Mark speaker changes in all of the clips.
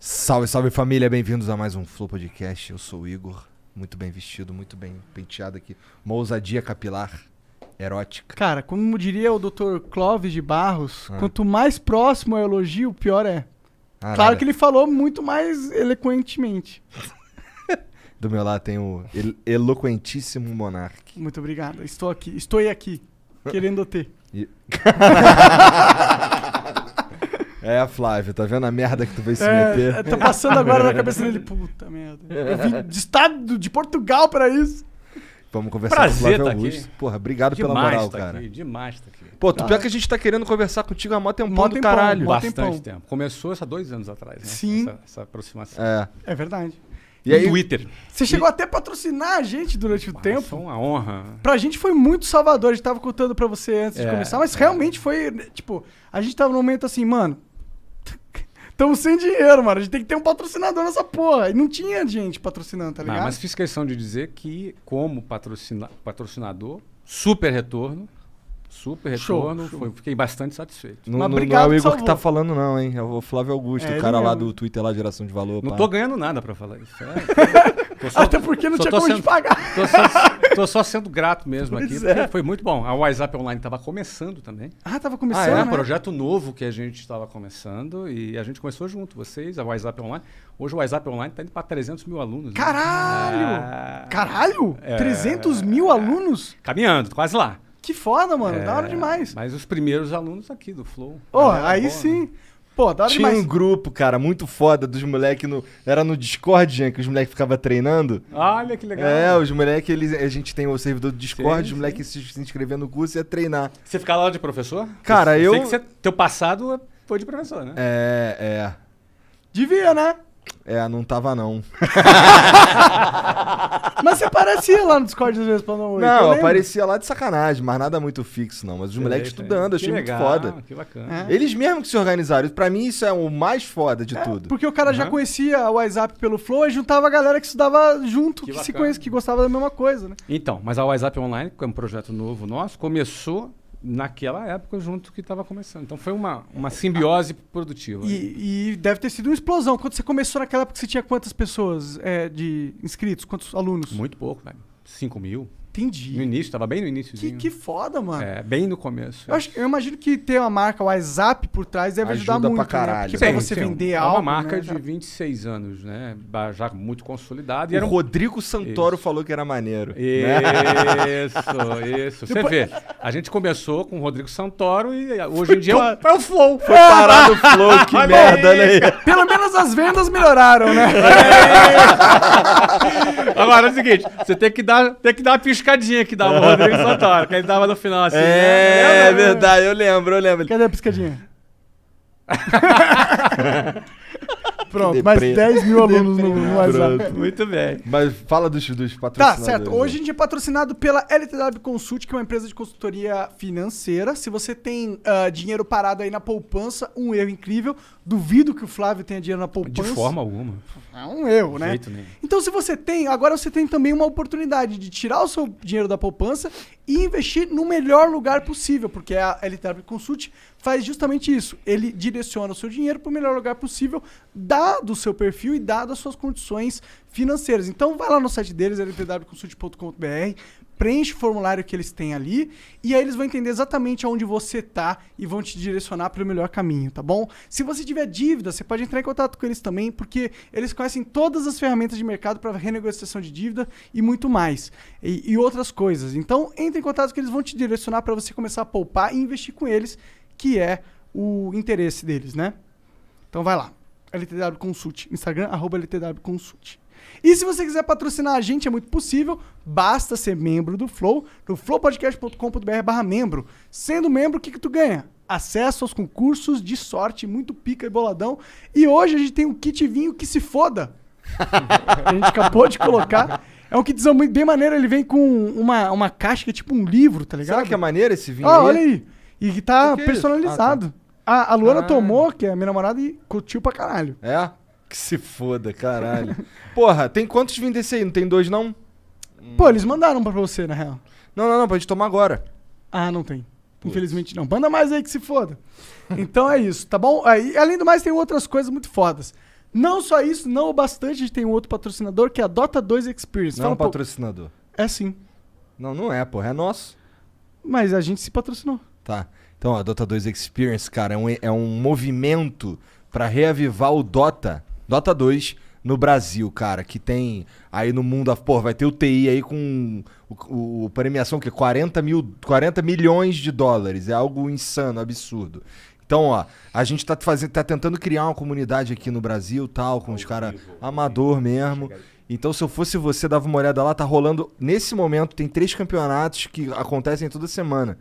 Speaker 1: Salve, salve família, bem-vindos a mais um Flow Podcast. Eu sou o Igor, muito bem vestido, muito bem penteado aqui. Uma ousadia capilar, erótica.
Speaker 2: Cara, como diria o Dr. Clóvis de Barros,
Speaker 1: Ah.
Speaker 2: quanto mais próximo é o elogio, pior é.
Speaker 1: Ah,
Speaker 2: Claro
Speaker 1: nada.
Speaker 2: que ele falou muito mais eloquentemente.
Speaker 1: Do meu lado tem o el- eloquentíssimo monarque.
Speaker 2: Muito obrigado. Estou aqui. Estou aqui. Querendo ter.
Speaker 1: É a Flávia, tá vendo a merda que tu veio se meter?
Speaker 2: É, é, tá passando agora na cabeça dele. Puta merda. Eu vim de estado de Portugal pra isso.
Speaker 1: Vamos conversar
Speaker 3: Prazer
Speaker 1: com o
Speaker 3: tá
Speaker 1: Flávio Augusto. Porra, obrigado pela
Speaker 3: demais
Speaker 1: moral,
Speaker 3: tá
Speaker 1: cara.
Speaker 3: aqui, demais tá aqui.
Speaker 1: Pô, tu
Speaker 2: Tá.
Speaker 1: pior que a gente tá querendo conversar contigo há mó tempão
Speaker 2: Mó
Speaker 1: do
Speaker 2: tempão.
Speaker 1: caralho.
Speaker 2: Bom
Speaker 3: Bastante
Speaker 2: tempão.
Speaker 3: tempo. Começou isso há dois anos atrás, né?
Speaker 2: Sim.
Speaker 3: Essa, essa aproximação.
Speaker 1: É.
Speaker 2: É verdade.
Speaker 1: E aí,
Speaker 3: Twitter.
Speaker 2: Você chegou até a patrocinar a gente durante o
Speaker 3: Mas
Speaker 2: tempo.
Speaker 3: Foi uma honra.
Speaker 2: Pra gente foi muito salvador, a gente tava contando pra você antes de
Speaker 3: É,
Speaker 2: começar, mas
Speaker 3: é.
Speaker 2: realmente foi, né, tipo, a gente tava num momento assim, mano, estamos sem dinheiro, mano, a gente tem que ter um patrocinador nessa porra. E não tinha gente patrocinando, tá
Speaker 3: Ah,
Speaker 2: ligado?
Speaker 3: mas fiz questão de dizer que, como patrocina- patrocinador, super retorno. Super
Speaker 2: Show,
Speaker 3: retorno.
Speaker 2: show.
Speaker 3: foi- fiquei bastante satisfeito.
Speaker 1: Não,
Speaker 2: Mas
Speaker 1: não- não é
Speaker 2: obrigado
Speaker 1: o
Speaker 2: que
Speaker 1: Igor que
Speaker 2: salvou.
Speaker 1: tá falando, não, hein? É o Flávio Augusto, o
Speaker 2: É, ele
Speaker 1: cara lá
Speaker 2: mesmo.
Speaker 1: do Twitter lá, geração de valor.
Speaker 3: Não
Speaker 1: pá.
Speaker 3: tô ganhando nada pra falar isso. É, tô só-
Speaker 2: Até porque não
Speaker 3: só
Speaker 2: tinha
Speaker 3: tô
Speaker 2: como a gente
Speaker 3: sendo-
Speaker 2: pagar.
Speaker 3: Tô só, tô só sendo grato mesmo aqui,
Speaker 2: Pois
Speaker 3: porque
Speaker 2: é.
Speaker 3: foi muito bom. A WhatsApp Online estava começando também.
Speaker 2: Ah, tava
Speaker 3: Ah,
Speaker 2: começando,
Speaker 3: é um
Speaker 2: né?
Speaker 3: projeto novo que a gente estava começando e a gente começou junto, vocês, a WhatsApp Online. Hoje o WhatsApp Online está indo para 300 mil alunos. né?
Speaker 2: Caralho!
Speaker 3: Ah,
Speaker 2: Caralho!
Speaker 3: É.
Speaker 2: 300 mil alunos?
Speaker 3: Caminhando, quase lá.
Speaker 2: Que foda, mano, da hora
Speaker 3: É,
Speaker 2: demais.
Speaker 3: Mas os primeiros alunos aqui do Flow.
Speaker 2: Ó,
Speaker 3: Galera
Speaker 2: aí
Speaker 3: boa, né?
Speaker 2: sim. Pô, da hora
Speaker 1: Tinha
Speaker 2: demais.
Speaker 1: um grupo, cara, muito foda dos moleques no. Era no Discord, Jean, que os moleques ficavam treinando.
Speaker 3: Olha que legal.
Speaker 1: É, os moleques, eles. A gente tem o servidor do Discord,
Speaker 3: Sim,
Speaker 1: os moleques se, se inscrever no curso e ia treinar.
Speaker 3: Você ficava lá de professor?
Speaker 1: Cara, eu-
Speaker 3: sei que você- teu passado foi de professor, né?
Speaker 1: É,
Speaker 2: Devia, né?
Speaker 1: é. É, não tava não.
Speaker 2: Mas você aparecia lá no Discord às vezes pra
Speaker 3: então
Speaker 2: não... eu
Speaker 1: Não,
Speaker 2: lembro.
Speaker 1: aparecia lá de sacanagem, mas nada muito fixo, não. Mas os moleques
Speaker 3: Sei,
Speaker 1: estudando,
Speaker 3: que
Speaker 1: achei
Speaker 3: legal,
Speaker 1: muito foda. É.
Speaker 3: Que bacana.
Speaker 1: Eles mesmos que se organizaram. Pra mim, isso é o mais foda
Speaker 3: É,
Speaker 1: de tudo.
Speaker 2: Porque o cara já
Speaker 3: Aham.
Speaker 2: conhecia o WhatsApp pelo Flow e juntava a galera que estudava junto, que,
Speaker 3: Que
Speaker 2: se
Speaker 3: bacana.
Speaker 2: conhece, que gostava da mesma coisa, né?
Speaker 3: Então, mas a WhatsApp Online, que é um projeto novo nosso, começou naquela época junto que estava começando. Então foi uma, uma simbiose produtiva.
Speaker 2: E, e deve ter sido uma explosão. Quando você começou naquela época, você tinha quantas pessoas é, de inscritos? Quantos alunos?
Speaker 3: Muito pouco, velho. 5 mil. No
Speaker 2: Entendi.
Speaker 3: início, estava bem no início.
Speaker 2: Que, que foda, mano.
Speaker 3: É, bem no começo.
Speaker 2: Eu, acho- eu imagino que ter uma marca WhatsApp por trás deve ajudar
Speaker 1: Ajuda
Speaker 2: muito,
Speaker 1: pra
Speaker 2: né?
Speaker 1: caralho.
Speaker 2: Porque
Speaker 1: Sim,
Speaker 2: pra você vender
Speaker 3: é
Speaker 2: algo,
Speaker 3: uma marca
Speaker 2: né,
Speaker 3: de
Speaker 2: cara?
Speaker 3: 26 anos, né? Ba- Já muito consolidada.
Speaker 1: O
Speaker 3: E era um...
Speaker 1: Rodrigo Santoro
Speaker 3: Isso.
Speaker 1: falou que era maneiro. né?
Speaker 3: Isso, isso. Você vê, a gente começou com o Rodrigo Santoro e hoje em dia é o, é o Flow.
Speaker 1: Foi parar no flow, que merda, olha aí.
Speaker 2: Pelo menos as vendas melhoraram, né?
Speaker 3: Agora é o seguinte, você tem que dar, tem que dar uma piscadinha que dava o Rodrigo Santoro, que ele dava no final assim.
Speaker 1: É, é verdade, eu lembro, eu lembro.
Speaker 2: Cadê a piscadinha? Pronto,
Speaker 1: Que
Speaker 2: mais
Speaker 1: deprê.
Speaker 2: 10 mil alunos no,
Speaker 3: é
Speaker 2: no WhatsApp.
Speaker 1: Pronto.
Speaker 3: Muito bem.
Speaker 1: Mas fala dos, dos
Speaker 2: Tá,
Speaker 1: patrocinadores.
Speaker 2: certo.
Speaker 1: né?
Speaker 2: Hoje a gente é patrocinado pela LTW Consult, que é uma empresa de consultoria financeira. Se você tem ah, dinheiro parado aí na poupança, um erro incrível. Duvido que o Flávio tenha dinheiro na
Speaker 3: De
Speaker 2: poupança.
Speaker 3: forma alguma.
Speaker 2: É um erro,
Speaker 3: De
Speaker 2: né?
Speaker 3: jeito nenhum.
Speaker 2: Então, se você tem, agora você tem também uma oportunidade de tirar o seu dinheiro da poupança e investir no melhor lugar possível, porque a LTW Consult faz justamente isso. Ele direciona o seu dinheiro para o melhor lugar possível, dado o seu perfil e dado as suas condições financeiras. Então, vai lá no site deles, ltwconsult.com.br, preenche o formulário que eles têm ali e aí eles vão entender exatamente aonde você tá e vão te direcionar para o melhor caminho, tá bom? Se você tiver dívida, você pode entrar em contato com eles também, porque eles conhecem todas as ferramentas de mercado para renegociação de dívida e muito mais e, e outras coisas. Então, entre em contato que eles vão te direcionar para você começar a poupar e investir com eles, que é o interesse deles, né? Então vai lá. LTW Consult. Instagram, arroba LTW Consult. E se você quiser patrocinar a gente, é muito possível. Basta ser membro do Flow, no flowpodcast.com.br barra membro. Sendo membro, o que, que tu ganha? Acesso aos concursos de sorte, muito pica e boladão. E hoje a gente tem um kit vinho que se foda. a gente acabou de colocar. É um kitzão muito- bem maneiro, ele vem com uma, uma caixa que é tipo um livro, tá ligado?
Speaker 1: Será que é maneiro esse vinho
Speaker 2: Ah,
Speaker 1: aí?
Speaker 2: olha aí. E que tá
Speaker 1: Que que é isso?
Speaker 2: personalizado. A, a Luana
Speaker 1: Ah.
Speaker 2: tomou, que é a minha namorada, e curtiu pra caralho.
Speaker 1: É? Que se foda, caralho. Porra, tem quantos vinhos desse aí? Não tem dois, não? Hum.
Speaker 2: Pô, eles mandaram pra você, na real.
Speaker 1: Não, não, não, pode tomar agora.
Speaker 2: Ah, não tem. Infelizmente não. Manda mais aí que se foda. Então é isso, tá bom? Aí, além do mais, tem outras coisas muito fodas. Não só isso, não o bastante, a gente tem um outro patrocinador que é a Dota 2 Experience.
Speaker 1: Não é um
Speaker 2: Fala, pô,
Speaker 1: patrocinador.
Speaker 2: É sim.
Speaker 1: Não, não é, porra. É nosso.
Speaker 2: Mas a gente se patrocinou.
Speaker 1: Tá. Então, a Dota 2 Experience, cara, é um, é um movimento pra reavivar o Dota, Dota 2 no Brasil, cara, que tem aí no mundo, pô, vai ter o TI aí com o, o premiação que 40 mil, 40 milhões de dólares, é algo insano, absurdo. Então, ó, a gente tá fazendo, tá tentando criar uma comunidade aqui no Brasil, tal, com os caras amador mesmo. Então, se eu fosse você, dava uma olhada lá, tá rolando nesse momento tem três campeonatos que acontecem toda semana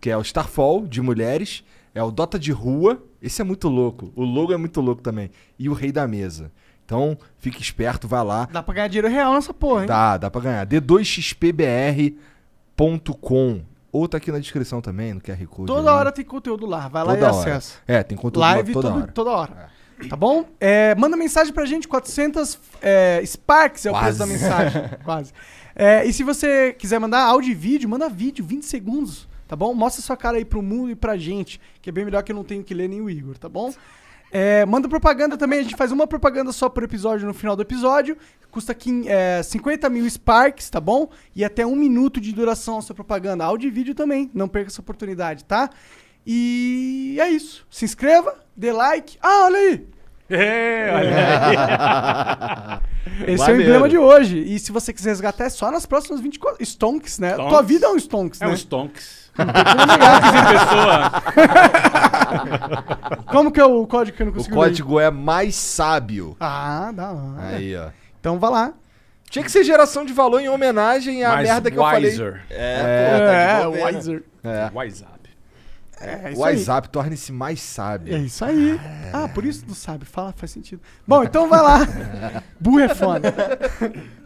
Speaker 1: que é o Starfall de mulheres, é o Dota de rua, esse é muito louco, o logo é muito louco também, e o Rei da Mesa. Então, fique esperto, vai lá.
Speaker 2: Dá pra ganhar dinheiro real nessa porra, hein?
Speaker 1: Dá, dá pra ganhar. D2xpbr.com ou tá aqui na descrição também, no QR Code.
Speaker 2: Toda
Speaker 1: ali.
Speaker 2: hora tem conteúdo lá, vai lá
Speaker 1: Toda
Speaker 2: e
Speaker 1: hora.
Speaker 2: acessa.
Speaker 1: É, tem conteúdo
Speaker 2: Live
Speaker 1: toda
Speaker 2: todo-
Speaker 1: hora.
Speaker 2: toda hora. Tá bom? É, manda mensagem pra gente, 400 é, Sparks é o
Speaker 1: Quase.
Speaker 2: preço da mensagem. Quase. É, e se você quiser mandar áudio e vídeo, manda vídeo, 20 segundos, tá bom? Mostra sua cara aí pro mundo e pra gente, que é bem melhor que eu não tenho que ler nem o Igor, tá bom? É, manda propaganda também, a gente faz uma propaganda só por episódio no final do episódio. Custa quin- é, 50 mil Sparks, tá bom? E até um minuto de duração a sua propaganda. Áudio e vídeo também, não perca essa oportunidade, tá? E é isso. Se inscreva, dê like. Ah, olha aí!
Speaker 3: É, olha aí.
Speaker 2: Esse é o
Speaker 1: Maneiro.
Speaker 2: emblema de hoje. E se você quiser resgatar, é só nas próximas 24. Stonks, né?
Speaker 3: Stonks.
Speaker 2: Tua vida é um Stonks,
Speaker 3: É
Speaker 2: né? é
Speaker 3: um Stonks. Stonks em pessoa.
Speaker 2: Como que é o código que eu não
Speaker 1: O
Speaker 2: consigo ler?
Speaker 1: código é mais sábio.
Speaker 2: Ah, da hora.
Speaker 1: Aí, ó.
Speaker 2: Então vá lá.
Speaker 1: Tinha que ser geração de valor em homenagem à
Speaker 3: Mais
Speaker 1: É merda que eu falei.
Speaker 3: wiser.
Speaker 1: É, pô,
Speaker 2: é,
Speaker 1: tá de bobeira.
Speaker 2: Wiser.
Speaker 1: É.
Speaker 3: Wise up.
Speaker 2: É isso aí.
Speaker 1: WhatsApp, torne-se mais sábio.
Speaker 2: É isso aí. Ah, por isso tu sabe. Fala, faz sentido. Bom, então vai lá. Burro é foda.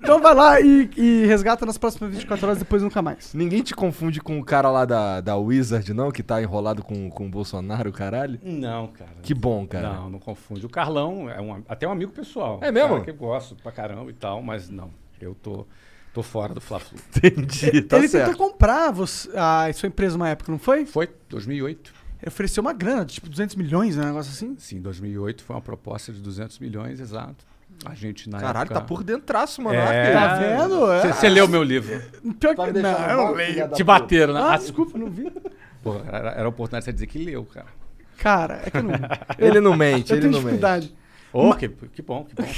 Speaker 2: Então vai lá e, e resgata nas próximas 24 horas, depois nunca mais.
Speaker 1: Ninguém te confunde com o cara lá da, da Wizard, não? Que tá enrolado com, com o Bolsonaro, caralho?
Speaker 3: Não, cara.
Speaker 1: Que bom, cara.
Speaker 3: Não, não confunde. O Carlão é um, até um amigo pessoal.
Speaker 1: É mesmo?
Speaker 3: Um Cara que eu gosto pra caramba e tal, mas não. Eu tô, tô fora do Fla-Flu.
Speaker 1: Entendi, tá
Speaker 2: ele
Speaker 1: certo.
Speaker 2: tentou comprar você, a sua empresa uma época, não foi?
Speaker 3: Foi 2008.
Speaker 2: Ele ofereceu uma grana, tipo 200 milhões, né? Um negócio assim.
Speaker 3: Sim, 2008 foi uma proposta de 200 milhões, exato. A gente na
Speaker 1: Caralho,
Speaker 3: época...
Speaker 1: tá por dentraço, mano.
Speaker 3: É.
Speaker 2: Tá vendo? É.
Speaker 3: Você leu meu livro.
Speaker 2: Pior
Speaker 1: Tá
Speaker 2: que
Speaker 1: me deixando
Speaker 2: não, eu não
Speaker 1: mal,
Speaker 2: leio.
Speaker 1: filha da puta.
Speaker 3: Te bateram, né?
Speaker 2: Ah,
Speaker 3: Ah,
Speaker 2: desculpa, não vi.
Speaker 3: Pô, era, era a oportunidade de você dizer que leu, cara.
Speaker 2: Cara, é que eu não.
Speaker 1: Ele não mente,
Speaker 2: Eu
Speaker 1: ele
Speaker 2: tenho
Speaker 1: não mente.
Speaker 2: dificuldade.
Speaker 3: Ô, que, que bom, que bom.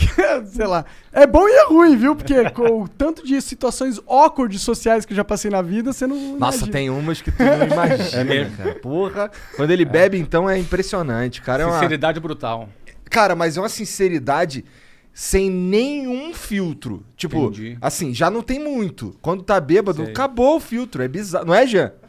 Speaker 2: Sei lá. É bom e é ruim, viu? Porque com o tanto de situações awkward sociais que eu já passei na vida, você não.
Speaker 1: Nossa,
Speaker 2: imagina.
Speaker 1: tem umas que tu não imagina,
Speaker 3: mesmo.
Speaker 1: cara. Porra. Quando ele bebe, então, é impressionante, cara. É uma-
Speaker 3: Sinceridade brutal.
Speaker 1: Cara, mas é uma sinceridade sem nenhum filtro. Tipo,
Speaker 3: Entendi.
Speaker 1: assim, já não tem muito. Quando tá bêbado,
Speaker 3: Sei.
Speaker 1: acabou o filtro. É bizarro. Não é, Jean?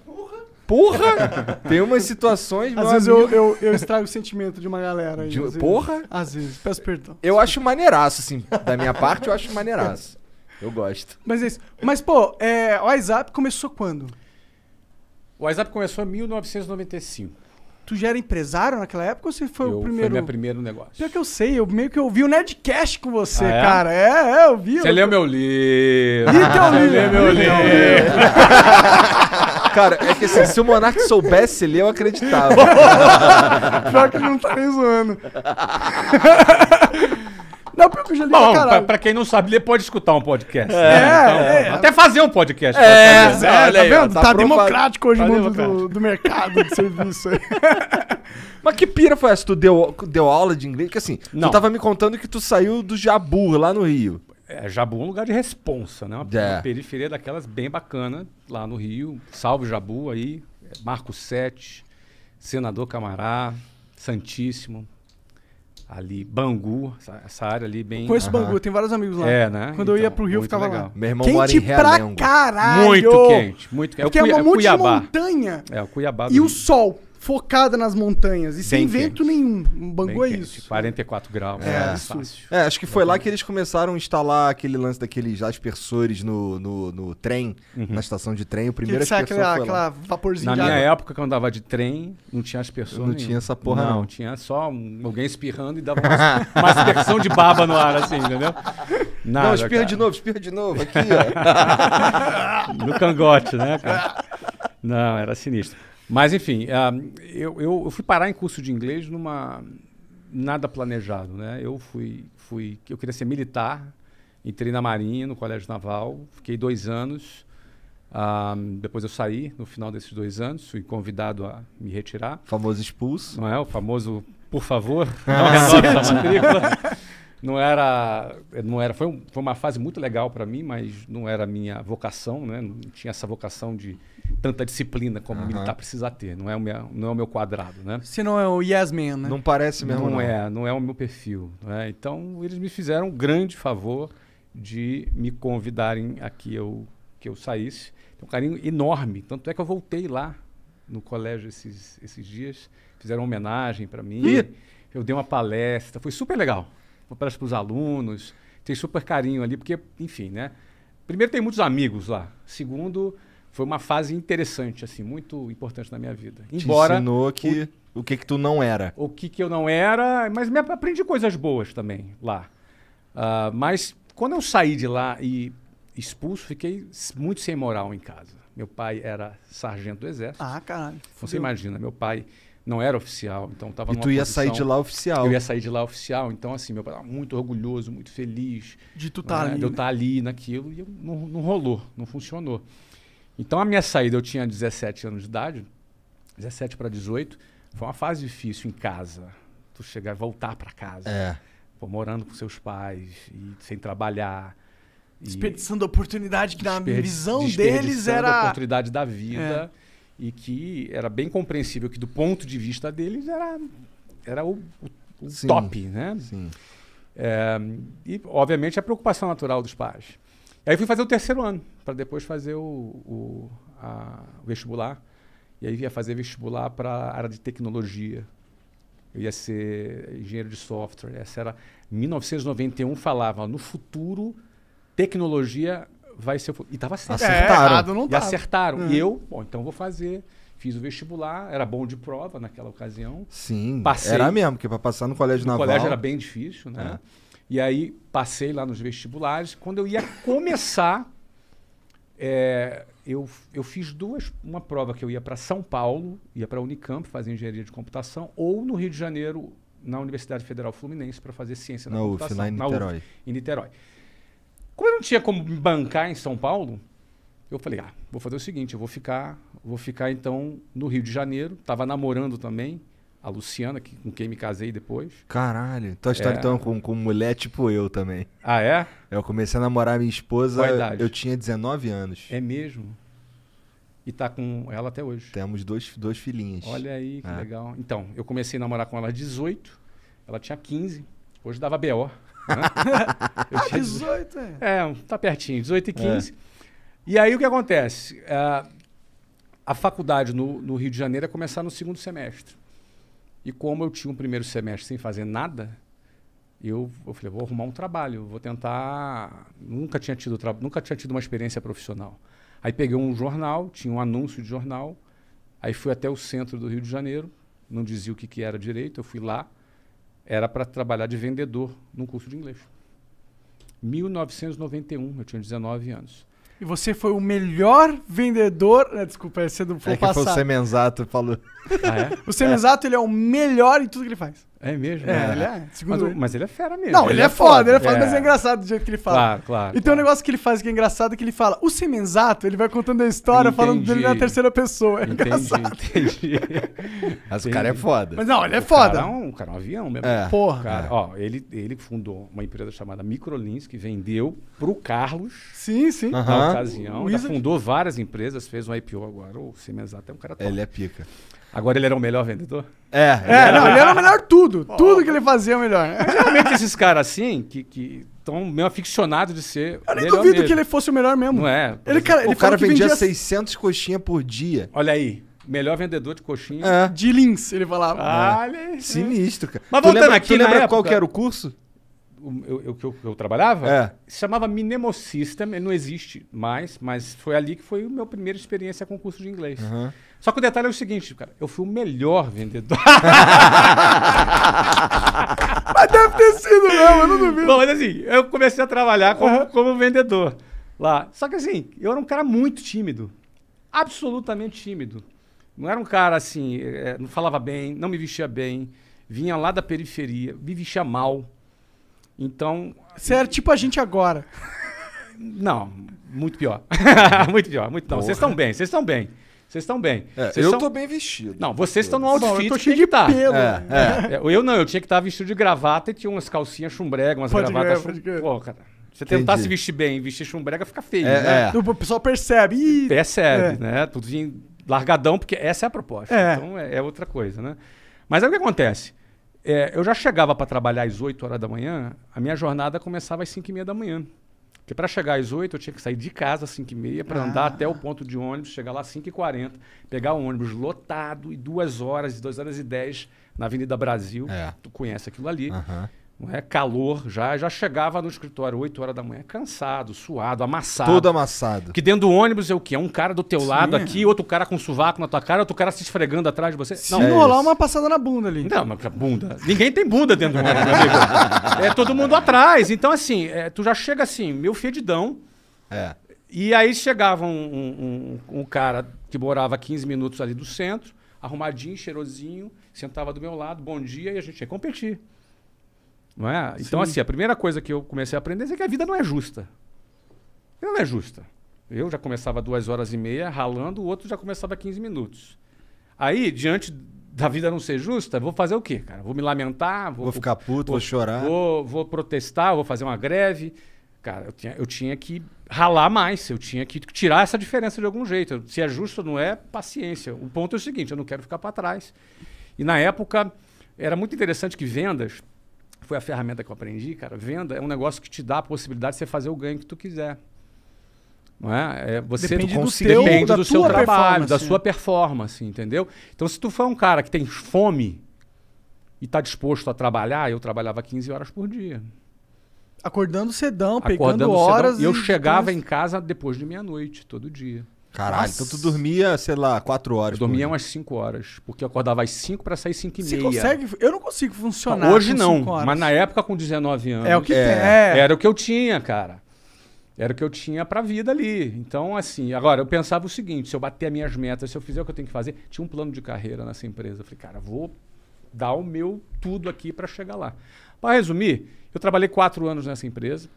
Speaker 1: Porra! Tem umas situações, meu
Speaker 2: Às vezes
Speaker 1: amigo,
Speaker 2: eu, eu, eu estrago o sentimento de uma galera. aí,
Speaker 1: de-
Speaker 2: às vezes.
Speaker 1: Porra!
Speaker 2: Às vezes, peço perdão.
Speaker 1: Eu acho maneiraço, assim. Da minha parte, eu acho maneiraço. Eu gosto.
Speaker 2: Mas é isso. Mas, pô, é, o WhatsApp começou quando?
Speaker 3: O WhatsApp começou em 1995.
Speaker 2: Tu já era empresário naquela época ou você foi
Speaker 3: Eu-
Speaker 2: o primeiro?
Speaker 3: Foi meu primeiro negócio.
Speaker 2: Pior que eu sei, eu meio que ouvi o Nerdcast com você,
Speaker 3: Ah, é?
Speaker 2: cara. É, é, eu vi.
Speaker 3: Você
Speaker 2: eu-
Speaker 3: leu meu é livro.
Speaker 2: Li teu
Speaker 3: Você
Speaker 2: livro.
Speaker 3: leu meu
Speaker 2: Li teu
Speaker 3: livro.
Speaker 1: Cara, é que assim, se o Monark soubesse ler, eu acreditava.
Speaker 2: Pior que ele não tá nem zoando. Não, pior que eu já li pra
Speaker 3: Bom, pra,
Speaker 2: caralho.
Speaker 3: pra quem não sabe ler, pode escutar um podcast. né?
Speaker 2: É, é.
Speaker 3: Até fazer um podcast.
Speaker 1: É,
Speaker 3: pode fazer.
Speaker 1: olha
Speaker 2: tá
Speaker 1: aí, ó,
Speaker 2: vendo? Tá,
Speaker 1: tá aprovado.
Speaker 2: democrático hoje
Speaker 3: Tá
Speaker 2: o mundo do,
Speaker 3: democrático.
Speaker 2: do mercado de serviço aí.
Speaker 1: Mas que pira foi essa? Tu deu, deu aula de inglês? Porque assim,
Speaker 3: Não.
Speaker 1: tu tava me contando que tu saiu do Jabu lá no Rio.
Speaker 3: É, Jabu é um lugar de responsa, né? Uma,
Speaker 1: É.
Speaker 3: uma periferia daquelas bem bacana lá no Rio. Salve Jabu aí, Marco Sete, Senador Camará, Santíssimo, ali Bangu, essa, essa área ali bem...
Speaker 2: Conheço o Bangu, tem vários amigos lá.
Speaker 3: É, né?
Speaker 2: Quando eu ia
Speaker 3: Então,
Speaker 2: pro Rio, eu
Speaker 3: muito
Speaker 2: ficava lá.
Speaker 3: legal.
Speaker 1: Meu irmão mora
Speaker 2: Quente
Speaker 1: em
Speaker 2: pra
Speaker 1: Realengo.
Speaker 2: caralho!
Speaker 3: Muito quente, muito quente.
Speaker 2: Porque é,
Speaker 3: o Cui-
Speaker 2: um monte de
Speaker 3: Cuiabá.
Speaker 2: montanha
Speaker 3: É, o Cuiabá do
Speaker 2: e o
Speaker 3: Rio.
Speaker 2: sol focado nas montanhas. E sem
Speaker 3: Bem
Speaker 2: vento
Speaker 3: quente.
Speaker 2: nenhum. Um
Speaker 3: Bem
Speaker 2: Bangu é
Speaker 3: quente,
Speaker 2: isso.
Speaker 3: 44 graus.
Speaker 1: É,
Speaker 3: né?
Speaker 2: isso.
Speaker 3: Fácil.
Speaker 1: É, acho que foi lá que eles começaram a instalar aquele lance daqueles aspersores no, no, no trem,
Speaker 3: Uhum.
Speaker 1: na estação de trem. O primeiro
Speaker 2: Que sai
Speaker 1: aspersor
Speaker 2: aquela,
Speaker 1: foi
Speaker 2: aquela
Speaker 1: lá.
Speaker 2: vaporzinha
Speaker 3: Na
Speaker 2: de
Speaker 3: minha
Speaker 2: água.
Speaker 3: época, que eu andava de trem, não tinha as pessoas.
Speaker 1: Não
Speaker 3: nenhuma.
Speaker 1: tinha essa porra, não.
Speaker 3: tinha só um- alguém espirrando e dava uma, uma aspersão de baba no ar, assim, entendeu? Nada,
Speaker 1: Não, espirra
Speaker 3: cara.
Speaker 1: de novo, espirra de novo. Aqui, ó.
Speaker 3: No cangote, né, cara? Não, era sinistro. Mas, enfim, ah, eu, eu, eu fui parar em curso de inglês numa, nada planejado, né? Eu fui, fui, eu queria ser militar, entrei na Marinha, no Colégio Naval, fiquei dois anos. Ah, depois eu saí, no final desses dois anos, fui convidado a me retirar.
Speaker 1: Famoso expulso.
Speaker 3: Não é o famoso, por favor, não renova essa matrícula. Não era, não era, foi, um- foi uma fase muito legal para mim, mas não era a minha vocação, né? Não tinha essa vocação de tanta disciplina como
Speaker 1: Aham.
Speaker 3: militar precisa ter. Não é o meu, não é o meu quadrado, né?
Speaker 2: Você não é o Yes Man, né?
Speaker 1: Não parece mesmo.
Speaker 3: não, é, não é o meu perfil. né? Então, eles me fizeram um grande favor de me convidarem a que eu, que eu saísse. Tem um carinho enorme. Tanto é que eu voltei lá no colégio esses, esses dias. Fizeram uma homenagem para mim.
Speaker 1: Ih!
Speaker 3: Eu dei uma palestra. Foi super legal. Uma palestra para os alunos. Tem super carinho ali, porque, enfim, né? Primeiro, tem muitos amigos lá. Segundo, foi uma fase interessante, assim, muito importante na minha vida.
Speaker 1: Te
Speaker 3: Embora
Speaker 1: ensinou que o que que tu não era.
Speaker 3: o que, que eu não era, mas me ap- aprendi coisas boas também lá. Ah, mas quando eu saí de lá e expulso, fiquei s- muito sem moral em casa. Meu pai era sargento do exército.
Speaker 2: Ah, caralho.
Speaker 3: Você imagina, meu pai não era oficial, então estava
Speaker 1: E tu ia sair de lá oficial.
Speaker 3: Eu ia sair de lá oficial, então assim, meu pai estava muito orgulhoso, muito feliz
Speaker 2: De tu tá
Speaker 3: né?
Speaker 2: ali.
Speaker 3: De eu
Speaker 2: né?
Speaker 3: estar ali naquilo e eu- não, não rolou, não funcionou. Então a minha saída, eu tinha 17 anos de idade, 17 para 18, foi uma fase difícil em casa. Tu chegar e voltar para casa,
Speaker 1: É.
Speaker 3: pô, morando com seus pais, e sem trabalhar. e
Speaker 2: Desperdiçando a oportunidade que na
Speaker 3: desper-
Speaker 2: visão deles
Speaker 3: desperdiçando
Speaker 2: era.
Speaker 3: a
Speaker 2: É.
Speaker 3: oportunidade da vida e que era bem compreensível que do ponto de vista deles era, era o, o- o
Speaker 1: Sim.
Speaker 3: top, né?
Speaker 1: Sim.
Speaker 3: É, e, obviamente, a preocupação natural dos pais. E aí fui fazer o terceiro ano, para depois fazer o, o- a- o vestibular. E aí ia fazer vestibular para a área de tecnologia. Eu ia ser engenheiro de software. Essa era 1991 falava, no futuro, tecnologia vai ser... o fu-". E estava certo.
Speaker 2: É,
Speaker 1: Acertaram.
Speaker 2: errado não
Speaker 3: E
Speaker 2: tá.
Speaker 3: acertaram.
Speaker 2: Uhum.
Speaker 3: E eu, bom, então vou fazer. Fiz o vestibular, era bom de prova naquela ocasião.
Speaker 1: Sim.
Speaker 3: Passei.
Speaker 1: Era mesmo, porque pra passar no colégio
Speaker 3: No
Speaker 1: naval. É.
Speaker 3: colégio era bem difícil, né? E aí passei lá nos vestibulares. Quando eu ia começar, é, eu, eu fiz duas, uma prova que eu ia para São Paulo, ia para a Unicamp fazer engenharia de computação, ou no Rio de Janeiro, na Universidade Federal Fluminense, para fazer ciência da
Speaker 1: na UF,
Speaker 3: computação.
Speaker 1: lá em
Speaker 3: na UF,
Speaker 1: Niterói.
Speaker 3: em Niterói. Como eu não tinha como me bancar em São Paulo, eu falei, ah, vou fazer o seguinte, eu vou ficar, vou ficar então no Rio de Janeiro. Tava namorando também a Luciana, que, com quem me casei depois.
Speaker 1: Caralho. Tua história
Speaker 3: É.
Speaker 1: então com, com mulher tipo eu também.
Speaker 3: Ah, é?
Speaker 1: Eu comecei a namorar minha esposa,
Speaker 3: Qual a idade?
Speaker 1: eu tinha 19 anos.
Speaker 3: É mesmo. E tá com ela até hoje.
Speaker 1: Temos dois, dois filhinhos.
Speaker 3: Olha aí que
Speaker 1: É.
Speaker 3: legal. Então, eu comecei a namorar com ela aos 18, ela tinha 15. Hoje dava BO. né? eu tinha 18.
Speaker 2: 18, é.
Speaker 3: É, um- tá pertinho, 18 e 15. E aí o que acontece? Ah, a faculdade no, no Rio de Janeiro ia começar no segundo semestre. E como eu tinha um primeiro semestre sem fazer nada, eu, eu falei, vou arrumar um trabalho, vou tentar. Nunca tinha tido tra... nunca tinha tido uma experiência profissional. Aí peguei um jornal, tinha um anúncio de jornal, aí fui até o centro do Rio de Janeiro, não dizia o que, que era direito, eu fui lá, era para trabalhar de vendedor num curso de inglês. 1991, eu tinha 19 anos.
Speaker 2: E você foi o melhor vendedor. Ah, Desculpa, é cedo
Speaker 1: É
Speaker 2: foi
Speaker 1: que foi o
Speaker 2: passar.
Speaker 1: Semenzato que falou.
Speaker 3: Ah,
Speaker 2: O Semenzato, ele é o melhor em tudo que ele faz.
Speaker 3: é? É mesmo?
Speaker 2: É,
Speaker 3: né?
Speaker 2: ele é. Segundo
Speaker 3: Mas, o-
Speaker 2: ele.
Speaker 3: mas ele é fera mesmo.
Speaker 2: Não, ele, é foda, ele é foda, mas é
Speaker 3: É.
Speaker 2: engraçado do jeito que ele fala.
Speaker 3: Claro, claro.
Speaker 2: E tem um negócio que ele faz que é engraçado, que ele fala, o Semenzato, ele vai contando a história falando dele na
Speaker 3: Entendi.
Speaker 2: terceira pessoa. É
Speaker 3: Entendi,
Speaker 2: engraçado.
Speaker 3: entendi.
Speaker 1: Mas o
Speaker 3: Entendi.
Speaker 1: cara é foda.
Speaker 2: Mas não, ele é
Speaker 3: O cara
Speaker 2: foda.
Speaker 3: um, o cara é um avião mesmo.
Speaker 1: É.
Speaker 2: Porra.
Speaker 3: Cara, ó, ele, ele fundou uma empresa chamada Microlins, que vendeu pro Carlos
Speaker 2: Sim, sim.
Speaker 1: Aham.
Speaker 3: na ocasião. Ainda
Speaker 2: Wizard.
Speaker 3: fundou várias empresas, fez um IPO agora. O Semenzato é um cara top.
Speaker 1: Ele é pica.
Speaker 3: Agora ele era o melhor vendedor?
Speaker 1: É,
Speaker 2: É, não, ele era o melhor tudo. Tudo que ele fazia é o melhor.
Speaker 3: Geralmente esses caras assim, que estão meio aficionados de ser
Speaker 2: Eu nem
Speaker 3: melhor
Speaker 2: duvido que
Speaker 3: mesmo.
Speaker 2: ele fosse o melhor mesmo.
Speaker 3: Não é?
Speaker 2: Ele, cara, ele
Speaker 1: o cara
Speaker 2: falou que
Speaker 1: vendia,
Speaker 2: vendia
Speaker 1: 600 coxinhas por dia.
Speaker 3: Olha aí, melhor vendedor de coxinha.
Speaker 1: É.
Speaker 2: de links, ele falava.
Speaker 3: Olha aí.
Speaker 1: Sinistro, cara.
Speaker 3: Mas
Speaker 1: tu
Speaker 3: voltando
Speaker 1: lembra,
Speaker 3: aqui
Speaker 1: tu
Speaker 3: na
Speaker 1: lembra qual
Speaker 3: época-
Speaker 1: que era o curso?
Speaker 3: O- eu, eu, que eu, que eu trabalhava,
Speaker 1: É.
Speaker 3: se chamava Minemo System, ele não existe mais, mas foi ali que foi a minha primeira experiência com curso de inglês.
Speaker 1: Aham.
Speaker 3: Só que o detalhe é o seguinte, cara, eu fui o melhor vendedor.
Speaker 2: Mas deve ter sido mesmo, eu não
Speaker 1: Ah,
Speaker 2: duvido.
Speaker 3: Bom, mas assim, eu comecei a trabalhar como, como vendedor lá. Só que assim, eu era um cara muito tímido. é, Absolutamente tímido. Não era um cara assim, eh, não falava bem, não me vestia bem. vinha lá da periferia, me vestia mal. Então,
Speaker 2: Você era tipo a gente agora.
Speaker 3: não, muito pior. muito pior, muito não. Vocês estão bem, vocês estão bem. Vocês estão bem.
Speaker 1: É,
Speaker 3: Vocês
Speaker 1: eu
Speaker 3: tão-
Speaker 1: tô bem vestido.
Speaker 3: Não, vocês estão no
Speaker 2: Bom,
Speaker 3: outfit
Speaker 2: eu tô
Speaker 3: que
Speaker 2: cheio
Speaker 3: tem
Speaker 2: de
Speaker 3: que tá.
Speaker 2: pelo.
Speaker 1: É, é.
Speaker 3: É, Eu não, eu tinha que estar vestido de gravata e tinha umas calcinhas chumbrega, umas
Speaker 2: Pode
Speaker 3: gravatas.
Speaker 2: crer, pode crer.
Speaker 3: Pô, cara, se você
Speaker 1: Entendi.
Speaker 3: tentar se vestir bem e vestir chumbrega, fica feio,
Speaker 1: É,
Speaker 3: né?
Speaker 1: é.
Speaker 2: O pessoal percebe. Ih,
Speaker 3: Percebe,
Speaker 2: É.
Speaker 3: né? Tudo em largadão, porque essa é a proposta.
Speaker 2: É.
Speaker 3: Então é, é outra coisa, né? Mas aí o que acontece? É, eu já chegava para trabalhar às 8 horas da manhã, a minha jornada começava às 5 e meia da manhã. Porque para chegar às 8, eu tinha que sair de casa às 5 e meia para andar
Speaker 2: Ah.
Speaker 3: até o ponto de ônibus, chegar lá às 5 e 40, pegar o ônibus lotado e duas horas, duas horas e 10 na Avenida Brasil.
Speaker 1: É.
Speaker 3: Tu conhece aquilo ali.
Speaker 2: Ah.
Speaker 1: Aham.
Speaker 3: Não é? Calor já. Já chegava no escritório 8 horas da manhã, cansado, suado, amassado.
Speaker 1: Todo amassado.
Speaker 3: tá. Que dentro do ônibus é o quê? É um cara do teu
Speaker 2: Sim.
Speaker 3: lado aqui, outro cara com um sovaco na tua cara, outro cara se esfregando atrás de você.
Speaker 2: se
Speaker 3: Não,
Speaker 1: é
Speaker 2: não rolar
Speaker 1: isso.
Speaker 2: uma passada na bunda ali.
Speaker 3: não, mas pra bunda. Ninguém tem bunda dentro do ônibus, meu amigo. É todo mundo atrás. Então, assim, é, tu já chega assim, meu fedidão.
Speaker 1: É.
Speaker 3: E aí chegava um, um- um- um cara que morava a 15 minutos ali do centro, arrumadinho, cheirosinho, sentava do meu lado, bom dia, e a gente ia competir. Não é? Então, assim, a primeira coisa que eu comecei a aprender é que a vida não é justa. Ela não é justa. Eu já começava duas horas e meia ralando, o outro já começava 15 minutos. Aí, diante da vida não ser justa, vou fazer o quê, cara? Vou me lamentar, vou,
Speaker 1: Vou ficar puto, vou chorar.
Speaker 3: Vou, vou protestar, vou fazer uma greve. Cara, eu tinha, eu tinha que ralar mais, eu tinha que tirar essa diferença de algum jeito. Eu- Se é justo ou não é, paciência. O ponto é o seguinte, eu não quero ficar para trás. E na época, era muito interessante que vendas, foi a ferramenta que eu aprendi, cara. Venda é um negócio que te dá a possibilidade de você fazer o ganho que tu quiser. Não é? É, você
Speaker 2: Depende
Speaker 1: do
Speaker 3: cons-
Speaker 1: teu-
Speaker 3: depende
Speaker 2: da
Speaker 3: do seu
Speaker 2: tua
Speaker 3: trabalho,
Speaker 2: performance,
Speaker 3: da
Speaker 2: né?
Speaker 3: sua performance, entendeu? Então, se tu for um cara que tem fome e está disposto a trabalhar, eu trabalhava 15 horas por dia.
Speaker 2: Acordando cedão, Tá pegando
Speaker 3: Acordando
Speaker 2: horas.
Speaker 3: horas. E eu chegava em casa depois de meia-noite, todo dia.
Speaker 1: Caralho,
Speaker 2: Nossa.
Speaker 1: então tu dormia, sei lá, quatro horas.
Speaker 3: Eu dormia
Speaker 1: por dia.
Speaker 3: umas 5 horas, porque eu acordava às 5 para sair 5 e
Speaker 2: Você
Speaker 3: meia.
Speaker 2: consegue? Eu não consigo
Speaker 3: Não,
Speaker 2: funcionar.
Speaker 3: Hoje
Speaker 2: com
Speaker 3: não,
Speaker 2: cinco horas.
Speaker 3: mas na época com 19 anos.
Speaker 2: É o que
Speaker 1: É.
Speaker 2: tem. É.
Speaker 3: Era o que eu tinha, cara. Era o que eu tinha pra vida ali. Então, assim, agora eu pensava o seguinte: se eu bater as minhas metas, se eu fizer o que eu tenho que fazer, tinha um plano de carreira nessa empresa. Eu falei, cara, vou dar o meu tudo aqui pra chegar lá. Pra resumir, eu trabalhei quatro anos nessa empresa.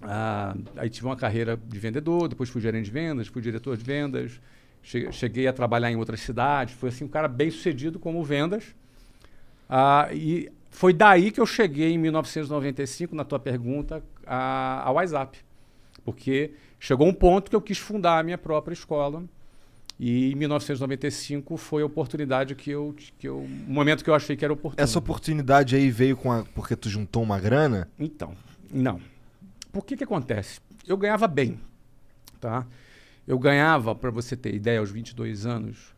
Speaker 3: Ah, aí tive uma carreira de vendedor, depois fui gerente de vendas, fui diretor de vendas, che- cheguei a trabalhar em outras cidades. Fui assim um cara bem sucedido como vendas. Ah, e foi daí que eu cheguei em 1995, na tua pergunta, a- ao WhatsApp. Porque chegou um ponto que eu quis fundar a minha própria escola. E em 1995 foi a oportunidade que eu. Que eu o momento que eu achei que era oportuno.
Speaker 1: Essa oportunidade aí veio com a. Porque tu juntou uma grana?
Speaker 3: Então, não. Por que que acontece? Eu ganhava bem, tá? Eu ganhava, para você ter ideia, aos 22 anos,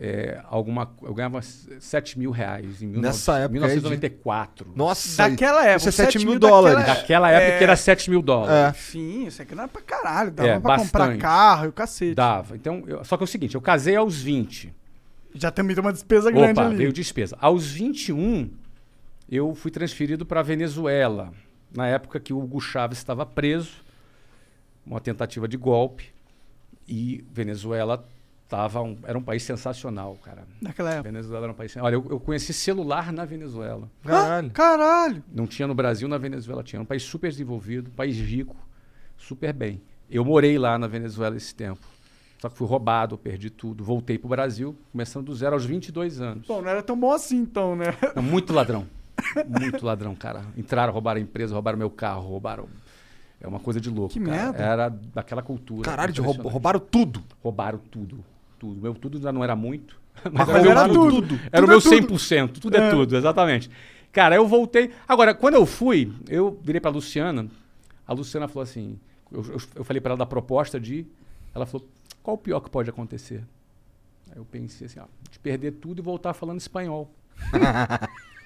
Speaker 3: é, alguma, co- eu ganhava s- 7 mil reais em 19,
Speaker 1: Nessa época aí de-
Speaker 3: 1994.
Speaker 1: Nossa!
Speaker 2: Daquela época.
Speaker 1: Isso é 7 mil
Speaker 2: daquela
Speaker 1: dólares.
Speaker 2: época.
Speaker 3: Naquela época que era 7 mil dólares.
Speaker 1: É.
Speaker 2: Sim, isso aqui não era pra caralho. Dava
Speaker 3: É,
Speaker 2: pra comprar
Speaker 3: bastante.
Speaker 2: carro e o
Speaker 1: É.
Speaker 2: cacete.
Speaker 3: Dava. Então, eu- só que é o seguinte, eu casei aos 20.
Speaker 2: Já também tem uma despesa grande
Speaker 3: Opa,
Speaker 2: ali.
Speaker 3: veio despesa. Aos 21, eu fui transferido para Venezuela, na época que o Hugo Chávez estava preso, uma tentativa de golpe, e Venezuela tava um- era um país sensacional, cara.
Speaker 2: Naquela época.
Speaker 3: Venezuela era um país. sen- Olha, eu, eu conheci celular na Venezuela.
Speaker 1: Caralho.
Speaker 2: Ah, caralho.
Speaker 3: Não tinha no Brasil, na Venezuela tinha. Era um país super desenvolvido, um país rico, super bem. Eu morei lá na Venezuela esse tempo. Só que fui roubado, perdi tudo. Voltei para o Brasil, começando do zero aos 22 anos.
Speaker 2: Bom, não era tão bom assim então, né?
Speaker 3: Não, muito ladrão. Muito ladrão, cara. Entraram, roubaram a empresa, roubaram meu carro, roubaram. É uma coisa de louco.
Speaker 2: Que
Speaker 3: cara.
Speaker 2: merda.
Speaker 3: Era daquela cultura.
Speaker 1: Caralho, de
Speaker 3: Impressionante.
Speaker 1: roub- roubaram tudo.
Speaker 3: Roubaram tudo. Tudo. Meu tudo já não era muito.
Speaker 2: Mas
Speaker 3: o meu
Speaker 2: era tudo.
Speaker 3: Era
Speaker 2: Tudo
Speaker 3: o meu
Speaker 2: é tudo.
Speaker 3: 100%. Tudo, é. tudo, exatamente. Cara, eu voltei. Agora, quando eu fui, eu virei pra Luciana. A Luciana falou assim. Eu, eu- eu falei pra ela da proposta de. Ela falou: qual o pior que pode acontecer? Aí eu pensei assim: ó, de perder tudo e voltar falando espanhol.
Speaker 2: Que foi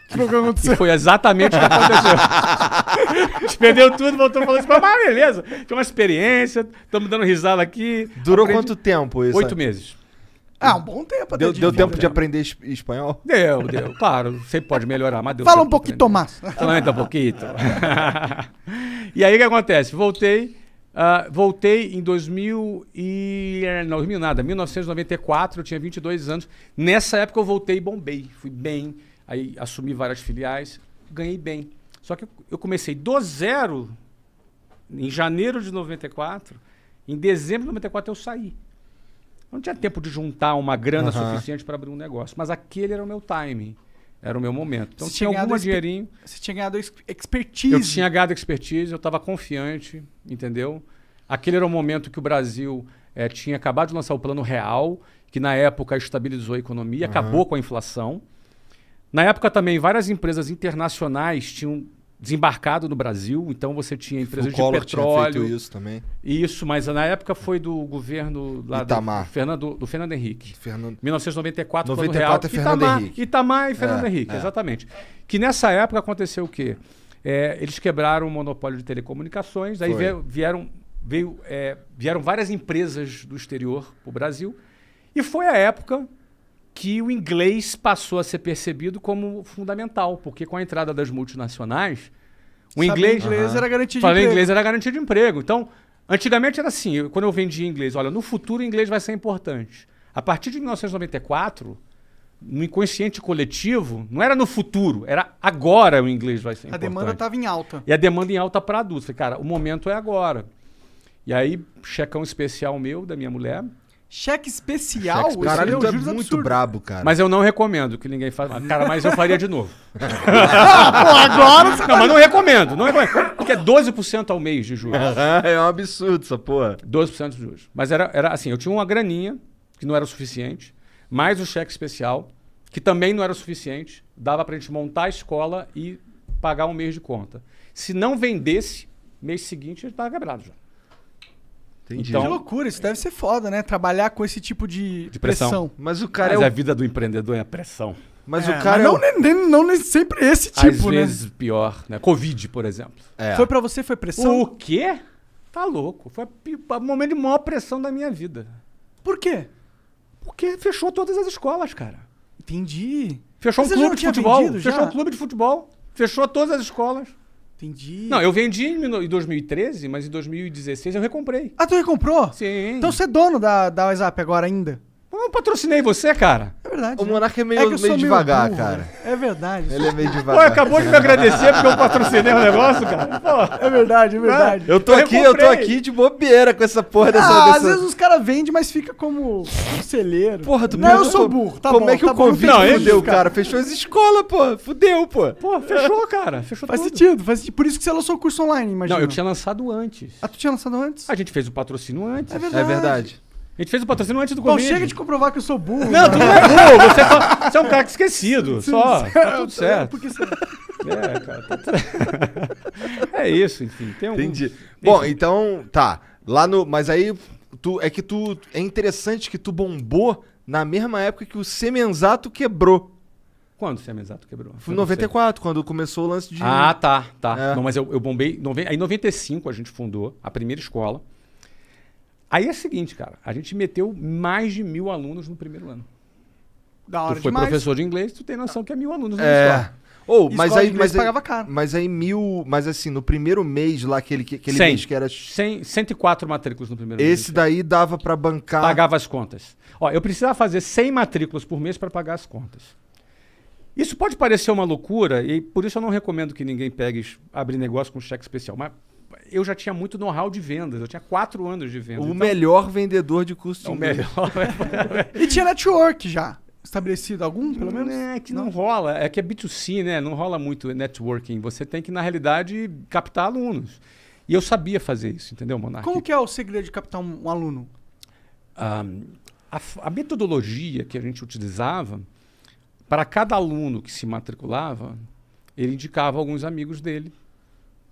Speaker 2: Tipo, o que aconteceu.
Speaker 3: E foi exatamente o que aconteceu. A gente perdeu tudo, voltou falando assim, mas beleza, tinha uma experiência, estamos dando risada aqui.
Speaker 1: Durou
Speaker 3: Aprendi-
Speaker 1: quanto tempo isso?
Speaker 3: Oito meses.
Speaker 2: Ah, um bom tempo. até
Speaker 1: Deu, deu
Speaker 2: vida.
Speaker 1: tempo de aprender es- espanhol?
Speaker 3: Deu, deu. Claro, sempre pode melhorar, mas deu.
Speaker 2: Fala
Speaker 3: tempo
Speaker 2: um
Speaker 3: pra
Speaker 2: pouquinho,
Speaker 3: aprender.
Speaker 2: Tomás.
Speaker 3: Aumenta um pouquinho. e aí o que acontece? Voltei, ah, voltei em 2000 e... eh, Não, 2000 nada, 1994, eu tinha 22 anos. Nessa época eu voltei e bombei. Fui bem, Aí assumi várias filiais, ganhei bem. Só que eu- eu comecei do zero em janeiro de 94, em dezembro de 94 eu saí. Eu não tinha tempo de juntar uma grana
Speaker 1: Aham.
Speaker 3: suficiente para abrir um negócio, mas aquele era o meu timing, era o meu momento. Então
Speaker 2: Você
Speaker 3: tinha
Speaker 2: tinha
Speaker 3: algum
Speaker 2: ganhado exper-
Speaker 3: dinheirinho.
Speaker 2: Você tinha ganhado ex- expertise.
Speaker 3: Eu tinha gado expertise, eu estava confiante, entendeu? Aquele era o momento que o Brasil eh, tinha acabado de lançar o Plano Real, que na época estabilizou a economia, acabou com a inflação. Na época também, várias empresas internacionais tinham desembarcado no Brasil, então você tinha empresas
Speaker 1: O
Speaker 3: de
Speaker 1: Collor tinha feito
Speaker 3: petróleo.
Speaker 1: isso também.
Speaker 3: Isso, mas na época foi do governo lá
Speaker 1: Itamar.
Speaker 3: Do, Fernando, do Fernando Henrique.
Speaker 1: Fernando...
Speaker 3: 1994, Plano
Speaker 1: 94 é
Speaker 3: Real.
Speaker 1: Fernando
Speaker 3: Itamar,
Speaker 1: Henrique.
Speaker 3: Itamar e Fernando
Speaker 1: É,
Speaker 3: Henrique,
Speaker 1: é.
Speaker 3: exatamente. Que nessa época aconteceu o quê? É, eles quebraram o monopólio de telecomunicações, aí
Speaker 1: Foi.
Speaker 3: veio- vieram, veio, é, vieram várias empresas do exterior para o Brasil. E foi a época que o inglês passou a ser percebido como fundamental, porque com a entrada das multinacionais, o
Speaker 2: Saber
Speaker 3: um inglês,
Speaker 1: Aham.
Speaker 2: era garantido
Speaker 3: Falar
Speaker 2: de emprego.
Speaker 3: inglês era garantia de emprego. Então, antigamente era assim, eu- quando eu vendia inglês, olha, no futuro o inglês vai ser importante. A partir de 1994, no inconsciente coletivo, não era no futuro, era agora o inglês vai
Speaker 2: A
Speaker 3: ser é importante.
Speaker 2: demanda tá estava em alta.
Speaker 3: E a demanda em alta para adultos. Falei, cara, o momento é agora. E aí, checão especial meu, da minha mulher.
Speaker 2: Cheque especial?
Speaker 1: Cheque-
Speaker 2: isso aí
Speaker 1: Caralho,
Speaker 2: é um
Speaker 1: tu é
Speaker 2: juros
Speaker 1: muito
Speaker 2: absurdo.
Speaker 1: brabo, cara.
Speaker 3: Mas eu não recomendo que ninguém faça. Ah, Cara, mas eu faria de novo.
Speaker 2: Agora você
Speaker 3: Não, mas não recomendo. Não recomendo. Porque é 12% ao mês de juros.
Speaker 1: é um absurdo essa porra.
Speaker 3: 12% de juros. Mas era, era assim, eu tinha uma graninha, que não era o suficiente, mais o cheque especial, que também não era o suficiente, dava pra gente montar a escola e pagar um mês de conta. Se não vendesse, mês seguinte eu estava quebrado já.
Speaker 1: Entendi.
Speaker 2: Que
Speaker 3: Então-
Speaker 2: loucura, isso deve ser foda, né? Trabalhar com esse tipo de,
Speaker 3: De pressão.
Speaker 1: Mas o cara
Speaker 3: Mas
Speaker 1: é,
Speaker 3: a
Speaker 1: o...
Speaker 3: vida do empreendedor é a pressão.
Speaker 1: Mas
Speaker 2: É,
Speaker 1: o cara
Speaker 2: mas
Speaker 1: é o-
Speaker 2: não, nem- nem- não nem sempre esse tipo,
Speaker 3: Às
Speaker 2: né?
Speaker 3: vezes pior, né? Covid, por exemplo.
Speaker 1: É.
Speaker 2: Foi pra você, foi pressão?
Speaker 3: O quê? Tá louco. Foi o momento de maior pressão da minha vida.
Speaker 2: Por quê?
Speaker 3: Porque fechou todas as escolas, cara.
Speaker 2: Entendi.
Speaker 3: Fechou
Speaker 2: Mas você já
Speaker 3: um clube
Speaker 2: não
Speaker 3: de
Speaker 2: tinha
Speaker 3: futebol.
Speaker 2: vendido já?
Speaker 3: Fechou um clube de futebol. Fechou todas as escolas.
Speaker 2: Entendi.
Speaker 3: Não, eu vendi em mil- em 2013, mas em 2016 eu recomprei.
Speaker 2: Ah, tu recomprou?
Speaker 3: Sim.
Speaker 2: Então você é dono da, da WhatsApp agora ainda?
Speaker 3: Eu patrocinei você, cara.
Speaker 2: É verdade.
Speaker 1: O
Speaker 2: né?
Speaker 1: Monarca é meio,
Speaker 2: É que eu sou
Speaker 1: meio devagar,
Speaker 2: burro,
Speaker 1: cara.
Speaker 2: né? É verdade.
Speaker 1: Ele é meio
Speaker 3: Pô,
Speaker 1: devagar.
Speaker 3: acabou de me agradecer porque eu patrocinei o negócio, cara. Pô.
Speaker 2: É verdade, é verdade.
Speaker 1: Eu tô
Speaker 3: Eu
Speaker 1: aqui, eu tô
Speaker 3: comprei.
Speaker 1: aqui de bobeira com essa porra dessa...
Speaker 2: Ah, às
Speaker 1: dessa-
Speaker 2: vezes os caras vendem, mas fica como conselheiro.
Speaker 1: Porra, tu
Speaker 2: Não, eu
Speaker 1: perguntou
Speaker 2: sou
Speaker 1: como-
Speaker 2: burro, tá
Speaker 1: Como
Speaker 2: bom,
Speaker 1: é que
Speaker 2: tá
Speaker 1: o
Speaker 2: bom,
Speaker 1: Covid
Speaker 3: não tem
Speaker 1: fudeu,
Speaker 2: juízo, cara.
Speaker 1: cara. Fechou as escolas, pô. Fudeu, pô.
Speaker 3: Pô, fechou, cara. Fechou
Speaker 2: Faz
Speaker 3: tudo.
Speaker 2: sentido, faz sentido. Por isso que você lançou o curso online, imagina.
Speaker 3: Não, eu tinha lançado antes.
Speaker 2: Ah, tu tinha lançado antes?
Speaker 3: A gente fez o patrocínio antes.
Speaker 2: É
Speaker 3: A
Speaker 1: É verdade.
Speaker 3: gente fez o patrocínio antes do
Speaker 2: Bom,
Speaker 3: Covid.
Speaker 2: chega de comprovar que eu sou burro. né?
Speaker 3: Não, tu não é burro. Você, é só- você é um cara esquecido. Só. Tá tudo certo.
Speaker 2: Porque você... é
Speaker 3: É, cara. tá tudo- é isso, enfim. Tem um...
Speaker 1: Entendi. Bom, então, tá. Lá no. Mas aí, tu, é que tu. É interessante que tu bombou na mesma época que o Semenzato quebrou.
Speaker 3: Quando o Semenzato quebrou?
Speaker 1: Foi
Speaker 3: Eu
Speaker 1: em
Speaker 3: não sei.
Speaker 1: 94, quando começou o lance de.
Speaker 3: Ah, tá, tá.
Speaker 1: É.
Speaker 3: Não, mas eu, eu bombei. nove- Aí em 95 a gente fundou a primeira escola. Aí é o seguinte, cara, a gente meteu mais de mil alunos no primeiro ano.
Speaker 2: Da
Speaker 3: Tu
Speaker 2: hora
Speaker 3: foi
Speaker 2: demais.
Speaker 3: professor de inglês, tu tem noção que é mil alunos na
Speaker 1: é.
Speaker 3: escola.
Speaker 1: Ou,
Speaker 2: Escola
Speaker 1: mas
Speaker 2: de
Speaker 1: aí.
Speaker 2: inglês
Speaker 1: Mas aí,
Speaker 2: pagava caro.
Speaker 1: mas aí mil. Mas assim, no primeiro mês lá, aquele, que- aquele
Speaker 3: Cem.
Speaker 1: mês que era.
Speaker 3: Cem- 104 matrículas no primeiro
Speaker 1: Esse
Speaker 3: ano.
Speaker 1: daí dava pra bancar.
Speaker 3: Pagava as contas. Ó, eu precisava fazer 100 matrículas por mês para pagar as contas. Isso pode parecer uma loucura e por isso eu não recomendo que ninguém pegue es- abrir negócio com cheque especial. Mas eu já tinha muito know-how de vendas, eu tinha quatro anos de vendas.
Speaker 1: O
Speaker 3: então-
Speaker 1: melhor vendedor de curso de
Speaker 3: É o
Speaker 1: inglês.
Speaker 3: melhor. né?
Speaker 2: E tinha network já estabelecido, algum pelo menos?
Speaker 3: É que não, rola, é que é B2C, né? Não rola muito networking. Você tem que, na realidade, captar alunos. E eu sabia fazer isso, entendeu, Monark?
Speaker 2: Como que é o segredo de captar um, um aluno?
Speaker 3: Ah, a, f- a metodologia que a gente utilizava, para cada aluno que se matriculava, ele indicava alguns amigos dele.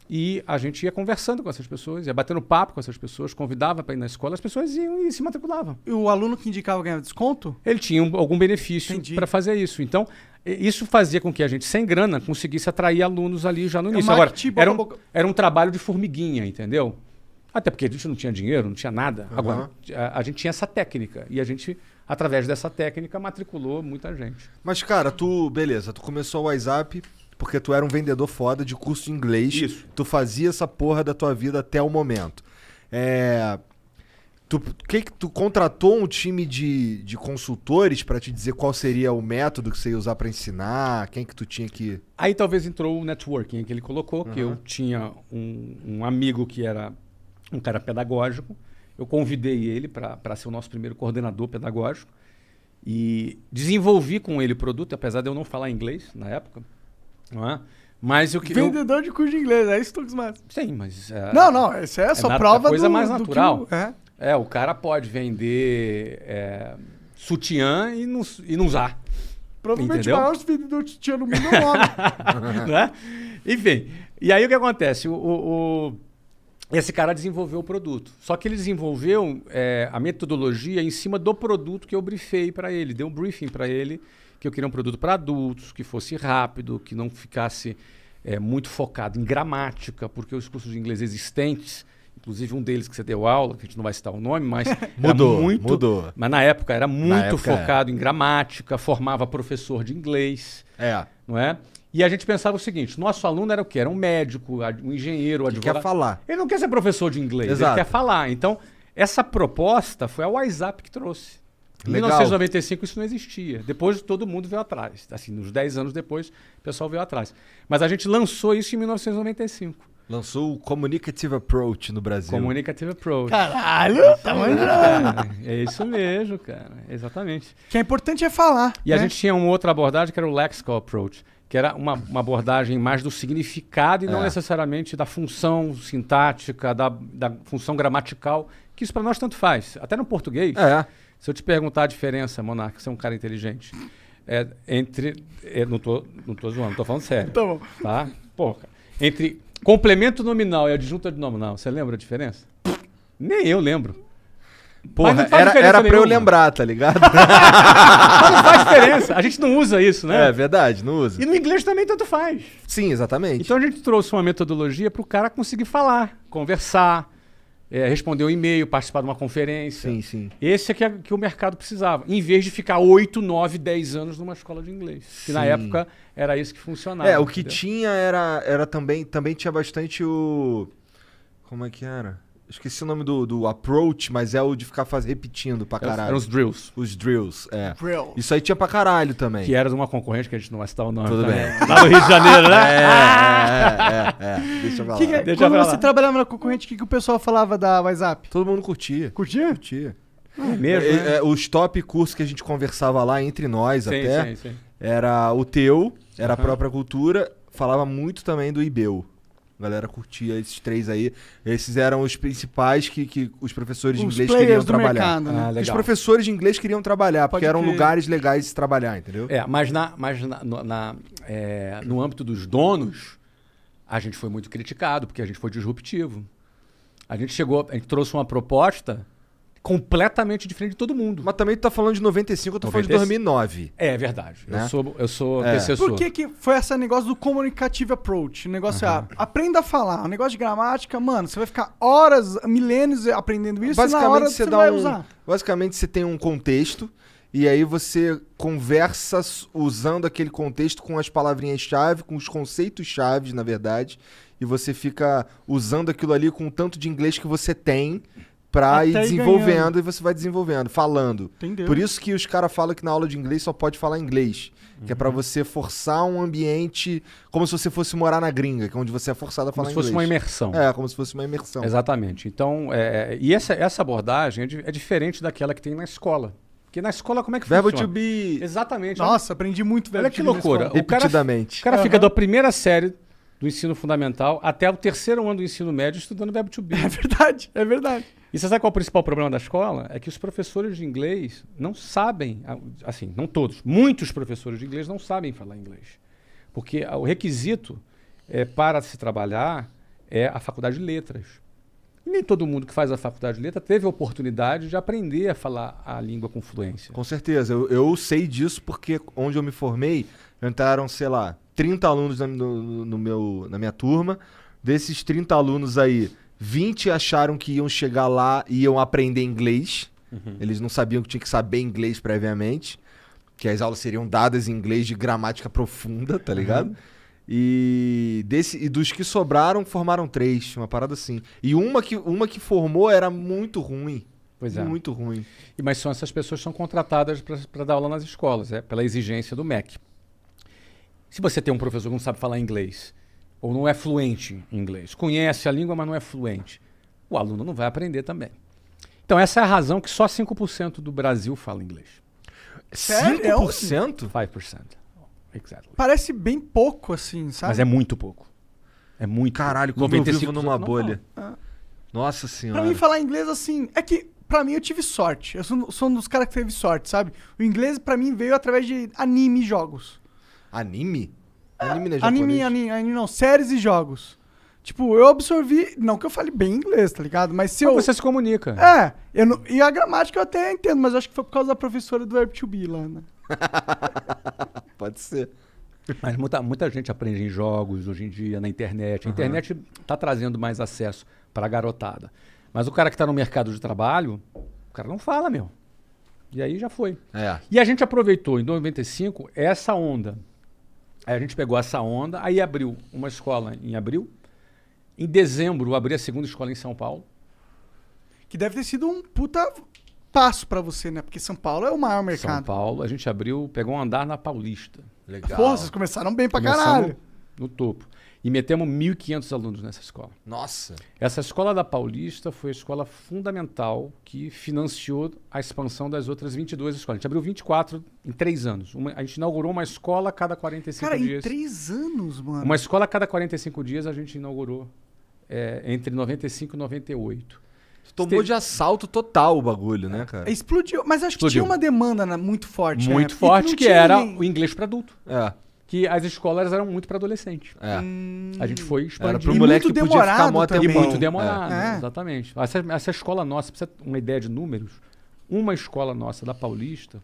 Speaker 3: E a gente ia conversando com essas pessoas, ia batendo papo com essas pessoas, convidava para ir na escola, as pessoas iam e se matriculavam.
Speaker 2: E o aluno que indicava ganhava desconto?
Speaker 3: ele tinha um- algum benefício
Speaker 2: Entendi.
Speaker 3: para fazer isso. Então, e- isso fazia com que a gente, sem grana, conseguisse atrair alunos ali já no início. Agora,
Speaker 2: marketing boca
Speaker 3: era
Speaker 2: a
Speaker 3: um,
Speaker 2: boca.
Speaker 3: era um trabalho de formiguinha, entendeu? Até porque a gente não tinha dinheiro, não tinha nada. Agora, a, a gente tinha essa técnica. E a gente, através dessa técnica, matriculou muita gente.
Speaker 1: Mas, cara, tu, beleza, tu começou o WhatsApp porque tu era um vendedor foda de curso de inglês.
Speaker 3: Isso.
Speaker 1: Tu fazia essa porra da tua vida até o momento. É. Tu, que, que- tu contratou um time de, de consultores pra te dizer qual seria o método que você ia usar pra ensinar? Quem que tu tinha que.
Speaker 3: Aí talvez entrou o networking que ele colocou, que eu tinha um, um amigo que era um cara pedagógico. Eu convidei ele para ser o nosso primeiro coordenador pedagógico. E desenvolvi com ele o produto, apesar de eu não falar inglês na época. Não é? Mas eu que. eu-
Speaker 2: Vendedor de curso de inglês, é isso, Tux Matos.
Speaker 3: Sim, mas. é,
Speaker 2: Não, não, isso é só
Speaker 3: nada-
Speaker 2: prova
Speaker 3: é coisa
Speaker 2: do,
Speaker 3: mais
Speaker 2: do que
Speaker 3: natural.
Speaker 2: o- é.
Speaker 3: É, o cara pode vender é, sutiã e não, e não usar.
Speaker 2: Provavelmente
Speaker 3: Entendeu?
Speaker 2: o maior vendedor de tinha no mundo é o homem.
Speaker 3: né? Enfim, e aí o que acontece? O, o- o- esse cara desenvolveu o produto. Só que ele desenvolveu é, a metodologia em cima do produto que eu briefei para ele, dei um briefing para ele, que eu queria um produto para adultos, que fosse rápido, que não ficasse é, muito focado em gramática, porque os cursos de inglês existentes, inclusive um deles que você deu aula, que a gente não vai citar o nome, mas era
Speaker 1: Mudou,
Speaker 3: muito,
Speaker 1: mudou.
Speaker 3: Mas na época era muito
Speaker 1: época era.
Speaker 3: focado em gramática, formava professor de inglês
Speaker 1: É.
Speaker 3: não é? E a gente pensava o seguinte: nosso aluno era o quê? Era um médico, ad- um engenheiro,
Speaker 1: Que quer
Speaker 3: advogado.
Speaker 1: falar.
Speaker 3: Ele não quer ser professor de inglês,
Speaker 1: Exato.
Speaker 3: ele quer falar. Então, essa proposta foi a WhatsApp que trouxe. Em
Speaker 1: Legal.
Speaker 3: 1995 isso não existia. Depois todo mundo veio atrás. Assim, nos 10 anos depois, o pessoal veio atrás. Mas a gente lançou isso em 1995.
Speaker 1: Lançou o Communicative Approach no Brasil.
Speaker 3: Communicative Approach.
Speaker 2: Caralho, tá manjando.
Speaker 3: Cara, é isso mesmo, cara. Exatamente.
Speaker 2: O que é importante é falar.
Speaker 3: E a
Speaker 2: né?
Speaker 3: gente tinha uma outra abordagem que era o lexical approach, que era uma, uma abordagem mais do significado e não
Speaker 1: É.
Speaker 3: necessariamente da função sintática, da, da função gramatical, que isso para nós tanto faz. Até no português,
Speaker 1: É.
Speaker 3: se eu te perguntar a diferença, Monarca, você é um cara inteligente, é, entre... é, não, tô, não tô zoando, tô falando sério.
Speaker 1: Então.
Speaker 2: Tá bom.
Speaker 3: Tá? Porra. Entre complemento nominal e adjunto nominal, você lembra a diferença? Nem eu lembro. Mas
Speaker 1: Porra,
Speaker 3: não faz
Speaker 1: era,
Speaker 3: diferença
Speaker 1: era pra eu
Speaker 3: nenhuma.
Speaker 1: lembrar, tá ligado?
Speaker 3: Mas não faz diferença. A gente não usa isso, né?
Speaker 1: é verdade, não usa.
Speaker 3: E no inglês também tanto faz.
Speaker 1: Sim, exatamente.
Speaker 3: Então a gente trouxe uma metodologia para o cara conseguir falar, conversar, eh, responder um e-mail, participar de uma conferência.
Speaker 1: sim, sim.
Speaker 3: Esse é que, a- que o mercado precisava, em vez de ficar 8, 9, 10 anos numa escola de inglês. Que na
Speaker 1: Sim.
Speaker 3: época era isso que funcionava.
Speaker 1: é, o que
Speaker 3: entendeu?
Speaker 1: tinha era, era também. Também tinha bastante o. Como é que era? Esqueci o nome do, do approach, mas é o de ficar faz... repetindo pra
Speaker 3: Eram-
Speaker 1: caralho.
Speaker 3: Eram É os drills.
Speaker 1: Os drills, é.
Speaker 2: Drill.
Speaker 1: Isso aí tinha pra caralho também.
Speaker 3: Que era de uma concorrente que a gente não vai citar o nome.
Speaker 1: Tudo
Speaker 3: também.
Speaker 1: bem.
Speaker 3: Lá no Rio de Janeiro, né?
Speaker 1: É, é, é, é. Deixa eu falar.
Speaker 2: Que que é-
Speaker 3: Deixa
Speaker 2: quando
Speaker 3: pra lá.
Speaker 2: você trabalhava na concorrente, o que, que o pessoal falava da WhatsApp?
Speaker 1: Todo mundo curtia.
Speaker 2: Curtia?
Speaker 1: Curtia.
Speaker 3: É mesmo, né?
Speaker 1: É, é, os top cursos que a gente conversava lá entre nós
Speaker 3: Sim,
Speaker 1: até.
Speaker 3: sim, sim.
Speaker 1: Era o teu, era a
Speaker 3: Aham.
Speaker 1: própria cultura, falava muito também do Ibeu. A galera curtia esses três aí. Esses eram os principais que, que os professores de
Speaker 2: Os
Speaker 1: inglês queriam
Speaker 2: players do
Speaker 1: trabalhar.
Speaker 2: mercado,
Speaker 3: Ah,
Speaker 2: né?
Speaker 1: Que Os
Speaker 3: legal.
Speaker 1: professores de inglês queriam trabalhar, porque
Speaker 2: Pode
Speaker 1: eram
Speaker 2: crer.
Speaker 1: lugares legais de se trabalhar, entendeu?
Speaker 3: É, mas, na, mas na- no, na- é, no âmbito dos donos, a gente foi muito criticado, porque a gente foi disruptivo. A gente chegou, a gente trouxe uma proposta completamente diferente de todo mundo.
Speaker 1: Mas também tu tá falando de 95, eu tô falando de
Speaker 3: 95?
Speaker 1: 2009.
Speaker 3: É é verdade.
Speaker 1: Né?
Speaker 3: Eu sou, eu sou
Speaker 1: É.
Speaker 3: antecessor.
Speaker 2: Por que, que foi esse negócio do communicative approach? O negócio é, ah, aprenda a falar. O negócio de gramática, mano, você vai ficar horas, milênios aprendendo isso e na hora você,
Speaker 1: dá
Speaker 2: vai
Speaker 1: um-
Speaker 2: usar.
Speaker 1: Basicamente, você tem um contexto e aí você conversa s- usando aquele contexto com as palavrinhas-chave, com os conceitos-chave, na verdade, e você fica usando aquilo ali com o tanto de inglês que você tem pra
Speaker 2: Até
Speaker 1: ir
Speaker 2: ir
Speaker 1: desenvolvendo
Speaker 2: ganhando.
Speaker 1: e você vai desenvolvendo, falando.
Speaker 2: Entendeu?
Speaker 1: Por isso que os caras falam que na aula de inglês só pode falar inglês. Que é
Speaker 2: Uhum.
Speaker 1: pra você forçar um ambiente como se você fosse morar na gringa, que é onde você é forçado a
Speaker 3: Como
Speaker 1: falar
Speaker 3: se fosse uma
Speaker 1: inglês.
Speaker 3: imersão.
Speaker 1: É, como se fosse uma imersão.
Speaker 3: Exatamente. Então, é, e essa, essa abordagem é, di- é diferente daquela que tem na escola. Porque na escola, como é que
Speaker 1: Verbo to
Speaker 3: funciona?
Speaker 1: be
Speaker 3: Exatamente.
Speaker 2: Nossa, aprendi muito, velho.
Speaker 3: Olha que
Speaker 2: tive na
Speaker 3: loucura.
Speaker 2: escola.
Speaker 3: O cara-
Speaker 1: repetidamente.
Speaker 3: O cara fica
Speaker 2: Aham.
Speaker 3: da primeira série do ensino fundamental até o terceiro ano do ensino médio estudando verbo to be.
Speaker 2: É verdade, é verdade.
Speaker 3: E você sabe qual é o principal problema da escola? É que os professores de inglês não sabem, a- assim, não todos, muitos professores de inglês não sabem falar inglês. Porque a- o requisito é, para se trabalhar é a faculdade de letras. E nem todo mundo que faz a faculdade de letras teve a oportunidade de aprender a falar a língua com fluência.
Speaker 1: Com certeza. Eu, eu sei disso porque onde eu me formei, entraram, sei lá, 30 alunos na, no- no meu, na minha turma. Desses 30 alunos aí, 20 acharam que iam chegar lá e iam aprender inglês.
Speaker 3: Uhum.
Speaker 1: Eles não sabiam que tinha que saber inglês previamente. Que as aulas seriam dadas em inglês de gramática profunda,
Speaker 3: Uhum.
Speaker 1: tá ligado? E, desse, e dos que sobraram, formaram três, uma parada assim. E uma que, uma que formou era muito ruim.
Speaker 3: Pois é.
Speaker 4: Muito ruim.
Speaker 3: E, mas são essas pessoas que são contratadas para dar aula nas escolas, é, pela exigência do MEC. Se você tem um professor que não sabe falar inglês, ou não é fluente em inglês, conhece a língua, mas não é fluente, o aluno não vai aprender também. Então, essa é a razão que só 5% do Brasil fala inglês.
Speaker 2: Sério?
Speaker 1: 5%?
Speaker 3: 5%. Exactly.
Speaker 2: Parece bem pouco, assim, sabe?
Speaker 3: Mas é muito pouco. É muito
Speaker 1: Tá. Caralho,
Speaker 3: pouco.
Speaker 1: como eu vivo
Speaker 3: 95%
Speaker 1: numa
Speaker 3: não
Speaker 1: bolha.
Speaker 2: Ah.
Speaker 1: Nossa
Speaker 2: Pra
Speaker 1: senhora.
Speaker 2: mim falar inglês assim, é que pra mim eu tive sorte. Eu sou, sou um dos caras que teve sorte, sabe? O inglês pra mim veio através de anime e jogos.
Speaker 1: Anime? Anime não é
Speaker 2: Anime,
Speaker 1: japonês?
Speaker 2: anime, anime não, séries e jogos. Tipo, eu absorvi, não que eu fale bem inglês, tá ligado? Mas se
Speaker 3: Então
Speaker 2: eu
Speaker 3: você se comunica.
Speaker 2: É, eu não- e a gramática eu até entendo, mas eu acho que foi por causa da professora do Verb to Be lá, né?
Speaker 1: Pode ser.
Speaker 3: Mas muita, muita gente aprende em jogos hoje em dia, na internet. A internet está trazendo mais acesso para a garotada. Mas o cara que está no mercado de trabalho, o cara não fala, meu. E aí já foi.
Speaker 1: É.
Speaker 3: E a gente aproveitou em 95 essa onda. Aí a gente pegou essa onda, aí abriu uma escola em abril. Em dezembro, eu abri a segunda escola em São Paulo.
Speaker 2: Que deve ter sido um puta passo pra você, né? Porque São Paulo é o maior
Speaker 3: São
Speaker 2: mercado.
Speaker 3: Paulo, a gente abriu, pegou um andar na Paulista.
Speaker 1: Legal.
Speaker 2: Pô, vocês começaram bem pra
Speaker 3: Começamos
Speaker 2: caralho.
Speaker 3: No topo. E metemos 1.500 alunos nessa escola.
Speaker 1: Nossa.
Speaker 3: Essa escola da Paulista foi a escola fundamental que financiou a expansão das outras 22 escolas. A gente abriu 24 em três anos. Uma- a gente inaugurou uma escola a cada 45
Speaker 2: Cara, em
Speaker 3: dias.
Speaker 2: três anos, mano.
Speaker 3: Uma escola a cada 45 dias a gente inaugurou é, entre 95 e 98.
Speaker 1: Tomou de assalto total o bagulho, né,
Speaker 3: É
Speaker 1: cara?
Speaker 2: É, Explodiu, mas acho que
Speaker 3: Explodiu.
Speaker 2: tinha uma demanda né, muito forte.
Speaker 3: Muito
Speaker 2: né?
Speaker 3: forte, que era o
Speaker 2: o
Speaker 3: inglês para adulto.
Speaker 1: É,
Speaker 3: Que as escolas eram muito para adolescente.
Speaker 1: é.
Speaker 2: Hum,
Speaker 3: A gente foi
Speaker 1: Era pro
Speaker 3: expandindo.
Speaker 1: moleque
Speaker 2: muito
Speaker 1: que podia ficar
Speaker 2: demorado
Speaker 1: mó
Speaker 2: também.
Speaker 1: tempo.
Speaker 3: E
Speaker 2: Bom,
Speaker 3: muito demorado,
Speaker 2: é.
Speaker 3: exatamente. Essa, essa escola nossa, pra você ter uma ideia de números, uma escola nossa da Paulista,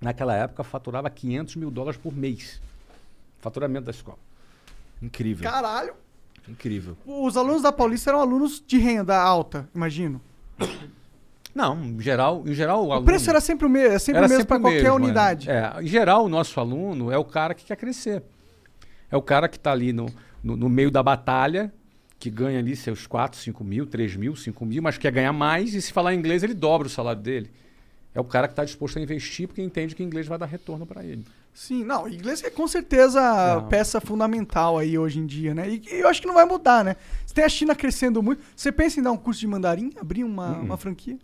Speaker 3: naquela época, faturava 500 mil dólares por mês. Faturamento da escola.
Speaker 1: É, Incrível.
Speaker 2: Caralho.
Speaker 1: Incrível.
Speaker 2: Os alunos da Paulista eram alunos de renda alta, imagino.
Speaker 3: Não, em geral, em geral o,
Speaker 2: O
Speaker 3: aluno-
Speaker 2: preço era sempre o mesmo, é sempre o mesmo pra
Speaker 3: o
Speaker 2: qualquer
Speaker 3: mesmo, é.
Speaker 2: unidade.
Speaker 3: É, Em geral, o nosso aluno é o cara que quer crescer. É o cara que está ali no, no, no meio da batalha, que ganha ali seus 4, 5 mil, 3 mil, 5 mil, mas quer ganhar mais e se falar inglês ele dobra o salário dele. É o cara que está disposto a investir porque entende que inglês vai dar retorno para ele.
Speaker 2: Sim, não, o inglês é com certeza a
Speaker 3: Não.
Speaker 2: peça fundamental aí hoje em dia, né? E, e eu acho que não vai mudar, né? Você tem a China crescendo muito. Você pensa em dar um curso de mandarim, abrir uma,
Speaker 3: Hum.
Speaker 2: uma franquia?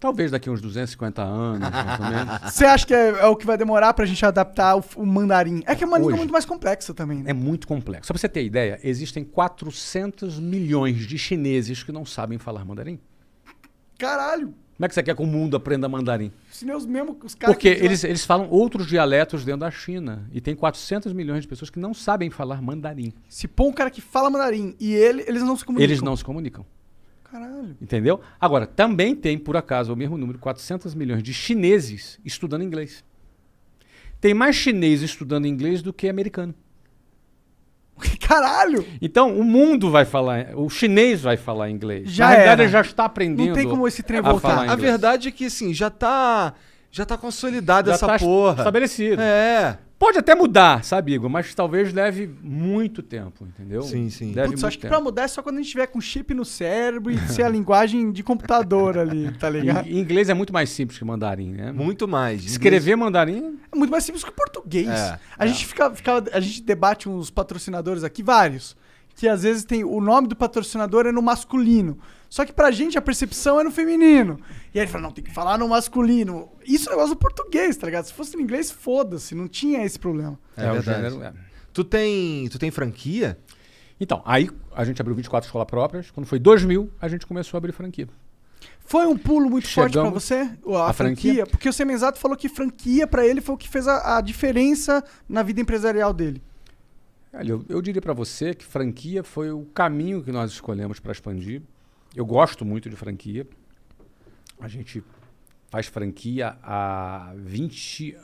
Speaker 3: Talvez daqui a uns 250 anos, mais ou menos.
Speaker 2: Você acha que é, é o que vai demorar pra gente adaptar o, f- o mandarim? É que é uma língua
Speaker 3: Hoje.
Speaker 2: muito mais complexa também, né?
Speaker 3: É muito complexo. Só para você ter ideia, existem 400 milhões de chineses que não sabem falar mandarim.
Speaker 2: Caralho,
Speaker 3: Como é que você quer que o mundo aprenda mandarim?
Speaker 2: se nem os mesmos os caras. que-
Speaker 3: Porque
Speaker 2: tipo, sei lá,
Speaker 3: eles, eles falam outros dialetos dentro da China. E tem 400 milhões de pessoas que não sabem falar mandarim.
Speaker 2: Se põe um cara que fala mandarim e ele, eles não se comunicam.
Speaker 3: Eles não se comunicam.
Speaker 2: Caralho.
Speaker 3: Entendeu? Agora, também tem, por acaso, o mesmo número, 400 milhões de chineses estudando inglês. Tem mais chinês estudando inglês do que americano.
Speaker 2: Caralho!
Speaker 3: Então, o mundo vai falar, o chinês vai falar inglês.
Speaker 2: Já
Speaker 3: Na
Speaker 2: era.
Speaker 3: realidade, ele já está aprendendo.
Speaker 2: Não tem como esse trem
Speaker 3: a
Speaker 2: voltar.
Speaker 3: falar
Speaker 1: A
Speaker 3: inglês.
Speaker 1: verdade é que, assim, já tá. Já tá consolidada
Speaker 3: Já
Speaker 1: essa
Speaker 3: tá
Speaker 1: porra.
Speaker 3: estabelecido.
Speaker 1: É.
Speaker 3: Pode até mudar, sabe, Igor? Mas talvez leve muito tempo, entendeu?
Speaker 1: Sim, sim.
Speaker 3: Leve
Speaker 2: Putz,
Speaker 3: muito
Speaker 2: acho que
Speaker 3: tempo.
Speaker 2: pra mudar é só quando a gente tiver com chip no cérebro e ser a linguagem de computador ali, tá ligado?
Speaker 3: Em inglês é muito mais simples que mandarim, né?
Speaker 1: Muito mais.
Speaker 3: Escrever mandarim,
Speaker 2: É muito mais simples que o português.
Speaker 1: É,
Speaker 2: a, gente fica, fica- a gente debate uns patrocinadores aqui, vários, que às vezes tem o nome do patrocinador é no masculino. Só que pra gente a percepção é no feminino. E aí ele fala, não, tem que falar no masculino. Isso é um negócio do português, tá ligado? Se fosse no inglês, foda-se, não tinha esse problema.
Speaker 1: É,
Speaker 3: o
Speaker 1: verdade.
Speaker 3: gênero, é.
Speaker 1: Tu tem. Tu tem franquia?
Speaker 3: Então, aí a gente abriu 24 escolas próprias. Quando foi 2000, a gente começou a abrir franquia.
Speaker 2: Foi um pulo muito forte pra
Speaker 3: Chegamos
Speaker 2: você, a, franquia?
Speaker 3: à franquia?
Speaker 2: Porque o Semenzato falou que franquia pra ele foi o que fez a, a diferença na vida empresarial dele.
Speaker 3: Olha, eu, eu diria pra você que franquia foi o caminho que nós escolhemos para expandir. Eu gosto muito de franquia. A gente faz franquia há 20,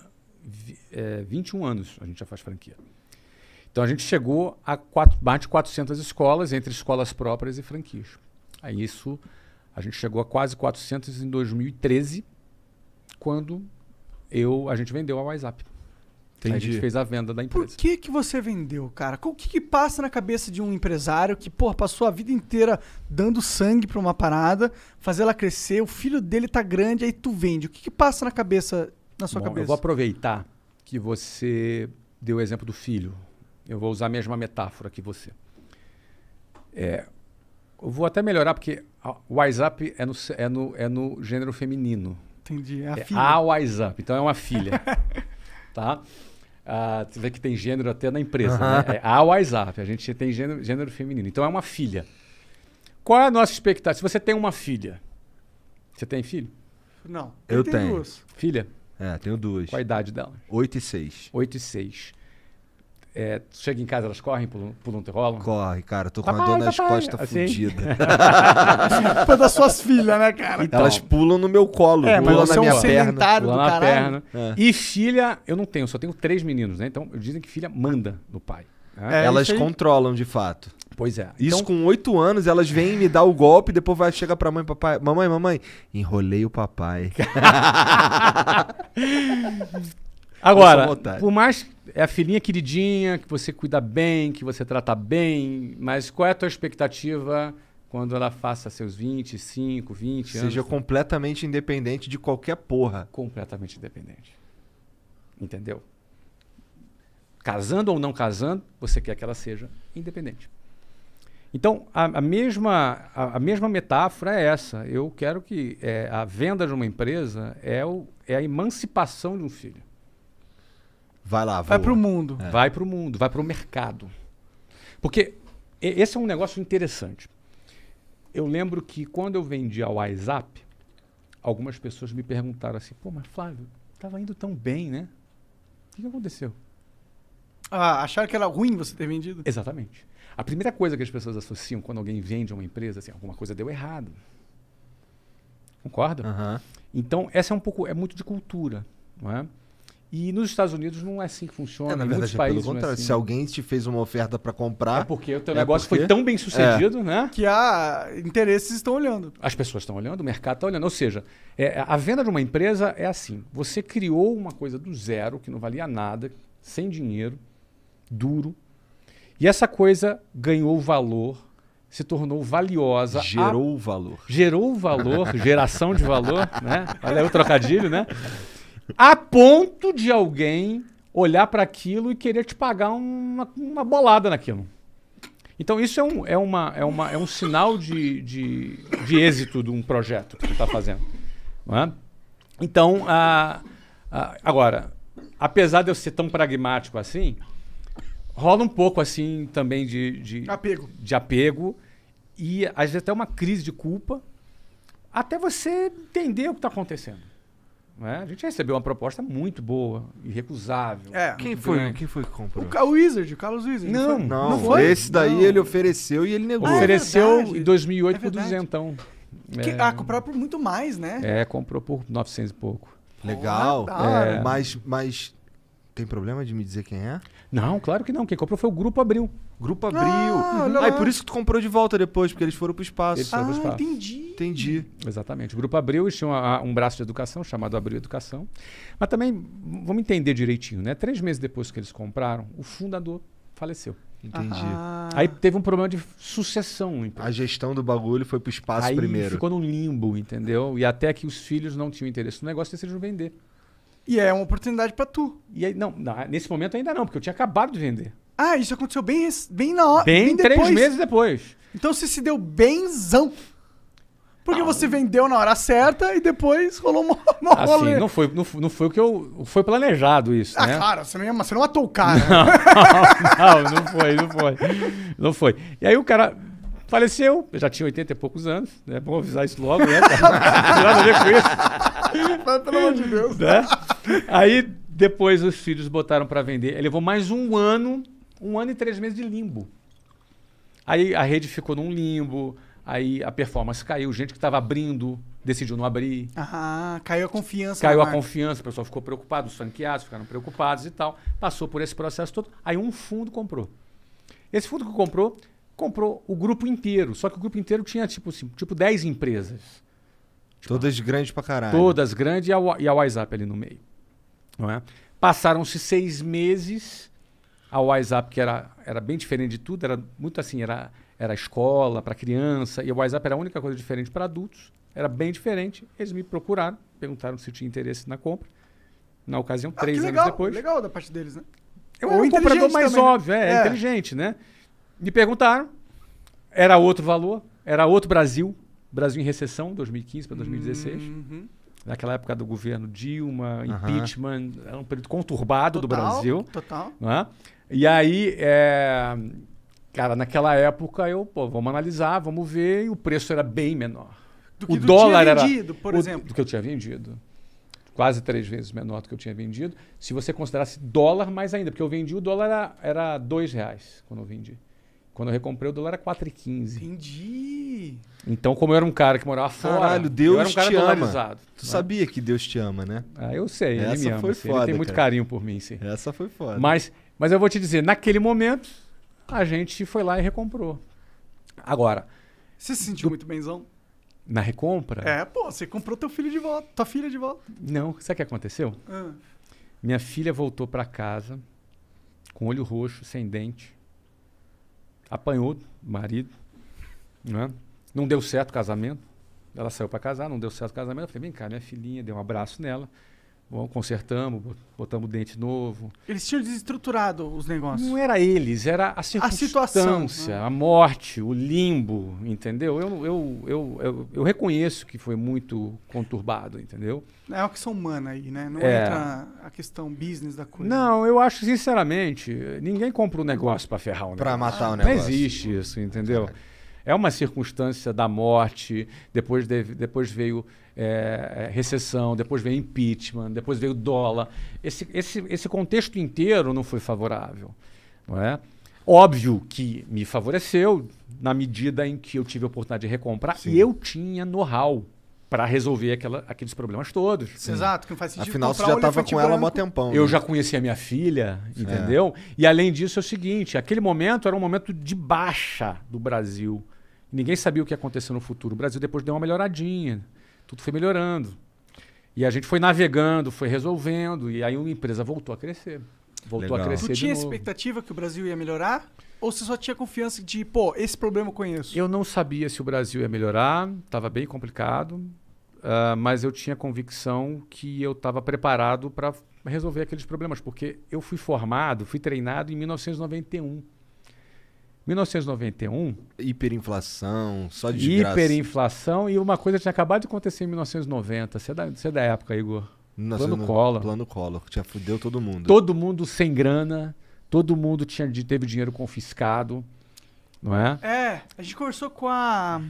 Speaker 3: vi- é, 21 anos. A gente já faz franquia. Então a gente chegou a quatro, mais de 400 escolas, entre escolas próprias e franquias. Aí isso, a gente chegou a quase 400 em 2013, quando eu, a gente vendeu a WhatsApp. A gente fez a venda da
Speaker 2: Por
Speaker 3: empresa.
Speaker 2: que que você vendeu, cara? O que que passa na cabeça de um empresário que, pô, passou a vida inteira dando sangue pra uma parada, fazer ela crescer, o filho dele tá grande, aí tu vende. O que que passa na cabeça, na sua
Speaker 3: Bom,
Speaker 2: cabeça?
Speaker 3: Eu vou aproveitar que você deu o exemplo do filho. Eu vou usar a mesma metáfora que você. É, eu vou até melhorar, porque a- o WhatsApp é no, se- é no, é no gênero feminino.
Speaker 2: Entendi, é a
Speaker 3: É
Speaker 2: filha.
Speaker 3: a WhatsApp, então é uma filha. tá? Ah, você vê que tem gênero até na empresa. Né? É a WhatsApp, a gente tem gênero, gênero feminino. Então é uma filha. Qual é a nossa expectativa? Se você tem uma filha, você tem filho?
Speaker 2: Não,
Speaker 1: Eu
Speaker 2: ele tem
Speaker 1: tenho.
Speaker 2: duas.
Speaker 3: Filha?
Speaker 1: É, tenho duas.
Speaker 3: Qual a idade dela?
Speaker 1: 8 e 6.
Speaker 3: 8 e 6. É, tu chega em casa, elas correm, pulam, pulam teu rolo?
Speaker 1: Corre, cara, tô com a
Speaker 3: Papai,
Speaker 1: dor nas
Speaker 3: papai.
Speaker 1: costas
Speaker 3: Assim.
Speaker 1: fudida.
Speaker 2: Culpa das suas filhas, né, cara?
Speaker 3: Então,
Speaker 1: Elas pulam no meu colo,
Speaker 2: É, mas
Speaker 1: pulam
Speaker 2: você
Speaker 1: na
Speaker 2: é
Speaker 1: minha
Speaker 2: um
Speaker 1: perna.
Speaker 2: sedentário do
Speaker 3: pulam na
Speaker 2: caralho. É.
Speaker 3: perna. E filha, eu não tenho, só tenho três meninos, né? Então, dizem que filha manda no pai. né?
Speaker 2: É,
Speaker 1: Elas
Speaker 2: isso aí.
Speaker 1: controlam, de fato.
Speaker 3: Pois é.
Speaker 1: Isso
Speaker 3: Então,
Speaker 1: com oito anos, elas vêm me dar o golpe, depois vai chegar pra mãe, papai. Mamãe, mamãe, enrolei o papai. Eu
Speaker 2: é
Speaker 3: agora,
Speaker 1: sou um otário.
Speaker 3: por mais... É a filhinha queridinha, que você cuida bem, que você trata bem, mas qual é a tua expectativa quando ela faça seus 25, 20 anos?
Speaker 1: Seja completamente independente de qualquer porra.
Speaker 3: completamente independente. Entendeu? Casando ou não casando, você quer que ela seja independente. Então, a, a mesma, a, a mesma metáfora é essa. Eu quero que eh, a venda de uma empresa é, o, é a emancipação de um filho.
Speaker 1: Vai lá,
Speaker 2: Vai
Speaker 1: voa.
Speaker 2: pro mundo.
Speaker 3: Vai para o mundo, vai para o mercado. Porque e- esse é um negócio interessante. Eu lembro que quando eu vendia o WhatsApp, algumas pessoas me perguntaram assim: pô, mas Flávio, estava indo tão bem, né? O que que aconteceu?
Speaker 2: Ah, acharam que era ruim você ter vendido?
Speaker 3: Exatamente. A primeira coisa que as pessoas associam quando alguém vende a uma empresa, assim, alguma coisa deu errado. Concorda?
Speaker 1: Aham.
Speaker 3: Então, essa é um pouco, é muito de cultura, não é? E nos Estados Unidos não é assim que funciona.
Speaker 1: É, na
Speaker 3: em muitos
Speaker 1: verdade, é pelo
Speaker 3: países não
Speaker 1: contrário.
Speaker 3: é assim.
Speaker 1: Se alguém te fez uma oferta pra
Speaker 3: É
Speaker 1: comprar,
Speaker 3: porque o teu
Speaker 1: É
Speaker 3: negócio
Speaker 1: porque-
Speaker 3: foi tão bem sucedido, né?
Speaker 2: Que há interesses estão olhando.
Speaker 3: As pessoas estão olhando, o mercado está olhando. Ou seja, é, a venda de uma empresa é assim: você criou uma coisa do zero, que não valia nada, sem dinheiro, duro, e essa coisa ganhou valor, se tornou valiosa, a
Speaker 1: gerou o valor.
Speaker 3: gerou um valor, geração de valor, né? Olha aí o trocadilho, né? A ponto de alguém olhar para aquilo e querer te pagar uma, uma bolada naquilo. Então isso é um, é uma, é uma, é um sinal de, de, de êxito de um projeto que você está fazendo. não é? Então, a- a- agora, apesar de eu ser tão pragmático assim, rola um pouco assim também de- de,
Speaker 2: Apego.
Speaker 3: de apego e às vezes até uma crise de culpa até você entender o que está acontecendo. né? A gente recebeu uma proposta muito boa, irrecusável.
Speaker 2: É.
Speaker 1: Quem
Speaker 3: muito
Speaker 1: foi,
Speaker 3: grande.
Speaker 1: quem foi que comprou?
Speaker 2: O, Ca- o Wizard, o Carlos Wizard.
Speaker 3: Não,
Speaker 2: foi?
Speaker 1: Não,
Speaker 2: Não foi?
Speaker 1: esse daí
Speaker 2: Não.
Speaker 1: ele ofereceu e ele negou.
Speaker 2: Ah, é
Speaker 3: Ofereceu
Speaker 2: verdade.
Speaker 3: em 2008
Speaker 2: É
Speaker 3: por
Speaker 2: verdade.
Speaker 3: 200. então
Speaker 2: Que,
Speaker 3: é,
Speaker 2: Ah, comprar por muito mais, né?
Speaker 3: é, comprou por 900 e pouco.
Speaker 1: Legal.
Speaker 2: Ah, da hora.
Speaker 3: É.
Speaker 1: Mas, mas tem problema de me dizer quem é?
Speaker 3: Não, claro que não. Quem comprou foi o Grupo Abril.
Speaker 1: Grupo Abril.
Speaker 2: Ah, olha
Speaker 1: Ah, e
Speaker 2: lá.
Speaker 1: por isso que tu comprou de volta depois, porque eles foram pro espaço.
Speaker 3: Eles- sobre os
Speaker 2: Ah,
Speaker 3: papos.
Speaker 2: entendi.
Speaker 1: Entendi.
Speaker 3: Exatamente. O Grupo Abril eles tinham a- a- um braço de educação chamado Abril Educação. Mas também, v- vamos entender direitinho, né? Três meses depois que eles compraram, o fundador faleceu.
Speaker 1: Entendi.
Speaker 2: Ah,
Speaker 3: Aí teve um problema de sucessão. Então.
Speaker 1: A gestão do bagulho foi pro espaço
Speaker 3: Aí
Speaker 1: primeiro.
Speaker 3: ficou num limbo, entendeu? E até que os filhos não tinham interesse no negócio, decidiram vender.
Speaker 2: E é uma oportunidade pra tu.
Speaker 3: E aí, não, na- nesse momento ainda não, porque eu tinha acabado de vender.
Speaker 2: Ah, isso aconteceu bem, rec- bem na hora.
Speaker 3: Bem, três
Speaker 2: Ah, depois.
Speaker 3: meses depois.
Speaker 2: Então você se deu benzão.
Speaker 3: Ah.
Speaker 2: Porque você vendeu na hora certa e depois rolou uma, uma
Speaker 3: Assim,
Speaker 2: rolê.
Speaker 3: não foi, não, foi- não foi o que eu. Foi planejado isso,
Speaker 2: Ah,
Speaker 3: né?
Speaker 2: claro, você não, ia- você não matou o cara. né?
Speaker 3: não, não foi, não foi. Não foi. E aí o cara faleceu, eu já tinha 80 e poucos anos, né? É bom avisar isso logo, né? Não nada a ver com isso.
Speaker 2: Mas, Pelo amor de Deus.
Speaker 3: né? Aí depois os filhos botaram para vender. Ele levou mais um ano, um ano e três meses de limbo. Aí a rede ficou num limbo, aí a performance caiu, gente que estava abrindo decidiu não abrir,
Speaker 2: Ah, caiu a confiança.
Speaker 3: caiu
Speaker 2: na
Speaker 3: a
Speaker 2: marca.
Speaker 3: confiança, o pessoal ficou preocupado, os franqueados ficaram preocupados e tal. Passou por esse processo todo, aí um fundo comprou. Esse fundo que comprou, comprou o grupo inteiro, só que o grupo inteiro tinha tipo, assim, tipo 10 empresas.
Speaker 1: Todas grandes pra caralho.
Speaker 3: Todas grandes e a, Wa- e a WhatsApp ali no meio. Não é? Passaram-se seis meses. A WhatsApp, que era, era bem diferente de tudo, era muito assim, era, era escola para criança, e a WhatsApp era a única coisa diferente para adultos. Era bem diferente. Eles me procuraram, perguntaram se eu tinha interesse na compra. Na ocasião,
Speaker 2: Ah,
Speaker 3: três
Speaker 2: que
Speaker 3: anos
Speaker 2: legal,
Speaker 3: depois.
Speaker 2: legal da parte deles, né?
Speaker 3: Eu
Speaker 2: Ou
Speaker 3: era um
Speaker 2: inteligente
Speaker 3: comprador mais
Speaker 2: também, né?
Speaker 3: óbvio, é,
Speaker 2: É.
Speaker 3: inteligente, né? Me perguntaram, era outro valor, era outro Brasil, Brasil em recessão, 2015 para 2016.
Speaker 2: Uhum.
Speaker 3: Naquela época do governo Dilma,
Speaker 1: Aham.
Speaker 3: impeachment, era um período conturbado do
Speaker 2: Total,
Speaker 3: Brasil.
Speaker 2: Total.
Speaker 3: né? E aí, é, cara, naquela época eu, pô, vamos analisar, vamos ver, e o preço era bem menor.
Speaker 2: Do
Speaker 3: o
Speaker 2: tu
Speaker 3: dólar
Speaker 2: tinha
Speaker 3: era
Speaker 2: vendido, por
Speaker 3: o-
Speaker 2: exemplo.
Speaker 3: do que eu tinha vendido. Quase três vezes menor do que eu tinha vendido. Se você considerasse dólar mais ainda, porque eu vendi o dólar era, era dois reais quando eu vendi. Quando eu recomprei o dólar era 4,15.
Speaker 2: Entendi.
Speaker 3: Então, como eu era um cara que morava fora,
Speaker 1: Caralho, Deus
Speaker 3: eu era um cara
Speaker 1: te
Speaker 3: né?
Speaker 1: ama.
Speaker 3: dolarizado.
Speaker 1: Tu sabia que Deus te ama, né?
Speaker 3: Ah, eu sei, ele
Speaker 1: Essa
Speaker 3: me ama.
Speaker 1: foi
Speaker 3: sim, ele
Speaker 1: foda,
Speaker 3: tem muito
Speaker 1: cara.
Speaker 3: carinho por mim, sim.
Speaker 1: Essa foi foda.
Speaker 3: Mas, mas eu vou te dizer, naquele momento, a gente foi lá e recomprou. Agora,
Speaker 2: Você se sentiu muito benzão?
Speaker 3: na recompra,
Speaker 2: É, pô, você comprou teu filho de volta, tua filha de volta.
Speaker 3: não, sabe o que aconteceu?
Speaker 2: Ah,
Speaker 3: Minha filha voltou pra casa com olho roxo, sem dente. Apanhou do marido, né? Não deu certo o casamento. Ela saiu pra casar, não deu certo o casamento. Eu falei, vem cá, minha filhinha, dei um abraço nela. Bom, consertamos, bot- botamos dente novo.
Speaker 2: Eles tinham desestruturado os negócios.
Speaker 3: Não é- era eles, era a
Speaker 2: situação,
Speaker 3: circunstância, a, morte, o limbo, entendeu? Eu, eu, eu, eu, eu reconheço que foi muito conturbado, entendeu?
Speaker 2: É uma questão humana aí, né? Não
Speaker 3: É.
Speaker 2: entra a questão business da coisa.
Speaker 3: Não, eu acho, sinceramente, ninguém compra um negócio pra ferrar um
Speaker 1: Pra
Speaker 3: negócio.
Speaker 1: matar o
Speaker 3: Não
Speaker 1: negócio.
Speaker 3: existe isso, entendeu? É uma circunstância da morte, depois, deve- depois veio é, recessão, depois veio impeachment, depois veio dólar. Esse, esse, esse contexto inteiro não foi favorável. Não é? Óbvio que me favoreceu na medida em que eu tive a oportunidade de recomprar
Speaker 1: Sim.
Speaker 3: e eu tinha know-how para resolver aquela- aqueles problemas todos.
Speaker 2: Exato, que não faz sentido.
Speaker 1: Afinal, você
Speaker 2: comprar
Speaker 1: já
Speaker 2: um
Speaker 1: tava
Speaker 2: elefante
Speaker 1: com ela há mó
Speaker 2: branco.
Speaker 1: tempão.
Speaker 3: Eu
Speaker 1: né? É.
Speaker 3: já conhecia minha filha, entendeu? E além disso é o seguinte, aquele momento era um momento de baixa do Brasil. Ninguém sabia o que ia acontecer no futuro. O Brasil depois deu uma melhoradinha. Tudo foi melhorando. E a gente foi navegando, foi resolvendo e aí uma empresa voltou a crescer. Voltou
Speaker 1: Legal.
Speaker 3: a crescer
Speaker 2: Tu tinha
Speaker 3: de novo.
Speaker 2: expectativa que o Brasil ia melhorar? Ou você só tinha confiança de, pô, esse problema eu conheço?
Speaker 3: Eu não sabia se o Brasil ia melhorar, estava bem complicado, ah, mas eu tinha convicção que eu estava preparado para resolver aqueles problemas, porque eu fui formado, fui treinado em 1991. 1991,
Speaker 1: Hiperinflação, só Tá de graça.
Speaker 3: hiperinflação e uma coisa tinha acabado de acontecer em 1990. Você é da, você é da época, Igor.
Speaker 1: Nossa,
Speaker 3: plano
Speaker 1: não-
Speaker 3: Collor.
Speaker 1: Plano Collor. Já fudeu todo mundo.
Speaker 3: Todo mundo sem grana, todo mundo tinha, de- teve dinheiro confiscado, não é?
Speaker 2: É, a gente conversou com a.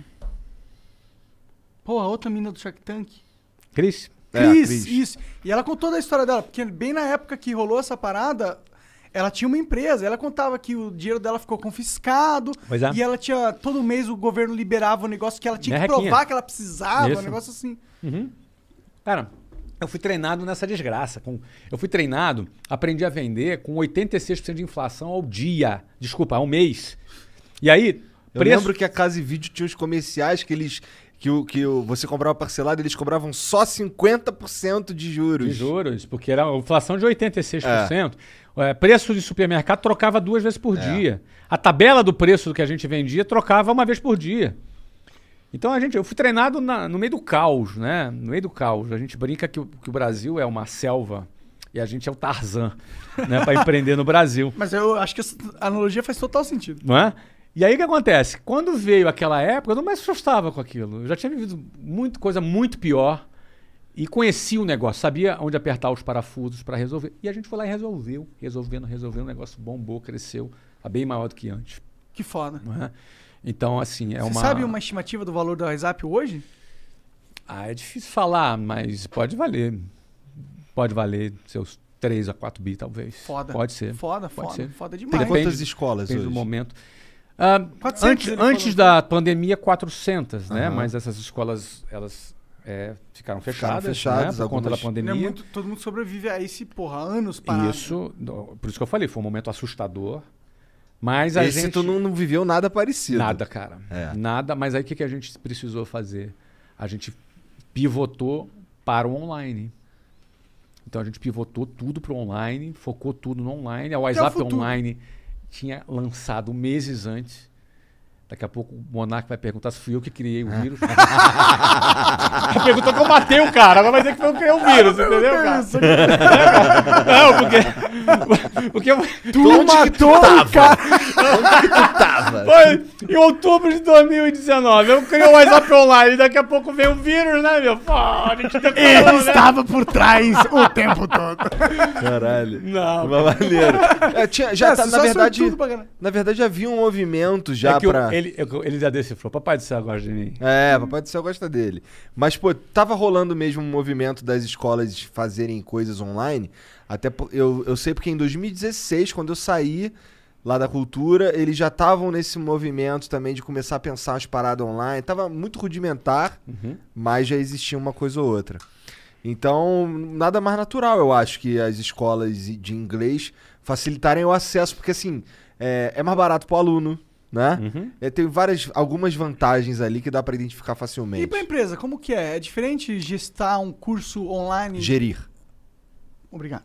Speaker 2: Pô, a outra mina do Shark Tank.
Speaker 3: Cris?
Speaker 1: É, a
Speaker 2: Cris,
Speaker 1: Cris.
Speaker 2: isso. E ela contou da história dela, porque bem na época que rolou essa parada, ela tinha uma empresa. Ela contava que o dinheiro dela ficou confiscado.
Speaker 3: Pois é.
Speaker 2: E ela tinha. Todo mês o governo liberava o negócio que ela tinha
Speaker 3: Minha
Speaker 2: que
Speaker 3: requinha.
Speaker 2: provar que ela precisava,
Speaker 3: Isso.
Speaker 2: um negócio assim.
Speaker 3: Uhum. Cara, eu fui treinado nessa desgraça. com- Eu fui treinado, aprendi a vender com 86% de inflação ao dia. Desculpa, ao mês. E aí,
Speaker 1: Eu
Speaker 3: preço.
Speaker 1: lembro que a Casa e Vídeo tinha uns comerciais que eles. Que, o, que o, você comprava parcelado, eles cobravam só 50% de juros.
Speaker 3: De juros, porque era uma inflação de 86%. É, preço de supermercado trocava duas vezes por
Speaker 1: É.
Speaker 3: dia. A tabela do preço do que a gente vendia trocava uma vez por dia. Então a gente, eu fui treinado na- no meio do caos, né? No meio do caos. A gente brinca que o, que o Brasil é uma selva e a gente é o Tarzan, né? Para empreender no Brasil
Speaker 2: Mas eu acho que essa analogia faz total sentido.
Speaker 3: não é? E aí o que acontece? Quando veio aquela época, eu não mais me assustava com aquilo. Eu já tinha vivido muita coisa muito pior e conhecia o negócio, sabia onde apertar os parafusos para resolver. E a gente foi lá e resolveu, resolvendo, resolvendo, o negócio bombou, cresceu, tá bem maior do que antes,
Speaker 2: Que foda.
Speaker 3: não é? Então, assim, é
Speaker 2: Você
Speaker 3: uma
Speaker 2: sabe uma estimativa do valor do WhatsApp hoje?
Speaker 3: Ah, é difícil falar, mas pode valer. Pode valer seus 3 a 4 bi talvez.
Speaker 2: Foda.
Speaker 3: Pode ser.
Speaker 2: Foda,
Speaker 3: Pode
Speaker 2: foda,
Speaker 3: ser.
Speaker 2: foda
Speaker 1: Tem
Speaker 2: demais.
Speaker 3: Depende-
Speaker 1: quantas escolas
Speaker 3: Depende do
Speaker 1: hoje?
Speaker 3: um momento. Ah,
Speaker 2: 400
Speaker 3: antes
Speaker 2: ele falou,
Speaker 3: antes da pandemia, 400, né?
Speaker 1: Aham.
Speaker 3: Mas essas escolas, elas é, ficaram fechadas,
Speaker 1: fechadas,
Speaker 3: né? por conta da
Speaker 1: algumas-
Speaker 2: Não
Speaker 3: pandemia.
Speaker 2: é muito- todo mundo sobrevive a esse, porra, anos parado.
Speaker 3: Isso, no- por isso que eu falei, foi um momento assustador. Mas a
Speaker 1: Esse
Speaker 3: gente...
Speaker 1: tu não, não viveu nada parecido.
Speaker 3: Nada, cara.
Speaker 1: É.
Speaker 3: Nada, mas aí o que, que a gente precisou fazer? A gente pivotou para o online. Então a gente pivotou tudo para online, focou tudo no online. A WhatsApp
Speaker 2: futuro.
Speaker 3: Online tinha lançado meses antes. Daqui a pouco o Monark vai perguntar se fui eu que criei o vírus. Perguntou que eu matei o cara, agora vai dizer que foi eu que criei o vírus,
Speaker 2: Ah,
Speaker 3: entendeu, cara? Não, porque. Porque eu-
Speaker 2: Tu matou o cara.
Speaker 1: Onde que tu tava?
Speaker 3: Foi em outubro de 2019. Eu criei o WhatsApp online. Daqui a pouco veio o vírus, né, meu? Pô, a gente
Speaker 4: Ele
Speaker 3: decorou, né?
Speaker 4: estava por trás o tempo todo.
Speaker 1: Caralho.
Speaker 3: Não.
Speaker 1: Mas maneiro. É, tinha- já
Speaker 2: É,
Speaker 1: tá-
Speaker 2: só
Speaker 1: na
Speaker 2: saiu
Speaker 1: verdade,
Speaker 2: tudo pra caralho.
Speaker 1: na verdade já havia um movimento já
Speaker 3: É que o-
Speaker 1: pra...
Speaker 3: ele, eu- ele já decifrou. Papai do céu gosta de mim.
Speaker 1: É, Papai do Céu gosta dele. Mas, pô, tava rolando mesmo um movimento das escolas fazerem coisas online. Até po- eu, eu sei porque em 2016, quando eu saí lá da cultura, eles já estavam nesse movimento também de começar a pensar as paradas online. Tava muito rudimentar, mas já existia uma coisa ou outra. Então, nada mais natural, eu acho, que as escolas i- de inglês facilitarem o acesso, porque assim, é, é mais barato pro aluno, né?
Speaker 3: Uhum.
Speaker 1: É, tem várias, algumas vantagens ali que dá pra identificar facilmente.
Speaker 2: E pra empresa, como que é? É diferente gestar um curso online?
Speaker 1: Gerir.
Speaker 2: Obrigado.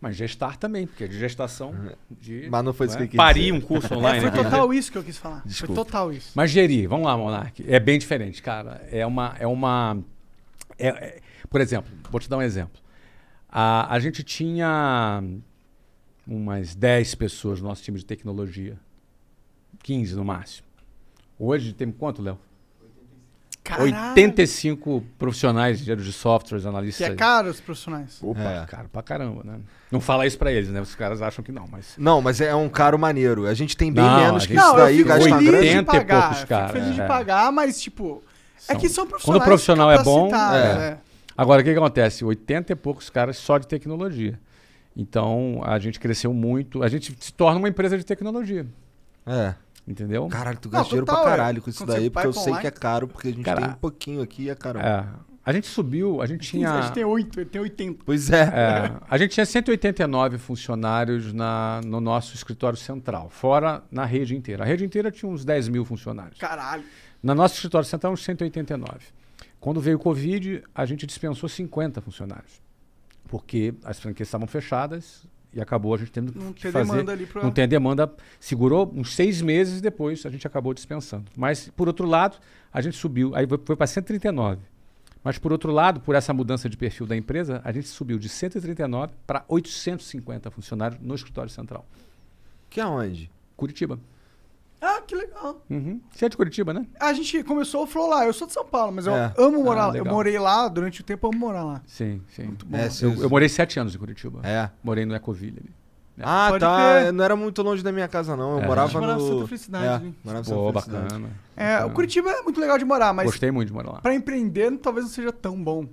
Speaker 3: Mas gestar também, porque é de gestação. De,
Speaker 1: Uhum. Mas não foi isso
Speaker 3: né?
Speaker 1: que eu quis
Speaker 3: Parir
Speaker 1: dizer.
Speaker 3: um curso
Speaker 2: É,
Speaker 3: online.
Speaker 2: foi
Speaker 3: aqui, né?
Speaker 2: total isso que eu quis falar.
Speaker 1: Desculpa.
Speaker 2: Foi total isso.
Speaker 3: Mas gerir, vamos lá, Monark. É bem diferente, cara. É uma. É uma é- é- por exemplo, vou te dar um exemplo. A, a gente tinha umas 10 pessoas no nosso time de tecnologia. 15 no máximo. Hoje tem quanto, Léo?
Speaker 2: Caralho,
Speaker 3: 85 profissionais, engenheiros de softwares,
Speaker 2: Que
Speaker 3: analistas.
Speaker 2: é caro os profissionais.
Speaker 3: Opa,
Speaker 1: É.
Speaker 3: caro pra caramba, né? Não fala isso pra eles, né? Os caras acham que não, mas.
Speaker 1: Não, mas é um caro maneiro. A gente tem bem
Speaker 3: Não,
Speaker 1: menos
Speaker 3: a
Speaker 1: que
Speaker 3: gente- tá
Speaker 1: isso
Speaker 2: Não, eu
Speaker 1: daí,
Speaker 2: fico
Speaker 1: gasta
Speaker 3: gastar
Speaker 2: feliz
Speaker 1: grande.
Speaker 2: de
Speaker 3: 80 e
Speaker 2: pagar.
Speaker 3: poucos,
Speaker 2: eu
Speaker 3: cara,
Speaker 2: Fico feliz
Speaker 3: é.
Speaker 2: de pagar, mas tipo... É
Speaker 3: São-
Speaker 2: que são profissionais
Speaker 3: Quando o profissional é bom,
Speaker 2: capacitados,
Speaker 1: é.
Speaker 2: é.
Speaker 3: Agora, o que, que acontece? 80 e poucos caras só de tecnologia. Então, a gente cresceu muito. A gente se torna uma empresa de tecnologia,
Speaker 1: É.
Speaker 3: entendeu?
Speaker 1: Caralho, tu
Speaker 2: Não,
Speaker 1: gasta dinheiro pra
Speaker 2: total, é.
Speaker 1: caralho com isso
Speaker 2: Quando você
Speaker 1: daí,
Speaker 2: vai
Speaker 1: porque eu
Speaker 2: pra
Speaker 1: sei
Speaker 2: online-
Speaker 1: que é caro, porque a gente
Speaker 3: Cara,
Speaker 1: tem um pouquinho aqui e é caro.
Speaker 3: É. A gente subiu, a gente tinha...
Speaker 2: A gente tem 8, ele tem 80.
Speaker 1: Pois é.
Speaker 3: É, a gente tinha 189 funcionários na, no nosso escritório central, fora na rede inteira. A rede inteira tinha uns 10 mil funcionários.
Speaker 2: Caralho.
Speaker 3: Na nosso escritório central, uns 189. Quando veio o Covid, a gente dispensou 50 funcionários, porque as franquias estavam fechadas e acabou a gente tendo
Speaker 2: Não
Speaker 3: que
Speaker 2: tem
Speaker 3: fazer
Speaker 2: demanda ali pra...
Speaker 3: Não tem a demanda. Segurou uns seis meses depois, a gente acabou dispensando. Mas, por outro lado, a gente subiu, aí foi, foi para 139. Mas, por outro lado, por essa mudança de perfil da empresa, a gente subiu de 139 para 850 funcionários no escritório central.
Speaker 1: Que é onde?
Speaker 3: Curitiba.
Speaker 2: Ah, que legal.
Speaker 3: Uhum. Você é de Curitiba, né?
Speaker 2: A gente começou o Flow lá. Eu sou de São Paulo, mas eu
Speaker 1: É.
Speaker 2: amo morar
Speaker 3: Ah,
Speaker 2: lá. Eu
Speaker 3: legal.
Speaker 2: morei lá durante o tempo, eu amo morar lá.
Speaker 3: Sim, sim. Muito
Speaker 1: bom. É,
Speaker 3: eu,
Speaker 1: sim.
Speaker 3: eu morei sete anos em Curitiba.
Speaker 1: É.
Speaker 3: Morei no Ecoville ali.
Speaker 1: Ah,
Speaker 2: Pode
Speaker 1: tá.
Speaker 2: crer.
Speaker 1: É, Não era muito longe da minha casa, não. Eu
Speaker 3: É.
Speaker 2: A gente
Speaker 1: morava no...
Speaker 2: morava em Santa Felicidade,
Speaker 1: é,
Speaker 2: né?
Speaker 1: morava em Santa
Speaker 3: Pô,
Speaker 1: Felicidade.
Speaker 3: bacana.
Speaker 2: É, o
Speaker 3: Bacana.
Speaker 2: Curitiba é muito legal de morar, mas
Speaker 3: Gostei muito de morar lá.
Speaker 2: pra empreender talvez não seja tão bom.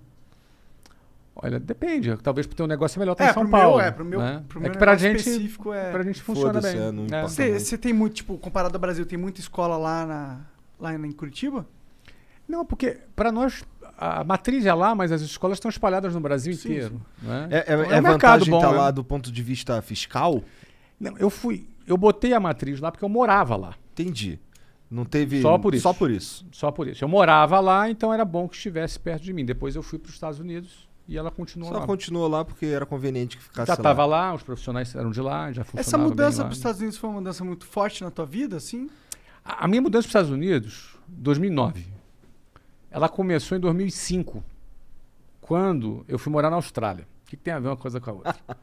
Speaker 3: Olha, depende. Talvez pro teu negócio é melhor estar
Speaker 2: É,
Speaker 3: em São
Speaker 2: pro
Speaker 3: Paulo.
Speaker 2: meu, é, pro meu,
Speaker 3: né?
Speaker 2: pro meu
Speaker 3: é que pra
Speaker 2: negócio
Speaker 3: gente,
Speaker 2: específico é...
Speaker 3: pra gente funciona
Speaker 1: Foda-se,
Speaker 3: bem.
Speaker 1: é, não importa.
Speaker 2: Você você tem muito, tipo, comparado ao Brasil, tem muita escola lá, na, lá em Curitiba?
Speaker 3: Não, porque para nós a matriz é lá, mas as escolas estão espalhadas no Brasil
Speaker 2: Sim,
Speaker 3: inteiro. né?
Speaker 1: É, é, é
Speaker 3: Então, um mercado
Speaker 1: vantagem estar
Speaker 3: né?
Speaker 1: lá do ponto de vista fiscal?
Speaker 3: Não, eu fui, eu botei a matriz lá porque eu morava lá,
Speaker 1: Entendi. Não teve...
Speaker 3: Só por isso.
Speaker 1: Só por isso.
Speaker 3: só por isso. Eu morava lá, então era bom que estivesse perto de mim. Depois eu fui para os Estados Unidos e ela continuou
Speaker 1: Só
Speaker 3: lá.
Speaker 1: continuou lá porque era conveniente que ficasse
Speaker 3: já
Speaker 1: lá.
Speaker 3: estava lá, os profissionais eram de lá, já funcionava
Speaker 2: Essa
Speaker 3: bem
Speaker 2: mudança
Speaker 3: lá. né?
Speaker 2: para os Estados Unidos foi uma mudança muito forte na tua vida, assim?
Speaker 3: A a minha mudança para os Estados Unidos, 2009. Ela começou em 2005, quando eu fui morar na Austrália. O que que tem a ver uma coisa com a outra?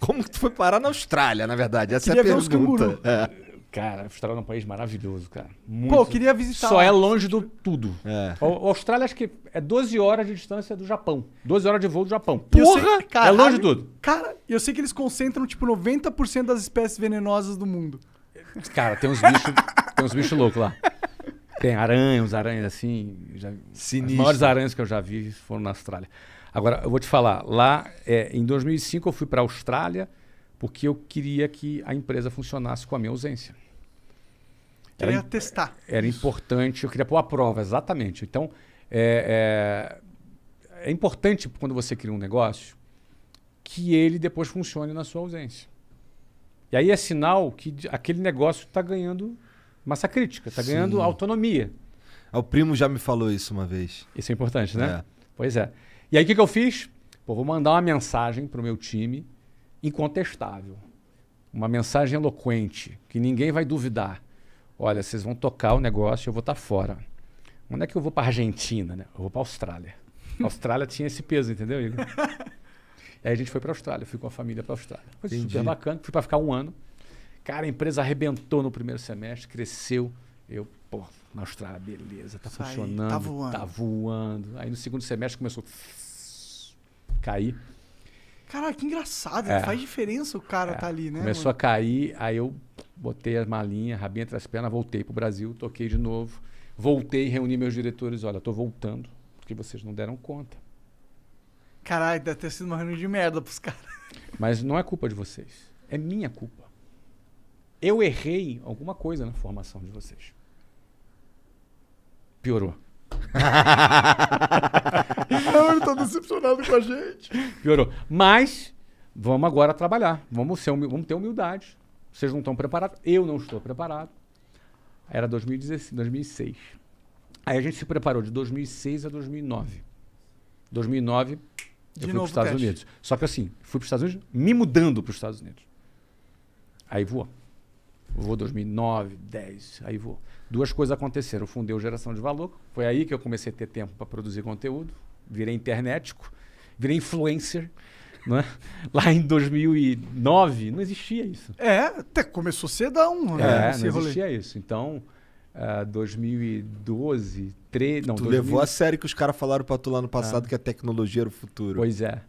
Speaker 1: Como que tu foi parar na Austrália, na verdade? Essa é
Speaker 2: Queria
Speaker 1: a
Speaker 2: ver uns
Speaker 1: pergunta.
Speaker 2: canguru.
Speaker 1: É.
Speaker 3: Cara, a Austrália é um país maravilhoso, cara.
Speaker 2: Pô, eu
Speaker 3: Muito.
Speaker 2: queria visitar tá
Speaker 3: Só
Speaker 2: lá.
Speaker 3: é longe do tudo.
Speaker 1: É.
Speaker 3: A a Austrália acho que é 12 horas de distância do Japão. 12 horas de voo do Japão.
Speaker 2: E eu
Speaker 3: Porra!
Speaker 2: sei-
Speaker 3: é
Speaker 2: caralho.
Speaker 3: longe de tudo.
Speaker 2: Cara, eu sei que eles concentram, tipo, 90% das espécies venenosas do mundo.
Speaker 3: Cara, tem uns bichos, tem uns bichos loucos lá. Tem aranha, uns aranhas assim. Já,
Speaker 1: Sinistro.
Speaker 3: As maiores aranhas que eu já vi foram na Austrália. Agora, eu vou te falar. Lá, é, em 2005, eu fui para a Austrália porque eu queria que a empresa funcionasse com a minha ausência.
Speaker 2: Queria
Speaker 3: Era-
Speaker 2: testar.
Speaker 3: era importante, eu queria pôr a prova, exatamente. Então, é, é- é importante quando você cria um negócio que ele depois funcione na sua ausência. E aí é sinal que de- aquele negócio está ganhando massa crítica, está
Speaker 1: Sim.
Speaker 3: ganhando autonomia.
Speaker 1: O Ah, primo já me falou isso uma vez.
Speaker 3: Isso é importante, né?
Speaker 1: É.
Speaker 3: Pois é. E aí o que, que eu fiz? Pô, Pô, vou mandar uma mensagem pro meu time incontestável. Uma mensagem eloquente, que ninguém vai duvidar. Olha, vocês vão tocar o negócio, eu vou estar fora. Onde é que eu vou para Argentina, né? Eu vou para Austrália. A Austrália tinha esse peso, entendeu, Igor? Aí a gente foi para Austrália, eu fui com a família para Austrália. Foi super bacana, fui para ficar um ano. Cara, a empresa arrebentou no primeiro semestre, cresceu. Eu, pô, na Austrália, beleza, tá
Speaker 2: Isso aí,
Speaker 3: funcionando.
Speaker 2: tá voando.
Speaker 3: Tá voando. Aí no segundo semestre começou a cair.
Speaker 2: Cara, que engraçado.
Speaker 3: É.
Speaker 2: Faz diferença o cara tá ali, né?
Speaker 3: Começou a cair, aí eu botei a malinha, rabinha entre as pernas, voltei pro Brasil, toquei de novo. Voltei, reuni meus diretores, olha, tô voltando, porque vocês não deram conta.
Speaker 2: a... Caralho, deve ter sido uma reunião de merda pros caras.
Speaker 3: Mas não é culpa de vocês. É minha culpa. Eu errei alguma coisa na formação de vocês. Piorou. Ah,
Speaker 4: Não, ele tá decepcionado com a gente.
Speaker 3: Piorou. Mas vamos agora trabalhar. Vamos, ser humil- vamos ter humildade. Vocês não estão preparados. Eu não estou preparado. Era 2016, 2006. Aí a gente se preparou de 2006 a 2009.
Speaker 2: De
Speaker 3: 2009, eu fui para
Speaker 2: novo
Speaker 3: os Estados
Speaker 2: teste.
Speaker 3: Unidos. Só que assim, fui para os Estados Unidos me mudando para os Estados Unidos. Aí voou. Voou 2009, 10, aí voou. Duas coisas aconteceram. Eu fundei o Geração de Valor. Foi aí que eu comecei a ter tempo para produzir conteúdo. Virei internetico. Virei influencer. Né? Lá em 2009, não existia isso.
Speaker 2: É, até começou cedão, né?
Speaker 3: É, não existia isso. Então, ah, 2012, 13... Não,
Speaker 1: tu
Speaker 3: 2000
Speaker 1: levou a sério que os caras falaram pra tu lá no passado que a tecnologia era o futuro.
Speaker 3: Ah. Pois é.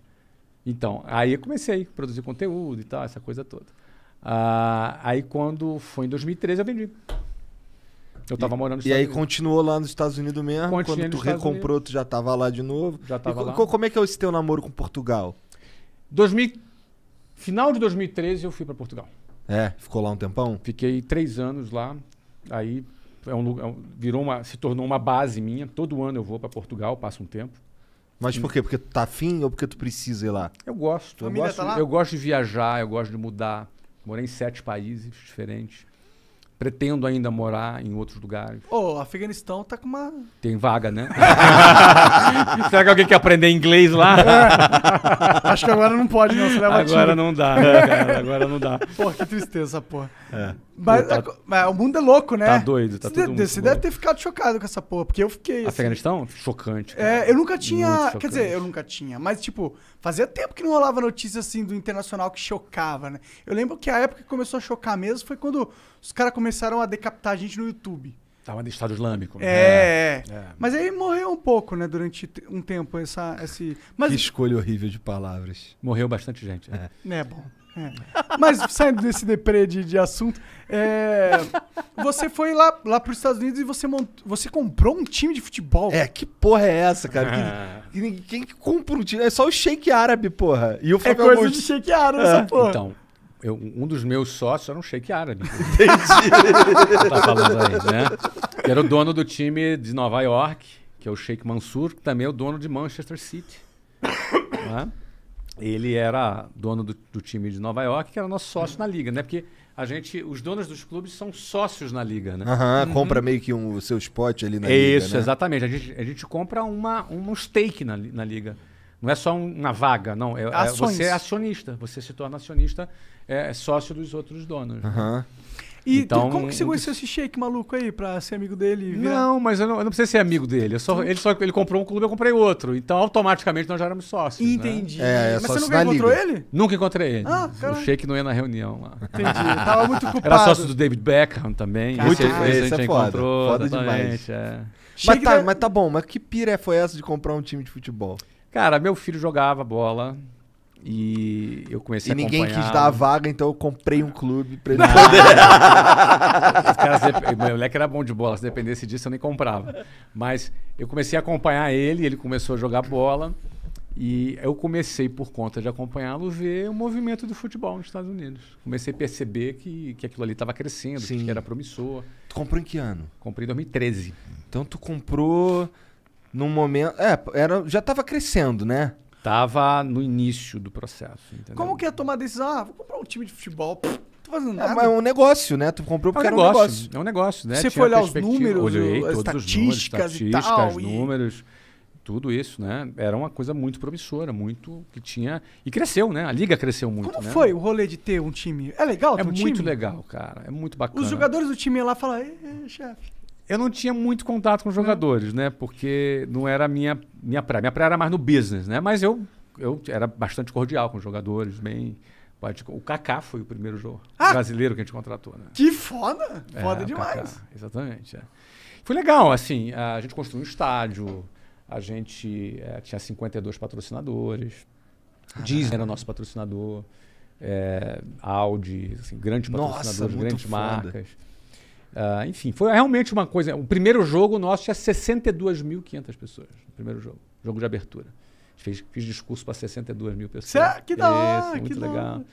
Speaker 3: Então, aí eu comecei a produzir conteúdo e tal, essa coisa toda. Ah, aí quando foi em 2013 eu vendi. Eu tava morando nos
Speaker 1: E aí
Speaker 3: Estados Unidos.
Speaker 1: continuou lá nos Estados Unidos mesmo?
Speaker 3: Continuei
Speaker 1: Quando tu
Speaker 3: nos Estados
Speaker 1: recomprou, tu já tava lá de novo?
Speaker 3: Já tava
Speaker 1: e co-
Speaker 3: lá.
Speaker 1: co- como é que é esse teu namoro com Portugal?
Speaker 3: 2000 Final de 2013 eu fui para Portugal.
Speaker 1: É, ficou lá um tempão?
Speaker 3: Fiquei três anos lá. Aí é um lugar, é um- virou uma, se tornou uma base minha. Todo ano eu vou para Portugal, passo um tempo.
Speaker 1: Mas
Speaker 3: Hum.
Speaker 1: por quê? Porque tu tá afim ou porque tu precisa ir lá?
Speaker 3: Eu gosto. Eu
Speaker 2: Família
Speaker 3: gosto,
Speaker 2: tá lá?
Speaker 3: eu gosto de viajar, eu gosto de mudar. Morei em sete países diferentes. Pretendo ainda morar em outros lugares.
Speaker 2: Ô, o Afeganistão tá com uma...
Speaker 3: Tem vaga, né? Será que alguém quer aprender inglês lá?
Speaker 2: Acho que agora não pode, não. Você leva
Speaker 3: Agora não É, dá, né, cara? Agora não dá.
Speaker 2: Pô, que tristeza, porra. Mas,
Speaker 3: Pô, tá-
Speaker 2: mas o mundo é louco, né?
Speaker 3: Tá doido, tá
Speaker 2: Você,
Speaker 3: tudo
Speaker 2: de-
Speaker 3: muito
Speaker 2: você deve
Speaker 3: louco.
Speaker 2: ter ficado chocado com essa porra, porque eu fiquei. assim.
Speaker 3: Afeganistão? Chocante. cara.
Speaker 2: É, eu nunca
Speaker 3: Muito
Speaker 2: tinha. Quer
Speaker 3: chocante.
Speaker 2: dizer, eu nunca tinha, mas, tipo, fazia tempo que não rolava notícia assim do internacional que chocava, né? Eu lembro que a época que começou a chocar mesmo foi quando os caras começaram a decapitar a gente no YouTube.
Speaker 3: Tava no Tá, é Estado Islâmico. né?
Speaker 2: É, é.
Speaker 3: é.
Speaker 2: Mas aí morreu um pouco, né, durante te- um tempo essa, esse.
Speaker 1: Que
Speaker 2: Mas.
Speaker 1: escolha horrível de palavras.
Speaker 3: Morreu bastante gente. né?
Speaker 2: É bom. é. Mas saindo desse deprê de, de assunto, é, você foi lá, lá para os Estados Unidos e você, mont, você comprou um time de futebol.
Speaker 1: É, que porra é essa, cara? Que- que- Quem que compra um time? É só o shake árabe, porra. E o
Speaker 2: É
Speaker 1: Flamengo
Speaker 2: coisa de shake Arab, essa porra.
Speaker 3: Então, eu- um dos meus sócios era um sheik árabe. Entendi. tá falando aí, né? Que era o dono do time de Nova York, que é o Sheikh Mansour, que também é o dono de Manchester City. né? Ele era dono do, do time de Nova York, que era nosso sócio na liga, né? Porque a gente, os donos dos clubes são sócios na liga, né?
Speaker 1: Aham, compra meio que um, o seu spot ali na
Speaker 3: É
Speaker 1: liga,
Speaker 3: Isso,
Speaker 1: né?
Speaker 3: exatamente. A gente, a gente compra uma, um um stake na, li- na liga. Não é só um- uma vaga, não. É, é-
Speaker 2: Ações.
Speaker 3: você é acionista. Você se torna acionista, é, é sócio dos outros donos. né?
Speaker 1: Aham.
Speaker 2: E
Speaker 3: Então,
Speaker 2: como que você
Speaker 3: um
Speaker 2: conheceu esse shake maluco aí pra ser amigo dele? e virar-
Speaker 3: Não, mas eu não, eu não preciso ser amigo dele. Eu só, ele, só, ele comprou um clube, eu comprei outro. Então, automaticamente, nós já éramos sócios. né?
Speaker 2: Entendi.
Speaker 1: É, é só
Speaker 2: Mas você
Speaker 1: se
Speaker 2: nunca
Speaker 1: dá
Speaker 2: encontrou
Speaker 1: liga.
Speaker 2: ele?
Speaker 3: Nunca encontrei ele.
Speaker 2: Ah,
Speaker 3: o
Speaker 2: caralho.
Speaker 3: Sheik não ia na reunião lá.
Speaker 2: Entendi. Eu tava muito
Speaker 3: Era
Speaker 2: culpado.
Speaker 3: sócio do David Beckham também.
Speaker 2: Muito-
Speaker 3: esse, esse
Speaker 1: É esse
Speaker 3: a gente
Speaker 1: é foda.
Speaker 3: encontrou.
Speaker 1: Foda
Speaker 3: exatamente, é.
Speaker 1: Mas,
Speaker 2: Shake
Speaker 1: tá,
Speaker 2: da-
Speaker 1: mas tá bom, mas que pira foi essa de comprar um time de futebol?
Speaker 3: Cara, meu filho jogava bola e eu
Speaker 1: e
Speaker 3: comecei a
Speaker 1: ninguém quis
Speaker 3: acompanhar.
Speaker 1: dar a vaga, então eu comprei um clube pra ele
Speaker 3: Os caras dep- meu moleque era bom de bola, se dependesse disso eu nem comprava. Mas eu comecei a acompanhar ele, ele começou a jogar bola. E eu comecei, por conta de acompanhá-lo, ver o movimento do futebol nos Estados Unidos. Comecei a perceber que, que aquilo ali estava crescendo,
Speaker 1: Sim.
Speaker 3: que era promissor.
Speaker 1: Tu comprou em que ano?
Speaker 3: Comprei em 2013.
Speaker 1: Então tu comprou num momento. É, era, já tava crescendo, né?
Speaker 3: Tava no início do processo, entendeu?
Speaker 2: Como que ia tomar a decisão? Ah, vou comprar um time de futebol. Pff, tô
Speaker 1: É,
Speaker 2: fazendo nada.
Speaker 1: mas é um negócio, né? Tu comprou
Speaker 3: É um
Speaker 1: porque era um negócio.
Speaker 3: negócio, é um negócio, né?
Speaker 2: Você
Speaker 3: Tinha
Speaker 2: foi olhar os
Speaker 3: perspectiva.
Speaker 2: números,
Speaker 3: Olhei
Speaker 2: o- as
Speaker 3: todos os números,
Speaker 2: estatísticas e
Speaker 3: estatísticas,
Speaker 2: tal, e-
Speaker 3: números. Tudo isso, né? Era uma coisa muito promissora, muito que tinha. E cresceu, né? A liga cresceu muito.
Speaker 2: Como
Speaker 3: né?
Speaker 2: foi o rolê de ter um time? É legal ter
Speaker 3: É
Speaker 2: um
Speaker 3: muito
Speaker 2: time?
Speaker 3: legal, cara. É muito bacana.
Speaker 2: Os jogadores do time lá falam, "Ê, chefe.
Speaker 3: Eu não tinha muito contato com
Speaker 2: Hum.
Speaker 3: os jogadores, né? Porque não era a minha, minha praia. Minha praia era mais no business, né? Mas eu, eu era bastante cordial com os jogadores, bem. pode- O Kaká foi o primeiro jogo
Speaker 2: Ah!
Speaker 3: brasileiro que a gente contratou, né?
Speaker 2: Que foda!
Speaker 3: É,
Speaker 2: Foda
Speaker 3: o
Speaker 2: demais.
Speaker 3: Kaká, exatamente. é. Foi legal, assim, a gente construiu um estádio, a gente é, tinha 52 patrocinadores, Disney era nosso patrocinador, é, Audi, assim, grandes
Speaker 1: Nossa,
Speaker 3: patrocinadores,
Speaker 1: muito
Speaker 3: grandes
Speaker 1: foda.
Speaker 3: marcas. Ah, enfim, foi realmente uma coisa. O primeiro jogo nosso tinha 62.500 pessoas. O primeiro jogo, jogo de abertura. Fiz, fiz discurso para 62 mil pessoas.
Speaker 2: Cê- que da hora,
Speaker 3: Isso,
Speaker 2: que
Speaker 3: muito
Speaker 2: da
Speaker 3: legal.
Speaker 2: hora.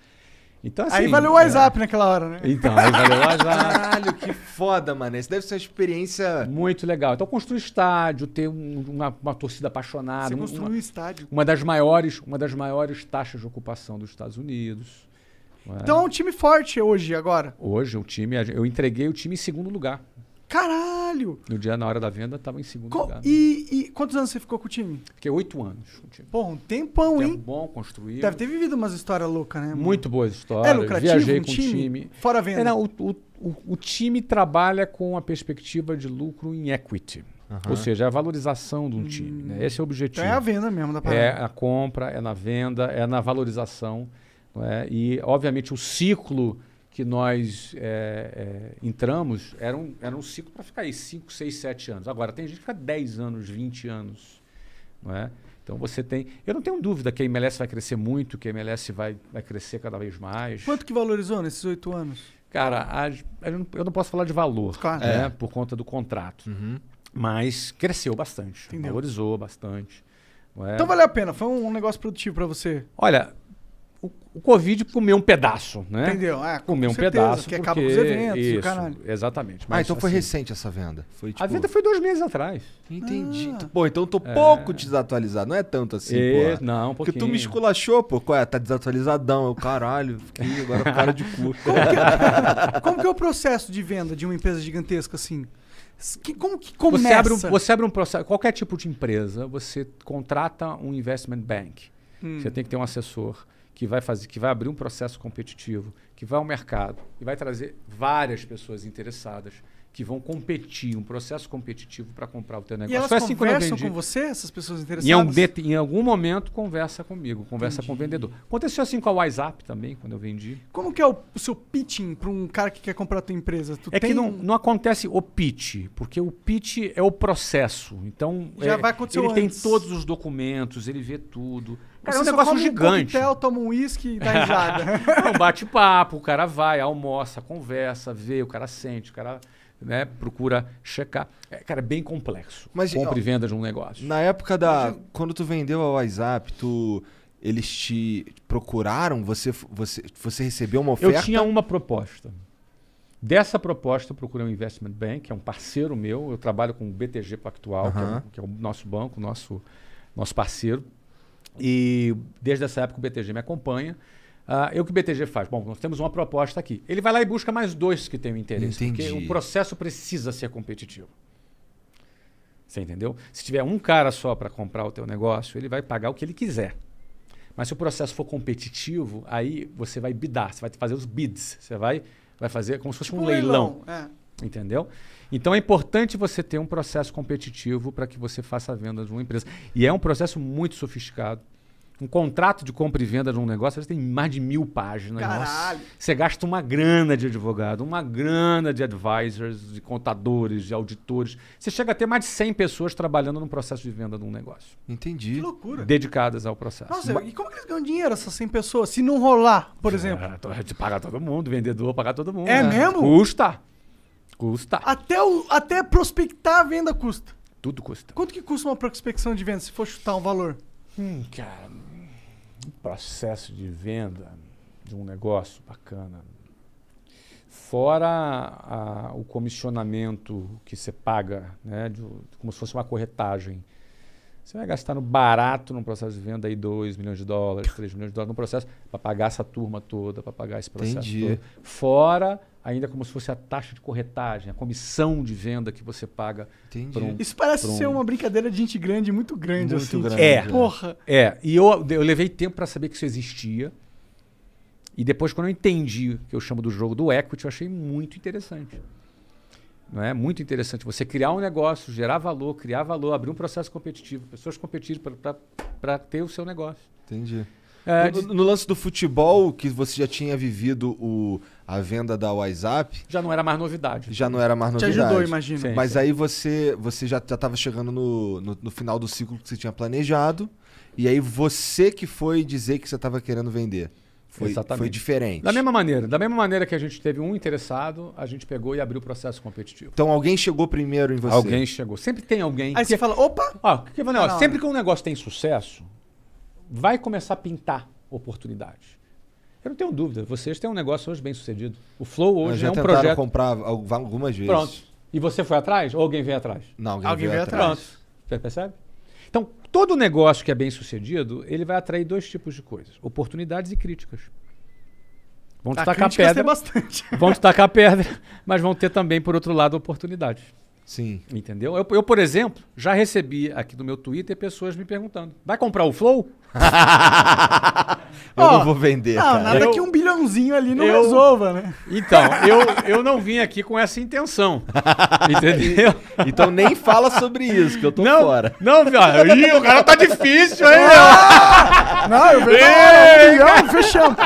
Speaker 3: Então,
Speaker 2: Aí
Speaker 3: assim,
Speaker 2: valeu o
Speaker 3: é,
Speaker 2: WhatsApp naquela hora, né?
Speaker 3: Então, aí valeu o WhatsApp.
Speaker 1: Caralho, que foda, mano. Isso deve ser uma experiência.
Speaker 3: Muito legal. Então, construir estádio, ter um- uma, uma torcida apaixonada.
Speaker 2: Você
Speaker 3: um-
Speaker 2: construiu um
Speaker 3: uma,
Speaker 2: estádio.
Speaker 3: uma das maiores, uma das maiores taxas de ocupação dos Estados Unidos. né?
Speaker 2: Então é um time forte hoje, agora.
Speaker 3: Hoje, o time, eu entreguei o time em segundo lugar.
Speaker 2: Caralho!
Speaker 3: No dia, na hora da venda, estava em segundo
Speaker 2: Co-
Speaker 3: lugar.
Speaker 2: e, e quantos anos você ficou com o time?
Speaker 3: Fiquei oito anos com o time.
Speaker 2: Porra, um tempão,
Speaker 3: Tempo
Speaker 2: hein?
Speaker 3: bom, construímos.
Speaker 2: Deve ter vivido umas histórias loucas, né? mano?
Speaker 3: Muito boas
Speaker 2: É
Speaker 3: histórias.
Speaker 2: lucrativo
Speaker 3: Viajei
Speaker 2: um
Speaker 3: com
Speaker 2: time?
Speaker 3: o time.
Speaker 2: Fora a
Speaker 3: É,
Speaker 2: venda.
Speaker 3: não, o, o- o- o time trabalha com a perspectiva de lucro em equity. Ou seja, a valorização de um time. né? Esse é o objetivo.
Speaker 2: então é a venda mesmo da
Speaker 3: É
Speaker 2: parada.
Speaker 3: na compra, é na venda, é na valorização. não é? E, obviamente, o ciclo que nós é, é, entramos era um, era um ciclo para ficar aí 5, 6, 7 anos. Agora, tem gente que fica 10 anos, 20 anos. Não é? Então você tem. Eu não tenho dúvida que a MLS vai crescer muito, que a MLS vai, vai crescer cada vez mais.
Speaker 2: Quanto que valorizou nesses oito anos?
Speaker 3: Cara, as- eu não- eu não posso falar de valor,
Speaker 2: Claro. É.
Speaker 3: né, por conta do contrato. Mas cresceu bastante,
Speaker 2: Entendeu.
Speaker 3: valorizou bastante. não é?
Speaker 2: Então valeu a pena, foi um um negócio produtivo pra você.
Speaker 3: Olha, o, o Covid comeu um pedaço, né?
Speaker 2: Entendeu? É, com
Speaker 3: Comeu um
Speaker 2: certeza,
Speaker 3: pedaço.
Speaker 2: Que
Speaker 3: porque...
Speaker 2: acaba com os eventos, e
Speaker 3: Isso,
Speaker 2: o caralho.
Speaker 3: Exatamente.
Speaker 1: Ah, então foi
Speaker 3: assim,
Speaker 1: recente essa venda. Foi tipo.
Speaker 3: A venda foi dois meses atrás.
Speaker 1: Entendi.
Speaker 2: Ah.
Speaker 1: Pô, então eu tô pouco desatualizado. Não é tanto assim,
Speaker 3: É,
Speaker 1: pô.
Speaker 3: Não, um
Speaker 1: Porque
Speaker 3: pouquinho.
Speaker 1: tu me esculachou, pô. Qual é? Tá desatualizadão. Eu, caralho, fiquei agora com cara de cu.
Speaker 2: Como que é o processo de venda de uma empresa gigantesca assim? S- que- como que começa?
Speaker 3: Você abre, um, você abre um processo, qualquer tipo de empresa, você contrata um investment bank.
Speaker 2: Hum.
Speaker 3: Você tem que ter um assessor que vai fazer, que vai abrir um processo competitivo, que vai ao mercado e vai trazer várias pessoas interessadas que vão competir, um processo competitivo para comprar o teu negócio.
Speaker 2: E elas
Speaker 3: Foi assim quando eu
Speaker 2: conversam
Speaker 3: vendi. é um
Speaker 2: com você, essas pessoas
Speaker 3: Em, algum
Speaker 2: interessadas?
Speaker 3: det- em algum momento conversa comigo, conversa com o vendedor. Aconteceu assim com a WhatsApp também, quando eu vendi.
Speaker 2: Como que é o, o seu pitching pra um cara que quer comprar a tua empresa? Tu
Speaker 3: É
Speaker 2: tem um
Speaker 3: que não, não acontece o pitch, porque o pitch é o processo. Então,
Speaker 2: Já
Speaker 3: é,
Speaker 2: vai acontecer
Speaker 3: ele tem
Speaker 2: antes.
Speaker 3: todos os documentos, ele vê tudo. Cara, é um
Speaker 2: Você só
Speaker 3: negócio
Speaker 2: come
Speaker 3: gigante.
Speaker 2: Um coquetel, toma um uísque e dá risada.
Speaker 3: É um bate-papo, o cara vai, almoça, conversa, vê, o cara sente, o cara né, procura checar. É, cara, é bem complexo.
Speaker 1: Mas,
Speaker 3: Compra
Speaker 1: ó,
Speaker 3: e venda de um negócio.
Speaker 1: Na época da. Quando tu vendeu a WhatsApp, tu. Eles te procuraram? Você, você, você recebeu uma
Speaker 3: Eu
Speaker 1: oferta?
Speaker 3: tinha um uma proposta. Dessa proposta, eu procurei um investment bank, que é um parceiro meu. Eu trabalho com o BTG Pactual, que é o-
Speaker 1: Aham.
Speaker 3: que, é, o nosso banco, nosso, nosso parceiro. E desde essa época o BTG me acompanha. Ah, e o que o BTG faz? Bom, nós temos uma proposta aqui. Ele vai lá e busca mais dois que tenham interesse, porque
Speaker 1: Entendi.
Speaker 3: o processo precisa ser competitivo. Você entendeu? Se tiver um cara só para comprar o teu negócio, ele vai pagar o que ele quiser. Mas se o processo for competitivo, aí você vai bidar, você vai fazer os bids, você vai, vai fazer como se fosse um, leilão,
Speaker 2: Tipo É.
Speaker 3: entendeu? Então é importante você ter um processo competitivo para que você faça a venda de uma empresa. E é um processo muito sofisticado. Um contrato de compra e venda de um negócio, às vezes tem mais de mil páginas. nossa.
Speaker 2: Caralho.
Speaker 3: Você gasta uma grana de advogado, uma grana de advisors, de contadores, de auditores. Você chega a ter mais de 100 pessoas trabalhando no processo de venda de um negócio,
Speaker 2: Que
Speaker 1: Entendi.
Speaker 2: loucura.
Speaker 3: dedicadas ao processo.
Speaker 2: Nossa, e como que eles ganham dinheiro, essas 100 pessoas, se não rolar, por exemplo?
Speaker 3: É, to- de pagar todo mundo, vendedor, pagar todo mundo.
Speaker 2: É
Speaker 3: né?
Speaker 2: mesmo?
Speaker 3: Custa. Custa.
Speaker 2: Até, o, até prospectar a venda custa.
Speaker 3: Tudo custa.
Speaker 2: Quanto que custa uma prospecção de venda, se for chutar um valor?
Speaker 3: Hum, cara, um processo de venda de um negócio bacana. Fora a- o comissionamento que você paga, né, de o- como se fosse uma corretagem. Você vai gastar no barato num processo de venda aí 2 milhões de dólares, 3 milhões de dólares no processo para pagar essa turma toda, para pagar esse processo
Speaker 1: Entendi.
Speaker 3: todo. Fora ainda como se fosse a taxa de corretagem, a comissão de venda que você paga.
Speaker 1: Entendi.
Speaker 3: por um-
Speaker 2: Isso parece
Speaker 3: Pronto.
Speaker 2: ser uma brincadeira de gente grande muito grande,
Speaker 4: Muito
Speaker 2: assim.
Speaker 4: grande,
Speaker 3: É.
Speaker 2: Porra.
Speaker 3: É, e eu, eu levei tempo para saber que isso existia. E depois, quando eu entendi o que eu chamo do jogo do equity, eu achei muito interessante. Não é? Muito interessante você criar um negócio, gerar valor, criar valor, abrir um processo competitivo, pessoas competirem para ter o seu negócio.
Speaker 1: Entendi.
Speaker 3: É,
Speaker 1: No- no, no lance do futebol, que você já tinha vivido o, a venda da WhatsApp,
Speaker 3: já não era mais novidade.
Speaker 1: já não era mais
Speaker 2: Te
Speaker 1: novidade.
Speaker 2: ajudou, imagino.
Speaker 3: Sim.
Speaker 1: Mas aí você, você já estava chegando no, no, no final do ciclo que você tinha planejado, e aí você que foi dizer que você estava querendo vender. Foi,
Speaker 3: Exatamente.
Speaker 1: foi diferente.
Speaker 3: Da mesma maneira, da mesma maneira que a gente teve um interessado, a gente pegou e abriu o processo competitivo.
Speaker 1: Então alguém chegou primeiro em você.
Speaker 3: Alguém Ah, chegou. Sempre tem alguém.
Speaker 2: Aí você fala, opa,
Speaker 3: Ó, porque, mano, ó,
Speaker 2: Tá na hora.
Speaker 3: sempre que um negócio tem sucesso, vai começar a pintar oportunidades. Eu não tenho dúvida, vocês têm um negócio hoje bem sucedido. O Flow
Speaker 1: Mas
Speaker 3: hoje
Speaker 1: já
Speaker 3: é um
Speaker 1: tentaram
Speaker 3: projeto.
Speaker 1: comprar al- algumas vezes.
Speaker 3: Pronto. E você foi atrás ou alguém veio atrás?
Speaker 1: Não, alguém,
Speaker 2: Alguém
Speaker 1: veio,
Speaker 2: veio
Speaker 1: atrás.
Speaker 3: Pronto. Você percebe? Então, todo negócio que é bem sucedido, ele vai atrair dois tipos de coisas: oportunidades e críticas.
Speaker 1: Ah,
Speaker 3: Vão te
Speaker 2: a
Speaker 3: tacar
Speaker 2: crítica tem
Speaker 3: tá pedra.
Speaker 2: bastante.
Speaker 3: Vão te tacar pedra, mas vão ter também, por outro lado, oportunidades.
Speaker 1: Sim.
Speaker 3: Entendeu? Eu, eu, por exemplo, já recebi aqui no meu Twitter pessoas me perguntando: vai comprar o Flow?
Speaker 1: Eu
Speaker 2: Ó,
Speaker 1: não vou vender,
Speaker 2: Não,
Speaker 1: cara.
Speaker 2: nada
Speaker 3: Eu-
Speaker 2: que um bilhãozinho ali não
Speaker 3: Eu-
Speaker 2: resolva, né?
Speaker 3: Então, eu, eu não vim aqui com essa intenção. Entendeu?
Speaker 1: Então nem fala sobre isso, que eu tô
Speaker 3: não,
Speaker 1: fora. é
Speaker 3: Não, ó, ih, o cara tá difícil aí,
Speaker 2: Não, eu vejo
Speaker 3: Ei,
Speaker 2: um bilhão, fechamos.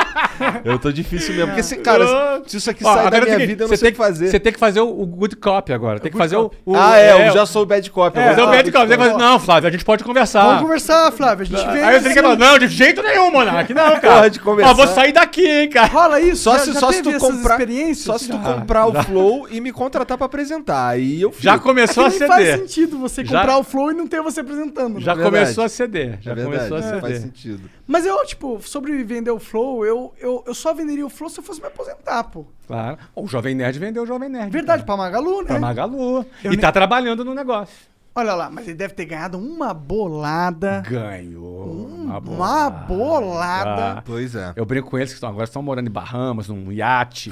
Speaker 1: Eu tô difícil mesmo. Porque, se, cara, se se isso aqui
Speaker 3: Ó,
Speaker 1: sair da
Speaker 3: agora é o
Speaker 1: minha
Speaker 3: seguinte,
Speaker 1: vida, eu
Speaker 3: você
Speaker 1: não sei o
Speaker 3: tem
Speaker 1: que fazer.
Speaker 3: Você tem que fazer o, o good cop agora. Tem que fazer o, o-
Speaker 1: Ah, é, eu
Speaker 3: o-
Speaker 1: já tipo, sou o bad cop.
Speaker 3: É,
Speaker 1: agora.
Speaker 3: fazer o bad cop. Tem que fazer, não, Flávio, a gente pode
Speaker 2: Vamos
Speaker 3: conversar.
Speaker 2: conversar, Flávio. A gente vê.
Speaker 3: Ah, Aí você tem que falar,
Speaker 2: assim,
Speaker 3: não, de jeito nenhum, Monark. Não, cara.
Speaker 1: Porra de conversar.
Speaker 3: Ó, vou sair daqui, hein, cara.
Speaker 2: Rola isso?
Speaker 1: Só
Speaker 2: já,
Speaker 1: se,
Speaker 2: já
Speaker 1: só se
Speaker 2: teve
Speaker 1: tu
Speaker 2: essas
Speaker 1: comprar,
Speaker 2: experiências?
Speaker 1: só se tu
Speaker 3: Já,
Speaker 1: comprar o Flow e me contratar pra apresentar. Aí eu fico.
Speaker 3: Já começou
Speaker 2: É
Speaker 3: a
Speaker 2: que nem faz
Speaker 3: ceder.
Speaker 2: sentido você
Speaker 3: Já-
Speaker 2: comprar o flow e não ter você apresentando. né?
Speaker 3: Já
Speaker 1: É verdade.
Speaker 3: começou a ceder. Já
Speaker 1: É verdade,
Speaker 3: começou a
Speaker 1: isso
Speaker 3: ceder.
Speaker 1: faz sentido.
Speaker 2: Mas eu, tipo, sobre vender o flow, eu, eu, eu só venderia o flow se eu fosse me aposentar, pô.
Speaker 3: Claro. O Jovem Nerd vendeu o Jovem Nerd.
Speaker 2: Verdade, pra
Speaker 3: cara.
Speaker 2: Magalu, né?
Speaker 3: Pra Magalu.
Speaker 2: Eu
Speaker 3: e
Speaker 2: nem-
Speaker 3: tá trabalhando no negócio.
Speaker 2: Olha lá, mas ele deve ter ganhado uma bolada.
Speaker 3: Ganhou.
Speaker 2: Hum, Uma bolada.
Speaker 1: Pois é.
Speaker 3: Eu brinco com eles que estão, agora estão morando em Bahamas, num iate.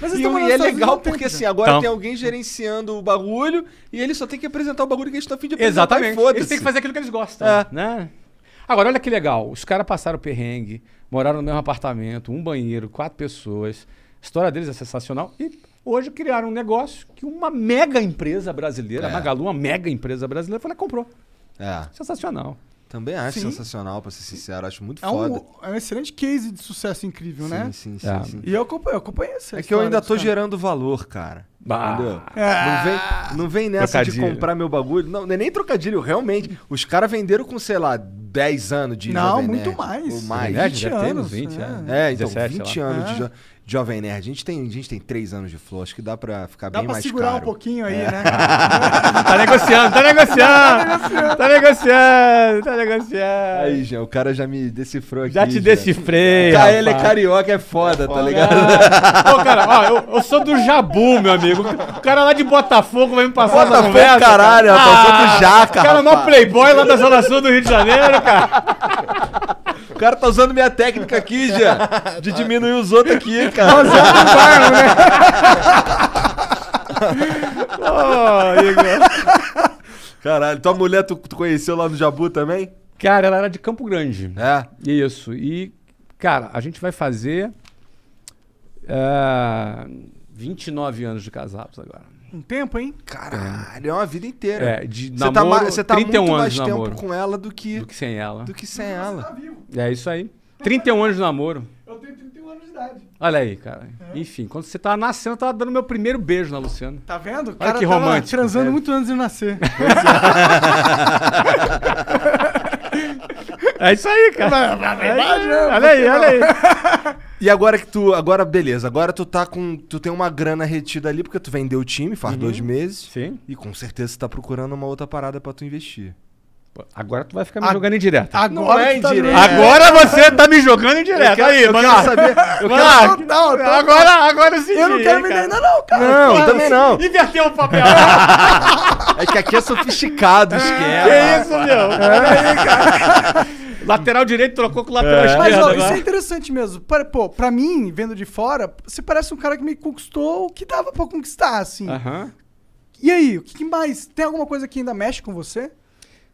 Speaker 2: Mas
Speaker 1: E,
Speaker 2: eles tão morando
Speaker 1: e é
Speaker 2: nos Estados Unidos há
Speaker 1: legal
Speaker 2: um tempo
Speaker 1: porque
Speaker 2: já.
Speaker 1: assim, agora
Speaker 3: Então.
Speaker 1: tem alguém gerenciando o bagulho e ele só tem que apresentar o bagulho que a gente tá a fim de apresentar.
Speaker 3: Exatamente.
Speaker 1: e foda-se.
Speaker 3: Eles têm que fazer aquilo que eles gostam.
Speaker 1: É.
Speaker 3: Né? Agora, olha que legal. Os caras passaram perrengue, moraram no mesmo apartamento, um banheiro, quatro pessoas. A história deles é sensacional. E hoje criaram um negócio que uma mega empresa brasileira,
Speaker 1: É.
Speaker 3: a Magalu, uma mega empresa brasileira, foi lá e comprou.
Speaker 1: É,
Speaker 3: Sensacional.
Speaker 1: também acho
Speaker 2: Sim.
Speaker 1: sensacional, pra ser sincero. Acho muito
Speaker 2: É
Speaker 1: foda.
Speaker 2: um, é um excelente case de sucesso incrível, né?
Speaker 1: Sim, sim,
Speaker 3: É.
Speaker 1: sim, sim.
Speaker 2: E eu acompanho, eu acompanho
Speaker 1: É que
Speaker 2: essa
Speaker 1: eu
Speaker 2: história
Speaker 1: ainda
Speaker 2: dos
Speaker 1: tô
Speaker 2: caras.
Speaker 1: gerando valor, cara.
Speaker 3: Bah.
Speaker 1: Entendeu?
Speaker 2: Ah.
Speaker 1: Não, vem, não vem nessa de
Speaker 3: Trocadilho.
Speaker 1: comprar meu bagulho. Não, não é nem trocadilho, realmente. Os caras venderam com, sei lá, 10 anos de
Speaker 2: Não,
Speaker 1: Jovem
Speaker 2: muito
Speaker 1: Nerd,
Speaker 2: mais.
Speaker 1: Ou mais.
Speaker 2: Jovem Nerd? 20
Speaker 3: 20 já temos
Speaker 2: anos,
Speaker 3: 20
Speaker 2: é.
Speaker 3: anos.
Speaker 1: É, então,
Speaker 3: 17, sei
Speaker 1: 20
Speaker 3: lá.
Speaker 1: anos de
Speaker 2: É.
Speaker 1: jo Jovem Nerd. A gente, tem, a gente tem 3 anos de flow. Acho que dá pra ficar
Speaker 2: Dá
Speaker 1: bem
Speaker 2: pra
Speaker 1: mais
Speaker 2: segurar
Speaker 1: caro. É.
Speaker 2: um pouquinho aí, né?
Speaker 3: Tá negociando, tá negociando. tá negociando, tá negociando.
Speaker 1: Aí, Jean, o cara já me decifrou aqui.
Speaker 3: Já te
Speaker 1: Jean.
Speaker 3: decifrei.
Speaker 1: KL é
Speaker 3: rapaz.
Speaker 1: carioca, é foda, tá ligado?
Speaker 3: Ah, Ô, cara, ó, eu, eu sou do Jabu, meu amigo. O cara lá de Botafogo vai me passar essa
Speaker 1: Botafogo, é
Speaker 3: conversa.
Speaker 1: caralho, rapaz, eu sou do Jaca,
Speaker 3: O cara é o maior
Speaker 1: rapaz.
Speaker 3: playboy lá da Zona Sul do Rio de Janeiro, cara.
Speaker 1: O cara tá usando minha técnica aqui, Jean. De diminuir os outros aqui, cara.
Speaker 3: né? Ô, Igor.
Speaker 1: Caralho, tua mulher tu, tu conheceu lá no Jabu também?
Speaker 3: Cara, ela era de Campo Grande.
Speaker 1: É.
Speaker 3: Isso. E, cara, a gente vai fazer ah, 29 anos de casados agora.
Speaker 2: um tempo, hein?
Speaker 1: Caralho, é uma vida inteira.
Speaker 3: É, de
Speaker 1: Você tá,
Speaker 3: namoro,
Speaker 1: ma- você tá
Speaker 3: 31
Speaker 1: muito
Speaker 3: anos
Speaker 1: mais
Speaker 3: de
Speaker 1: tempo
Speaker 3: namoro.
Speaker 1: com ela do que,
Speaker 3: Do que sem ela.
Speaker 1: do que sem ela.
Speaker 3: É isso aí. 31 anos de namoro.
Speaker 2: Tá Eu tenho 31 anos de idade.
Speaker 3: Olha aí, cara.
Speaker 1: É.
Speaker 3: Enfim, quando você tava nascendo, eu tava dando meu primeiro beijo na Luciana.
Speaker 2: Tá vendo? O
Speaker 3: Olha que
Speaker 2: tava
Speaker 3: romântico,
Speaker 2: transando
Speaker 1: né?
Speaker 3: velho.
Speaker 2: muito antes de eu nascer.
Speaker 3: É isso aí, cara. olha aí, olha aí.
Speaker 1: E agora que tu. Agora, beleza, agora tu tá com. Tu tem uma grana retida ali, porque tu vendeu o time faz dois meses.
Speaker 3: Uhum. Sim.
Speaker 1: E com certeza tu tá procurando uma outra parada pra tu investir.
Speaker 3: Agora tu vai ficar me
Speaker 2: A-
Speaker 3: jogando indireto.
Speaker 2: Agora
Speaker 1: é
Speaker 2: tu tá
Speaker 1: indireto.
Speaker 2: vendo.
Speaker 3: Agora você tá me jogando indireto. Aí, mano.
Speaker 1: Quer saber?
Speaker 2: quero
Speaker 3: Eu
Speaker 2: total, total.
Speaker 3: Agora, agora sim.
Speaker 2: Eu não quero vender ainda não, cara.
Speaker 1: Não,
Speaker 2: Claro,
Speaker 1: também não.
Speaker 3: Inverteu o papel.
Speaker 1: É que aqui é sofisticado o esquema.
Speaker 3: meu? lateral direito trocou com o lateral
Speaker 2: Mas
Speaker 3: esquerdo.
Speaker 2: ó, isso é
Speaker 3: agora.
Speaker 2: interessante mesmo. Pra, pô, pra mim, vendo de fora, você parece um cara que me conquistou o que dava pra conquistar, assim.
Speaker 3: Aham.
Speaker 2: E aí, o que que mais? Tem alguma coisa que ainda mexe com você?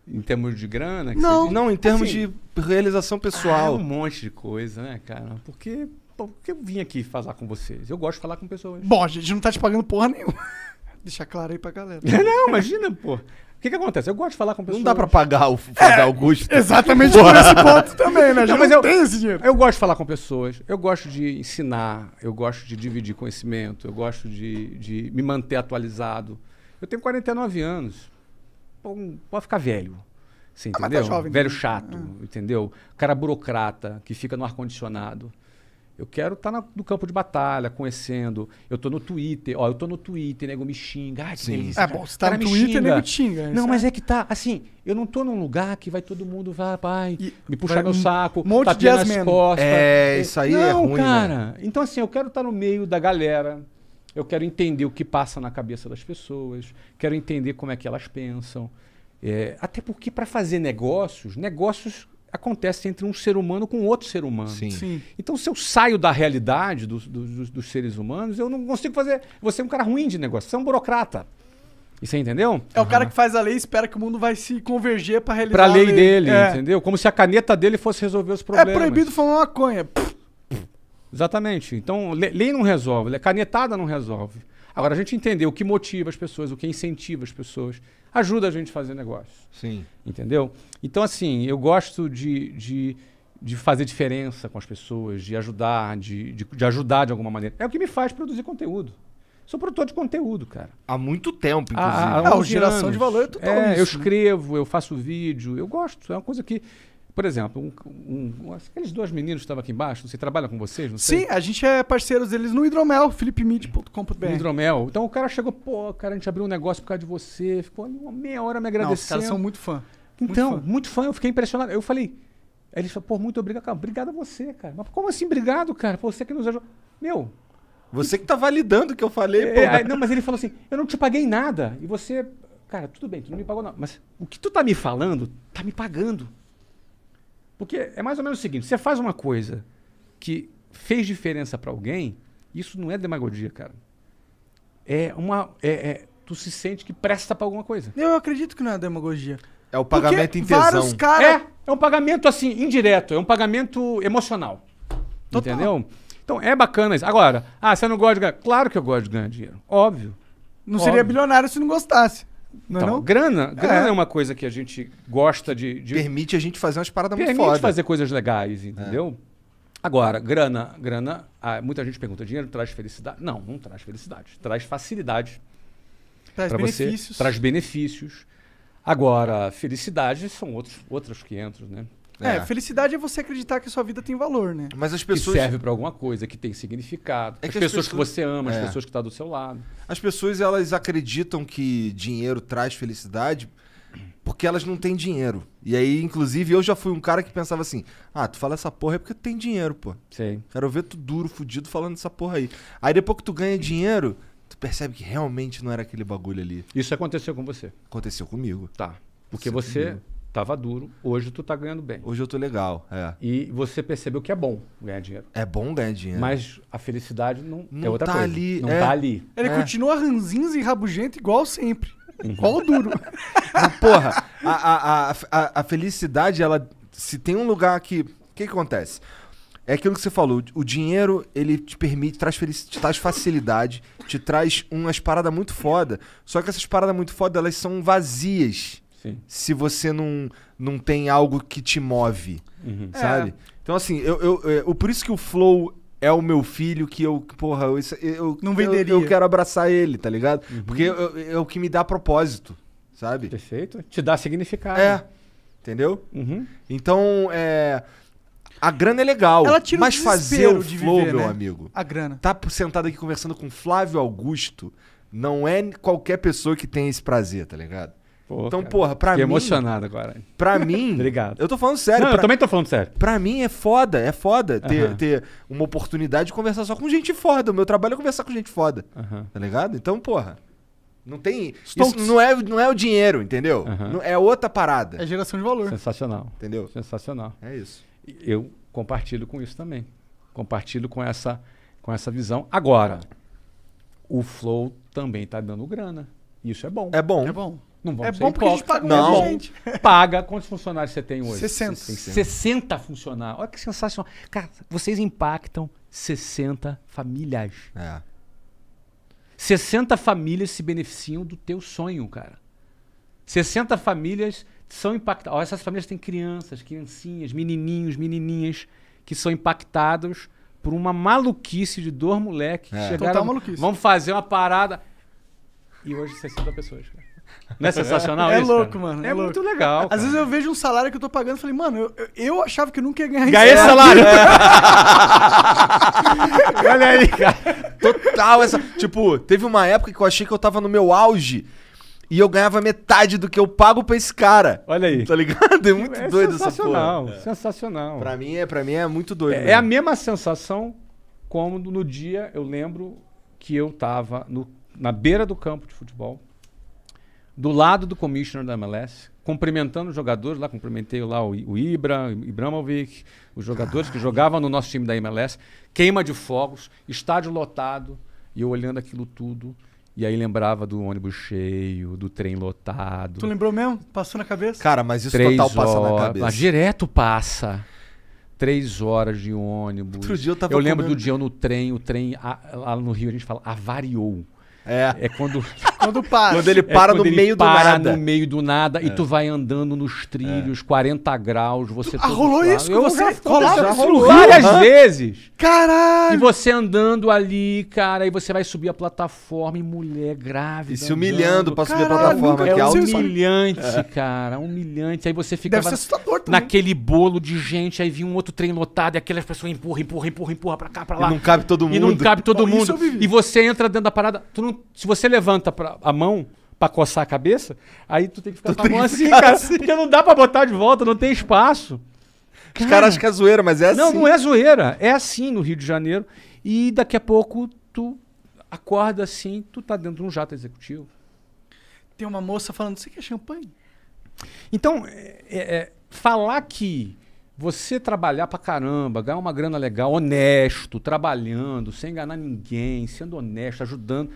Speaker 3: Em termos de grana? que
Speaker 2: Não.
Speaker 3: você diz?
Speaker 1: Não, em termos
Speaker 3: Assim,
Speaker 1: de realização
Speaker 3: Ah, é
Speaker 1: pessoal.
Speaker 3: um monte de coisa, né, cara? Porque, pô, por que eu vim aqui falar com vocês? Eu gosto de falar com pessoas.
Speaker 2: Bom, a gente não tá te pagando porra nenhuma. Deixa claro aí pra galera.
Speaker 3: Não, imagina, pô. O que, que acontece? Eu gosto de falar com pessoas.
Speaker 1: não dá pra pagar o Flávio Augusto.
Speaker 2: Exatamente por esse ponto também, né?
Speaker 3: Não,
Speaker 2: Já
Speaker 3: mas
Speaker 2: não
Speaker 3: eu-
Speaker 2: tem esse dinheiro.
Speaker 3: Eu gosto de falar com pessoas, eu gosto de ensinar, eu gosto de dividir conhecimento, eu gosto de, de me manter atualizado. Eu tenho 49 anos. Pô, um- pode ficar velho. Você
Speaker 2: Ah, mas tá
Speaker 3: entendeu?
Speaker 2: jovem
Speaker 3: velho
Speaker 2: também. Ah.
Speaker 3: chato, entendeu? Cara burocrata que fica no ar-condicionado. Eu quero estar no campo de batalha, conhecendo. Eu tô no Twitter, ó, eu tô no Twitter, nego me xinga. Ai, que
Speaker 1: Sim.
Speaker 3: delícia,
Speaker 2: É
Speaker 3: cara.
Speaker 2: bom, você tá
Speaker 3: Cara,
Speaker 2: no
Speaker 3: me
Speaker 2: Twitter,
Speaker 3: xinga.
Speaker 2: nego te xinga.
Speaker 3: Não, mas é que tá, assim, eu não tô num lugar que vai todo mundo, vai, pai,
Speaker 2: E
Speaker 3: me puxar
Speaker 2: vai
Speaker 3: meu
Speaker 2: um
Speaker 3: saco,
Speaker 2: monte de
Speaker 3: tapinha
Speaker 2: yes
Speaker 3: nas
Speaker 2: men.
Speaker 3: costas.
Speaker 1: É, isso aí é
Speaker 3: Não,
Speaker 1: ruim, né?
Speaker 3: cara. Então, assim, eu quero estar no meio da galera, eu quero entender o que passa na cabeça das pessoas, quero entender como é que elas pensam. É, até porque para fazer negócios, negócios acontecem entre um ser humano com outro ser humano.
Speaker 1: Sim.
Speaker 2: Sim.
Speaker 3: Então, se eu saio da realidade dos, dos- dos- dos seres humanos, eu não consigo fazer. Você é um cara ruim de negócio, você é um burocrata. E você entendeu?
Speaker 2: É o cara que faz a lei e espera que o mundo vai se converger pra realizar
Speaker 3: Pra lei dele,
Speaker 2: É.
Speaker 3: entendeu? Como se a caneta dele fosse resolver os
Speaker 2: É
Speaker 3: problemas.
Speaker 2: proibido fumar maconha.
Speaker 3: Exatamente. Então, le- lei não resolve, le- canetada não resolve. Agora, a gente entender o que motiva as pessoas, o que incentiva as pessoas, ajuda a gente a fazer negócio,
Speaker 1: Sim.
Speaker 3: entendeu? Então, assim, eu gosto de, de, de fazer diferença com as pessoas, de ajudar, de, de, de ajudar de alguma maneira. É o que me faz produzir conteúdo. Sou produtor de conteúdo, cara.
Speaker 1: Há muito tempo, inclusive.
Speaker 3: Há- há
Speaker 2: Ah, o
Speaker 3: 11
Speaker 2: geração
Speaker 3: anos.
Speaker 2: de valor é total
Speaker 3: É,
Speaker 2: isso,
Speaker 3: eu
Speaker 2: né?
Speaker 3: escrevo, eu faço vídeo, eu gosto. É uma coisa que, por exemplo, um- um- um- aqueles dois meninos que estavam aqui embaixo, você trabalha com vocês, não sei?
Speaker 2: Sim, a gente é parceiros deles no hidromel, philipmid.com.br.
Speaker 3: No hidromel. Então o cara chegou, pô, cara, a gente abriu um negócio por causa de você. Ficou ali uma meia hora
Speaker 2: Não,
Speaker 3: me
Speaker 2: os
Speaker 3: agradecendo.
Speaker 2: caras são muito fã.
Speaker 3: então,
Speaker 2: muito
Speaker 3: muito fã. eu fiquei impressionado. Eu falei, aí eles falaram, pô, muito obrigado, cara. Obrigado a você, cara. Mas como assim, obrigado, cara? Pô, você que nos ajudou. Meu,
Speaker 1: Você que tá validando o que eu falei, pô.
Speaker 3: é, aí- não, mas ele falou assim, eu não te paguei nada. E você, cara, tudo bem, tu não me pagou nada. Mas o que tu tá me falando, tá me pagando. Porque é mais ou menos o seguinte, você faz uma coisa que fez diferença pra alguém, isso não é demagogia, cara. É uma... É, é- tu se sente que presta pra alguma coisa.
Speaker 2: Eu acredito que não é demagogia.
Speaker 1: É o pagamento
Speaker 2: Porque
Speaker 1: em tesão.
Speaker 2: Vários caras.
Speaker 3: É, é um pagamento assim, indireto, é um pagamento emocional.
Speaker 2: Total.
Speaker 3: Entendeu? Então é bacana isso. Agora, ah, você não gosta de ganhar... Claro que eu gosto de ganhar dinheiro, óbvio.
Speaker 2: Não seria
Speaker 3: Óbvio.
Speaker 2: bilionário se não gostasse. Não é
Speaker 3: Então,
Speaker 2: não?
Speaker 3: grana, grana é. uma coisa que a gente gosta de, de
Speaker 1: Permite a gente fazer umas paradas muito
Speaker 3: permite
Speaker 1: foda. É.
Speaker 3: fazer coisas legais, entendeu? Agora, grana, grana, ah, muita gente pergunta, dinheiro traz felicidade? Não, não traz felicidade, traz facilidade
Speaker 2: Traz
Speaker 3: para você,
Speaker 2: benefícios.
Speaker 3: traz benefícios. Agora, felicidade são outros outros 500, né?
Speaker 2: É,
Speaker 1: É.
Speaker 2: felicidade é você acreditar que a sua vida tem valor, né?
Speaker 1: Mas as
Speaker 3: Que
Speaker 1: pessoas,
Speaker 3: serve para alguma coisa, que tem significado.
Speaker 1: É
Speaker 3: as,
Speaker 1: que as
Speaker 3: pessoas que
Speaker 1: pessoas-
Speaker 3: você ama,
Speaker 1: É.
Speaker 3: as pessoas que estão do seu lado.
Speaker 1: as pessoas elas acreditam que dinheiro traz felicidade porque elas não têm dinheiro. E aí, inclusive, eu já fui um cara que pensava assim: "Ah, tu fala essa porra é porque tu tem dinheiro, pô.
Speaker 3: Sei.
Speaker 1: Quero ver tu duro, fudido falando essa porra aí". Aí depois que tu ganha dinheiro, tu percebe que realmente não era aquele bagulho ali.
Speaker 3: Isso aconteceu com você.
Speaker 1: Aconteceu comigo.
Speaker 3: Tá. Porque
Speaker 1: Isso
Speaker 3: você
Speaker 1: comigo.
Speaker 3: tava duro, hoje tu tá ganhando bem.
Speaker 1: Hoje eu tô legal, é.
Speaker 3: E você percebeu que é bom ganhar dinheiro.
Speaker 1: É bom ganhar dinheiro.
Speaker 3: Mas a felicidade não, é
Speaker 1: Não
Speaker 3: outra
Speaker 1: tá
Speaker 3: coisa.
Speaker 1: ali,
Speaker 3: não
Speaker 1: é.
Speaker 3: tá ali.
Speaker 2: Ele
Speaker 1: É.
Speaker 2: continua ranzinza e rabugento igual sempre. Igual o duro.
Speaker 1: Mas, porra, a, a, a, a, a felicidade, ela. Se tem um lugar que. O que, que acontece? É aquilo que você falou, o dinheiro, ele te permite, traz felici- te traz facilidade, te traz umas paradas muito foda. Só que essas paradas muito foda, elas são vazias
Speaker 3: Sim.
Speaker 1: se você não, não tem algo que te move,
Speaker 2: É.
Speaker 3: Uhum.
Speaker 1: sabe? Então, assim, eu, eu, é, o- por isso que o Flow é o meu filho, que eu, porra, eu, isso- eu,
Speaker 2: Não
Speaker 1: eu-
Speaker 2: venderia. Uhum.
Speaker 1: Eu, quero abraçar ele, tá ligado? Porque eu- eu- é o que me dá propósito, sabe?
Speaker 3: Perfeito. Te dá significado.
Speaker 1: É. Entendeu?
Speaker 3: Uhum.
Speaker 1: Então, é. A grana é legal.
Speaker 2: Ela tira o
Speaker 1: mas fazer
Speaker 2: desespero
Speaker 1: o
Speaker 2: de
Speaker 1: flow,
Speaker 2: viver,
Speaker 1: meu
Speaker 2: né?
Speaker 1: amigo.
Speaker 2: A grana.
Speaker 1: Tá sentado aqui conversando com Flávio Augusto. Não é qualquer pessoa que tem esse prazer, tá ligado?
Speaker 3: Pô,
Speaker 1: então,
Speaker 3: cara,
Speaker 1: porra, pra
Speaker 3: Fiquei
Speaker 1: mim.
Speaker 3: emocionado agora.
Speaker 1: Pra mim.
Speaker 3: Obrigado.
Speaker 1: Eu tô falando sério.
Speaker 3: não, eu
Speaker 1: pra,
Speaker 3: também tô falando sério.
Speaker 1: pra mim é foda, é foda ter,
Speaker 3: Aham.
Speaker 1: ter uma oportunidade de conversar só com gente foda. O meu trabalho é conversar com gente foda,
Speaker 3: Aham.
Speaker 1: tá ligado? Então, porra. Não tem. Isso
Speaker 2: Stonks.
Speaker 1: não é, não é o dinheiro, entendeu?
Speaker 3: Aham.
Speaker 1: Não- É outra
Speaker 2: É
Speaker 1: parada.
Speaker 2: geração de valor.
Speaker 3: Uhum. Sensacional.
Speaker 1: Entendeu?
Speaker 3: Sensacional.
Speaker 1: É isso.
Speaker 3: Eu compartilho com isso também. Compartilho com essa, com essa visão. Agora, o Flow também está dando grana. Isso é bom.
Speaker 1: É bom.
Speaker 2: É bom.
Speaker 3: Não
Speaker 2: É
Speaker 3: vamos ser
Speaker 2: bom porque a gente
Speaker 3: hipócritas.
Speaker 2: paga
Speaker 1: Não.
Speaker 2: muita gente.
Speaker 3: Paga. Quantos funcionários você tem hoje?
Speaker 2: 60.
Speaker 3: 60 funcionários. Olha que sensacional. Cara, vocês impactam 60 famílias.
Speaker 1: É.
Speaker 3: 60 famílias se beneficiam do teu sonho, cara. 60 famílias são impactadas. Ó, essas famílias têm crianças, criancinhas, menininhos, menininhas que são impactados por uma maluquice de dois moleques. que
Speaker 1: É.
Speaker 3: chegaram,
Speaker 2: Total maluquice.
Speaker 3: Vamos fazer uma parada. E hoje 60 pessoas, cara. Não é sensacional
Speaker 2: É
Speaker 3: isso?
Speaker 2: louco,
Speaker 3: cara?
Speaker 2: mano,
Speaker 3: É,
Speaker 2: é louco.
Speaker 3: muito legal.
Speaker 2: Às vezes eu vejo um salário que eu tô pagando e falei, mano, eu, eu- eu achava que eu nunca ia ganhar isso.
Speaker 3: Ganhei
Speaker 1: É.
Speaker 3: esse salário. Olha aí, cara.
Speaker 1: Total essa. tipo, teve uma época que eu achei que eu tava no meu auge e eu ganhava metade do que eu pago pra esse cara.
Speaker 3: Olha aí.
Speaker 1: Tá ligado? É muito
Speaker 3: É
Speaker 1: doido essa porra. É.
Speaker 3: sensacional, sensacional.
Speaker 1: Pra mim, é, pra mim é muito doido.
Speaker 3: É,
Speaker 1: mesmo.
Speaker 3: a mesma sensação como no dia, eu lembro que eu estava na beira do campo de futebol, do lado do commissioner da MLS, cumprimentando os jogadores lá, cumprimentei lá o, I- o Ibra, o Ibramovic, os jogadores que jogavam no nosso time da MLS, queima de fogos, estádio lotado, e eu olhando aquilo tudo, e aí lembrava do ônibus cheio, do trem lotado.
Speaker 2: Tu lembrou mesmo? Passou na cabeça?
Speaker 1: Cara, mas isso
Speaker 3: Três
Speaker 1: total passa
Speaker 3: horas,
Speaker 1: na cabeça.
Speaker 3: mas direto passa. Três horas de ônibus.
Speaker 1: Outro dia eu tava
Speaker 3: lembro
Speaker 1: comendo-
Speaker 3: do dia eu no trem, o trem a- lá no Rio a gente fala avariou.
Speaker 1: É.
Speaker 3: É quando,
Speaker 2: Quando passa.
Speaker 1: Quando ele
Speaker 3: é
Speaker 1: para
Speaker 3: quando
Speaker 1: no
Speaker 3: ele
Speaker 1: meio do
Speaker 3: para
Speaker 1: nada.
Speaker 3: no meio do nada
Speaker 1: É.
Speaker 3: e tu vai andando nos trilhos, 40 graus, você
Speaker 2: Ah,
Speaker 3: todo
Speaker 2: rolou
Speaker 3: suado.
Speaker 2: isso com
Speaker 3: Eu
Speaker 2: você?
Speaker 3: já-
Speaker 2: Rolava
Speaker 3: já
Speaker 2: isso no
Speaker 3: rolou
Speaker 2: Rio?
Speaker 3: várias vezes. E
Speaker 2: Caralho!
Speaker 3: você andando ali, cara, e você vai subir a plataforma e mulher grávida.
Speaker 1: E se humilhando
Speaker 3: andando.
Speaker 1: pra subir a
Speaker 2: Caralho,
Speaker 1: plataforma,
Speaker 2: nunca
Speaker 1: que é
Speaker 3: É
Speaker 1: alto.
Speaker 2: aconteceu isso.
Speaker 3: humilhante, É. cara. Humilhante. Aí você
Speaker 2: Deve
Speaker 3: ficava
Speaker 2: ser né? assustador também.
Speaker 3: naquele bolo de gente, aí vinha um outro trem lotado, e aquelas pessoas empurram, empurram, empurram, empurram pra cá, pra
Speaker 1: E
Speaker 3: lá.
Speaker 1: não cabe todo mundo.
Speaker 3: E não cabe todo
Speaker 2: Bom, isso
Speaker 3: mundo.
Speaker 2: eu vivi.
Speaker 3: E você entra dentro da parada. tu não- se você levanta pra- a mão pra coçar a cabeça, aí tu tem que ficar com a mão assim, cara. Porque não dá pra botar de volta, não tem espaço.
Speaker 1: Os caras acham que é zoeira, mas é assim.
Speaker 3: Não, não é zoeira. É assim no Rio de Janeiro. E daqui a pouco tu acorda assim, tu tá dentro de um jato executivo.
Speaker 2: Tem uma moça falando, você quer champanhe?
Speaker 3: Então, é- é- é, falar que você trabalhar pra caramba, ganhar uma grana legal, honesto, trabalhando, sem enganar ninguém, sendo honesto, ajudando.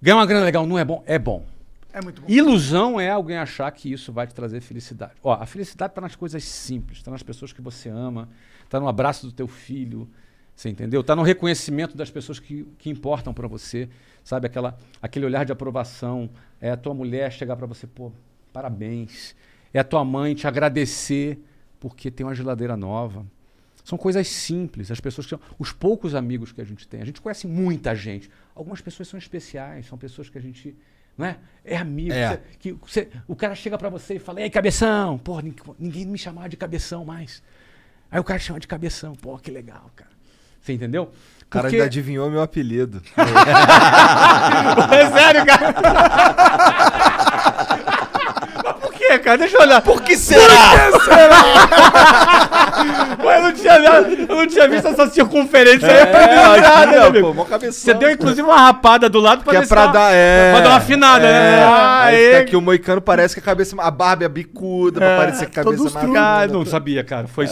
Speaker 3: Ganhar uma grana legal não é bom? É bom.
Speaker 2: É muito bom.
Speaker 3: Ilusão é alguém achar que isso vai te trazer felicidade. Ó, a felicidade tá nas coisas simples, tá nas pessoas que você ama, tá no abraço do teu filho, você entendeu? Tá no reconhecimento das pessoas que, que importam pra você, sabe? Aquela, aquele olhar de aprovação, é a tua mulher chegar pra você, pô, parabéns. É a tua mãe te agradecer porque tem uma geladeira nova. São coisas simples, as pessoas que são, os poucos amigos que a gente tem. A gente conhece muita gente. Algumas pessoas são especiais, são pessoas que a gente, não é? É amigo,
Speaker 1: É.
Speaker 3: você- que você- o cara chega pra você e fala: "Ei, cabeção, pô, nin- ninguém me chamava de cabeção mais". Aí o cara chama de cabeção, pô, que legal, cara. Você entendeu?
Speaker 1: O cara
Speaker 3: Porque-
Speaker 1: ainda adivinhou meu apelido.
Speaker 3: É sério, cara. Mas por que, cara? Deixa eu olhar.
Speaker 1: Por que será?
Speaker 3: Pô, eu não tinha, eu não tinha visto essa circunferência aí.
Speaker 1: É,
Speaker 3: né, meu
Speaker 1: aqui, ó,
Speaker 3: amigo.
Speaker 1: pô, mó cabeção.
Speaker 3: Você deu inclusive uma rapada do lado pra
Speaker 1: Que é
Speaker 3: ver se
Speaker 1: pra
Speaker 3: tá-
Speaker 1: dar, é.
Speaker 3: pra dar uma afinada,
Speaker 1: é.
Speaker 3: né?
Speaker 1: Aí
Speaker 3: Aê.
Speaker 1: fica aqui o moicano parece que a cabeça. A barba é bicuda, pra parecer que a cabeça
Speaker 2: todos
Speaker 1: é
Speaker 2: truques.
Speaker 1: maior.
Speaker 3: Ah, não sabia, cara. Foi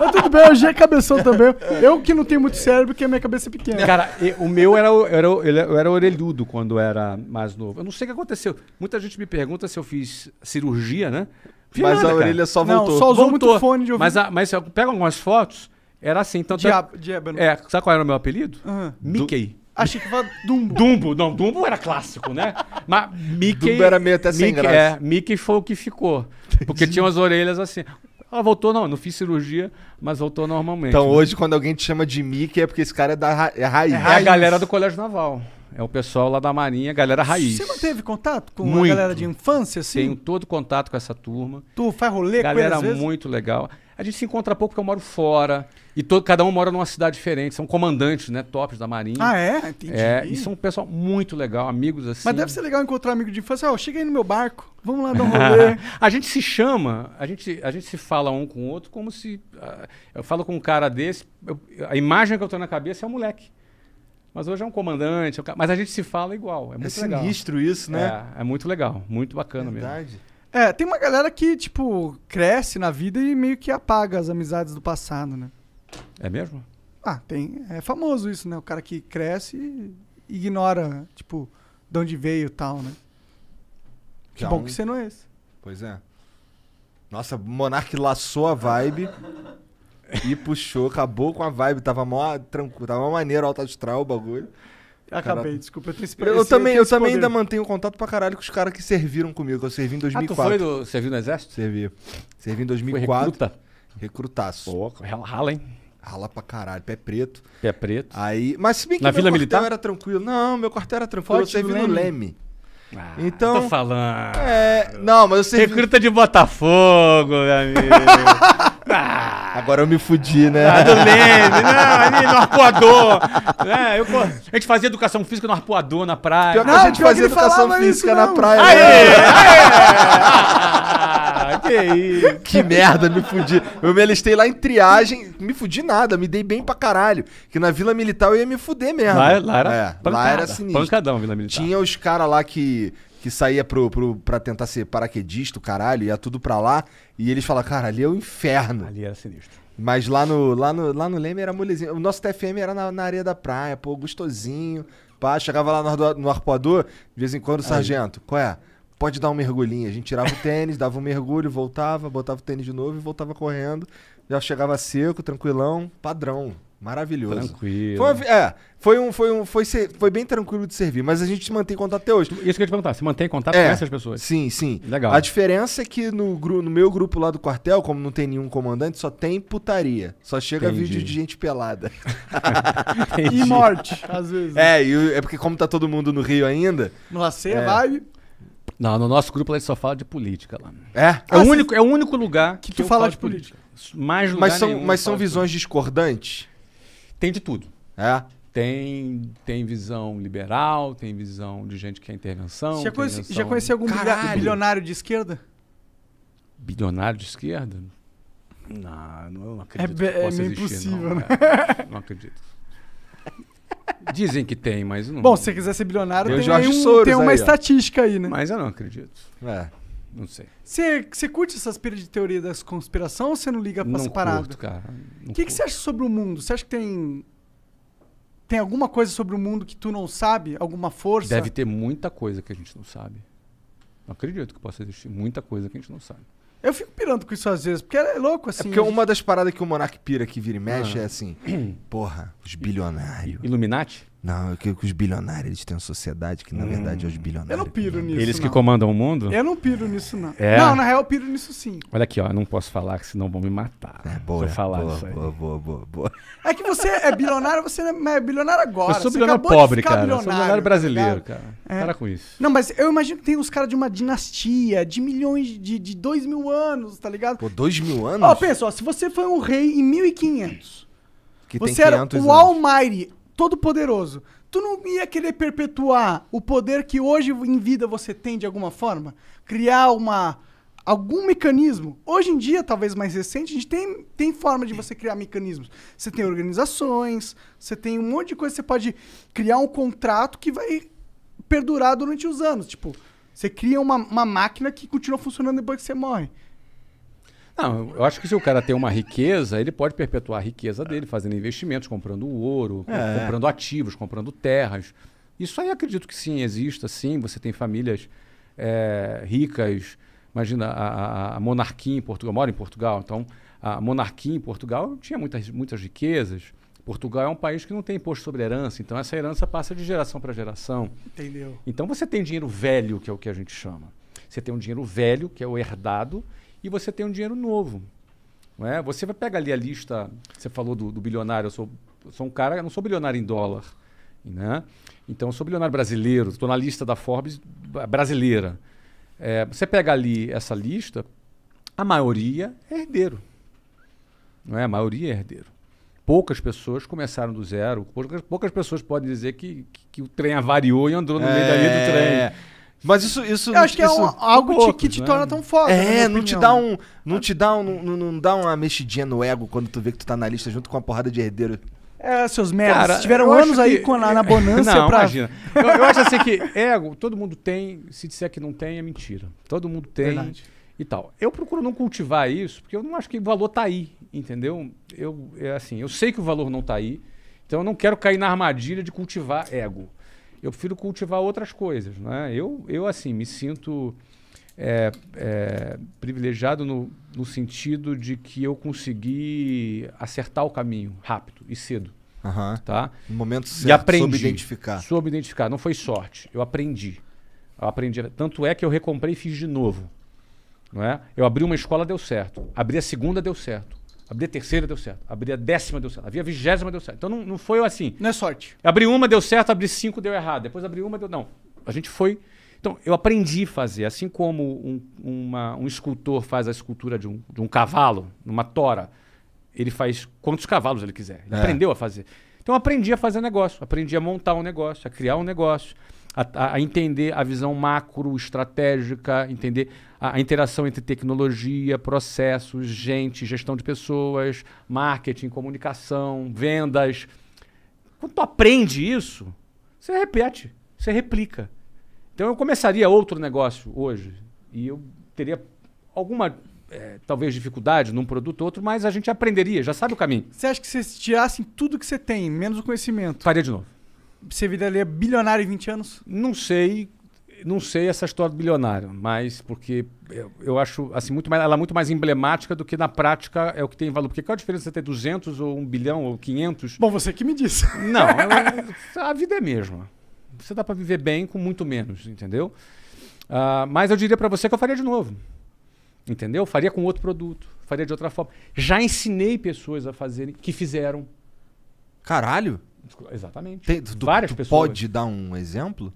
Speaker 2: Mas tudo bem, o G é cabeção também. Eu que não tenho muito cérebro, porque a minha cabeça é pequena.
Speaker 3: Cara, e- o meu era, o- era, o- ele- eu era orelhudo quando era mais novo. Eu não sei o que aconteceu. Muita gente me pergunta se eu fiz cirurgia, né? Fiz
Speaker 1: Mas
Speaker 3: nada,
Speaker 1: a
Speaker 3: cara.
Speaker 1: orelha só
Speaker 2: Não,
Speaker 1: voltou.
Speaker 2: só usou
Speaker 3: Voltou.
Speaker 2: muito fone de ouvido.
Speaker 3: Mas, a, mas eu pego algumas fotos, era assim. Tanto
Speaker 2: Diabo, diabo.
Speaker 1: né?
Speaker 3: É, é, sabe qual era o meu apelido?
Speaker 1: Ah.
Speaker 2: Aham.
Speaker 3: Mickey.
Speaker 2: Achei que falava Dumbo.
Speaker 3: Dumbo, não, Dumbo era clássico, né? Mas Mickey.
Speaker 1: Dumbo era meio até sem
Speaker 3: Mickey,
Speaker 1: graça.
Speaker 3: É, Mickey foi o que ficou. Porque tinha umas orelhas assim. Ela voltou, não, não fiz cirurgia, mas voltou normalmente.
Speaker 1: Então
Speaker 3: né?
Speaker 1: hoje, quando alguém te chama de Mickey, é porque esse cara é da ra- é raiz.
Speaker 3: É a galera do Colégio Naval. É o pessoal lá da Marinha, a galera raiz.
Speaker 2: Você não teve assim? contato com a
Speaker 3: Muito.
Speaker 2: galera de infância, assim?
Speaker 3: Tenho todo contato com essa turma.
Speaker 2: Tu faz rolê com ele
Speaker 3: galera
Speaker 2: às vezes?
Speaker 3: muito legal. A gente se encontra pouco porque eu moro fora. E todo, cada um mora numa cidade diferente. São comandantes, né? Tops da Marinha.
Speaker 2: Ah, é? Entendi.
Speaker 3: É, e são um pessoal muito legal, amigos assim.
Speaker 2: Mas deve ser legal encontrar um amigo de infância. Ó, chega aí no meu barco, vamos lá dar um rolê.
Speaker 3: A gente se chama, a gente, a gente se fala um com o outro como se. ah, eu falo com um cara desse, eu- a imagem que eu tenho na cabeça é um moleque. Mas hoje é um comandante, é um ca- mas a gente se fala igual. É
Speaker 1: É
Speaker 3: muito legal.
Speaker 1: sinistro isso, né?
Speaker 3: É, é muito legal, muito bacana mesmo.
Speaker 1: Verdade.
Speaker 2: É, tem uma galera que, tipo, cresce na vida e meio que apaga as amizades do passado, né?
Speaker 3: É mesmo?
Speaker 2: Ah, tem. É famoso isso, né? O cara que cresce e ignora, tipo, de onde veio e tal, né? Que
Speaker 1: Já
Speaker 2: bom
Speaker 1: um-
Speaker 2: que você não é esse.
Speaker 1: Pois é. Nossa, Monark laçou a vibe e puxou, acabou com a vibe. Tava mó tranquilo, tava mó maneiro, alto astral o bagulho.
Speaker 2: Acabei,
Speaker 1: Cara-
Speaker 2: desculpa. Eu, tenho esse,
Speaker 1: Eu
Speaker 2: esse-
Speaker 1: também,
Speaker 2: tenho
Speaker 1: eu
Speaker 2: esse
Speaker 1: também
Speaker 2: poder.
Speaker 1: ainda mantenho contato pra caralho com os caras que serviram comigo. que Eu servi em
Speaker 3: Ah, tu
Speaker 1: 2004.
Speaker 3: foi do serviu no exército?
Speaker 1: Servi. Servi em
Speaker 3: Foi
Speaker 1: 2004.
Speaker 3: recruta?
Speaker 1: Recrutaço.
Speaker 3: Pô, rala, hein?
Speaker 1: Rala pra caralho, pé preto.
Speaker 3: Pé é preto.
Speaker 1: Aí, mas se bem que
Speaker 3: Na
Speaker 1: meu
Speaker 3: Vila
Speaker 1: quartel
Speaker 3: Militar?
Speaker 1: era tranquilo. Não, meu quartel era tranquilo,
Speaker 3: Forte
Speaker 1: eu servi
Speaker 3: do
Speaker 1: no
Speaker 3: Leme.
Speaker 1: Leme.
Speaker 3: Ah,
Speaker 1: Então-
Speaker 3: Tô falando.
Speaker 1: É, não, mas eu servi...
Speaker 3: Recruta de Botafogo, meu amigo. ah,
Speaker 1: Agora eu me fudi, né?
Speaker 3: Ah, do Leme, não, ali no arpoador. É, eu co- a gente fazia educação física no arpoador na praia.
Speaker 1: Pior que
Speaker 2: Não,
Speaker 1: a gente
Speaker 2: pior que
Speaker 1: fazia
Speaker 2: ele
Speaker 1: educação
Speaker 2: falava
Speaker 1: física
Speaker 2: isso,
Speaker 1: na
Speaker 2: não.
Speaker 1: praia.
Speaker 3: Aê,
Speaker 1: né?
Speaker 3: aê! Ah, que isso?
Speaker 1: Que merda, me fudi. Eu me alistei lá em triagem, me fudi nada, me dei bem pra caralho. Que na Vila Militar eu ia me fuder mesmo.
Speaker 3: Lá, lá era,
Speaker 1: é, lá
Speaker 3: pancada,
Speaker 1: era sinistro.
Speaker 3: Pancadão, Vila Militar.
Speaker 1: Tinha os caras lá que, que saía pro, pro, pra tentar ser paraquedista, o caralho, ia tudo pra lá. E eles falavam, cara, ali é o inferno.
Speaker 3: Ali era sinistro.
Speaker 1: Mas lá no, lá no, lá no Leme era molezinho. O nosso TFM era na, na areia da praia, pô, gostosinho. Pá, chegava lá no, ardo- no arpoador, de vez em quando, o sargento, qual é? Pode dar um mergulhinho. A gente tirava o tênis, dava um mergulho, voltava, botava o tênis de novo e voltava correndo. Já chegava seco, tranquilão, padrão. Maravilhoso.
Speaker 3: Tranquilo.
Speaker 1: Foi, uma vi- é, foi um, foi um, foi, ser- foi bem tranquilo de servir, mas a gente mantém contato até hoje.
Speaker 3: Isso que eu ia te perguntar, você mantém contato
Speaker 1: É.
Speaker 3: com essas Tá pessoas?
Speaker 1: Sim, sim.
Speaker 3: Legal.
Speaker 1: A diferença é que no, gru- no meu grupo lá do quartel, como não tem nenhum comandante, só tem putaria. Só chega
Speaker 3: Entendi.
Speaker 1: vídeo de gente pelada.
Speaker 2: E morte, às vezes.
Speaker 1: É, e o- é porque como tá todo mundo no Rio ainda.
Speaker 2: No lacer,
Speaker 1: É.
Speaker 2: vibe.
Speaker 3: Não, no nosso grupo a gente só fala de política lá.
Speaker 1: É.
Speaker 3: É, o, único, é o único lugar
Speaker 2: Ah, Que tu
Speaker 3: eu
Speaker 2: fala
Speaker 3: falo
Speaker 2: de política.
Speaker 3: Mais lugar
Speaker 1: Mas são,
Speaker 3: nenhum
Speaker 1: mas
Speaker 3: eu
Speaker 1: são
Speaker 3: falo de
Speaker 1: visões discordantes.
Speaker 3: política. Tem de tudo.
Speaker 1: É.
Speaker 3: Tem, tem visão liberal, tem visão de gente que é intervenção.
Speaker 2: já,
Speaker 3: tem
Speaker 2: conheci,
Speaker 3: visão-
Speaker 2: já conheci algum bilha-
Speaker 1: né? Caralho.
Speaker 2: bilionário de esquerda?
Speaker 3: Bilionário de esquerda? Não, não, eu não acredito.
Speaker 2: be-
Speaker 3: que
Speaker 2: é
Speaker 3: possa
Speaker 2: meio
Speaker 3: existir,
Speaker 2: impossível,
Speaker 3: não,
Speaker 2: né?
Speaker 3: cara. Não acredito. Dizem que tem, mas
Speaker 1: Uhum.
Speaker 3: não.
Speaker 2: Bom, se você quiser ser bilionário,
Speaker 1: Tem o
Speaker 2: tem,
Speaker 1: Jorge
Speaker 2: aí um-
Speaker 1: Soros
Speaker 2: tem uma
Speaker 1: aí, ó.
Speaker 2: estatística aí, né?
Speaker 3: Mas eu não acredito.
Speaker 1: É.
Speaker 3: Não sei.
Speaker 2: Você você curte essas pilhas de teoria das conspiração ou você não liga pra
Speaker 3: não
Speaker 2: essa parada?
Speaker 3: curto, cara. Não
Speaker 2: O que, que você acha sobre o mundo? Você acha que tem. Tem alguma coisa sobre o mundo que tu não sabe? Alguma força?
Speaker 3: Deve ter muita coisa que a gente não sabe. Não acredito que possa existir muita coisa que a gente não sabe.
Speaker 2: Eu fico pirando com isso às vezes, porque é louco
Speaker 1: É
Speaker 2: assim.
Speaker 1: porque uma das paradas que o Monark pira que vira e mexe é assim. Porra, os bilionários.
Speaker 3: Illuminati?
Speaker 1: Não, é que os bilionários eles têm uma sociedade que na verdade é os bilionários.
Speaker 2: Eu não piro nisso.
Speaker 3: Eles que
Speaker 2: não.
Speaker 3: comandam o mundo?
Speaker 2: Eu não piro nisso, não.
Speaker 3: É?
Speaker 2: Não, na real, eu piro nisso sim.
Speaker 3: Olha aqui, ó. Eu não posso falar, que senão vão me matar.
Speaker 1: É
Speaker 3: Se
Speaker 1: boa,
Speaker 3: eu falar
Speaker 1: boa,
Speaker 3: isso aí.
Speaker 1: boa, boa, boa, boa.
Speaker 2: É que você é bilionário, você não é bilionário agora.
Speaker 3: Eu sou
Speaker 2: Você
Speaker 3: bilionário
Speaker 2: acabou de
Speaker 3: pobre,
Speaker 2: ficar
Speaker 3: cara. Eu sou bilionário
Speaker 2: tá
Speaker 3: brasileiro,
Speaker 2: ligado?
Speaker 3: cara.
Speaker 2: É.
Speaker 3: Para com isso.
Speaker 2: Não, mas eu imagino que tem uns caras de uma dinastia, de milhões, de, de dois mil anos, tá ligado?
Speaker 1: Pô, dois mil anos?
Speaker 2: Ó, pensa, ó, se você foi um rei em 1500,
Speaker 1: que tem
Speaker 2: você era
Speaker 1: 500
Speaker 2: o
Speaker 1: anos.
Speaker 2: Almighty, todo poderoso, tu não ia querer perpetuar o poder que hoje em vida você tem de alguma forma? Criar uma algum mecanismo? Hoje em dia, talvez mais recente, a gente tem, tem forma de você criar mecanismos. Você tem organizações, você tem um monte de coisa, você pode criar um contrato que vai perdurar durante os anos, tipo... Você cria uma, uma máquina que continua funcionando depois que você morre.
Speaker 3: Não, eu acho que se o cara tem uma riqueza, ele pode perpetuar a riqueza dele, fazendo investimentos, comprando ouro, co-
Speaker 1: É.
Speaker 3: comprando ativos, comprando terras. Isso aí eu acredito que sim, exista, sim. Você tem famílias eh, ricas. Imagina, a, a- a monarquia em Portugal, eu moro em Portugal, então a monarquia em Portugal tinha muitas, muitas riquezas. Portugal é um país que não tem imposto sobre herança, então essa herança passa de geração para geração.
Speaker 2: Entendeu?
Speaker 3: Então você tem dinheiro velho, que é o que a gente chama. Você tem um dinheiro velho, que é o herdado, e você tem um dinheiro novo. Não é? Você vai pegar ali a lista, você falou do, do bilionário, eu sou, eu sou um cara, eu não sou bilionário em dólar. Né? Então eu sou bilionário brasileiro, estou na lista da Forbes ba- brasileira. É, você pega ali essa lista, a maioria é herdeiro. Não é? A maioria é herdeiro. Poucas pessoas começaram do zero. Poucas, poucas pessoas podem dizer que, que, que o trem avariou e andou no meio da linha do
Speaker 1: É.
Speaker 3: trem.
Speaker 1: Mas isso, isso,
Speaker 2: Eu acho que é
Speaker 1: isso-
Speaker 2: um- algo
Speaker 3: poucos,
Speaker 2: te- que te
Speaker 3: né?
Speaker 2: torna tão foda. na
Speaker 1: É,
Speaker 2: minha
Speaker 1: não te
Speaker 2: opinião.
Speaker 1: dá um, não te dá um, não, não dá uma mexidinha no ego quando tu vê que tu tá na lista junto com uma porrada de herdeiro.
Speaker 2: É, seus merdas.
Speaker 3: Cara,
Speaker 2: Vocês tiveram
Speaker 3: eu acho
Speaker 2: anos aí
Speaker 3: que-
Speaker 2: com- na, na bonança
Speaker 3: Não,
Speaker 2: pra.
Speaker 3: imagina. Eu, eu acho assim que ego, todo mundo tem. Se disser que não tem, é mentira. Todo mundo tem
Speaker 2: Verdade.
Speaker 3: e tal. Eu procuro não cultivar isso, porque eu não acho que o valor tá aí, entendeu? Eu, é assim, eu sei que o valor não tá aí, então eu não quero cair na armadilha de cultivar ego. Eu prefiro cultivar outras coisas, né? Eu, eu assim, me sinto é, é, privilegiado no, no sentido de que eu consegui acertar o caminho rápido e cedo,
Speaker 1: Aham.
Speaker 3: tá?
Speaker 1: No Um momento certo,
Speaker 3: e aprendi.
Speaker 1: soube identificar.
Speaker 3: Soube identificar. Não foi sorte. Eu aprendi. Eu aprendi. Tanto é que eu recomprei e fiz de novo. Não é? Eu abri uma escola, deu certo. Abri a segunda, deu certo. Abri a terceira, deu certo. Abri a décima, deu certo. Abri a vigésima, deu certo. Então não, não foi assim.
Speaker 2: Não é sorte.
Speaker 3: Abri uma, deu certo. Abri cinco, deu errado. Depois abri uma, deu... Não. A gente foi... Então, eu aprendi a fazer. Assim como um, uma- um escultor faz a escultura de um, de um cavalo, numa tora, ele faz quantos cavalos ele quiser. Ele
Speaker 1: É.
Speaker 3: aprendeu a fazer. Então eu aprendi a fazer negócio, aprendi a montar um negócio, a criar um negócio, a, a- a entender a visão macro, estratégica, entender a, a interação entre tecnologia, processos, gente, gestão de pessoas, marketing, comunicação, vendas. Quando tu aprende isso, você repete, você replica. Então eu começaria outro negócio hoje e eu teria alguma, eh, talvez, dificuldade num produto ou outro, mas a gente aprenderia, já sabe o caminho.
Speaker 2: Você acha que se vocês tirassem tudo que você tem, menos o conhecimento,
Speaker 3: Faria de novo.
Speaker 2: você viraria bilionário em 20 anos?
Speaker 3: Não sei, não sei essa história do bilionário, mas porque eu, eu acho assim muito mais, ela é muito mais emblemática do que na prática é o que tem valor. Porque qual a diferença de você ter 200 ou 1 bilhão ou 500?
Speaker 2: Bom, você que me disse.
Speaker 3: Não, eu- a vida é a mesma. Você dá para viver bem com muito menos, entendeu? Ah, mas eu diria para você que eu faria de novo. Entendeu? Faria com outro produto, faria de outra forma. Já ensinei pessoas a fazerem, que fizeram.
Speaker 1: Caralho!
Speaker 3: Exatamente.
Speaker 1: Tem, tu, tu-
Speaker 3: Várias
Speaker 1: tu
Speaker 3: pessoas.
Speaker 1: pode dar um exemplo?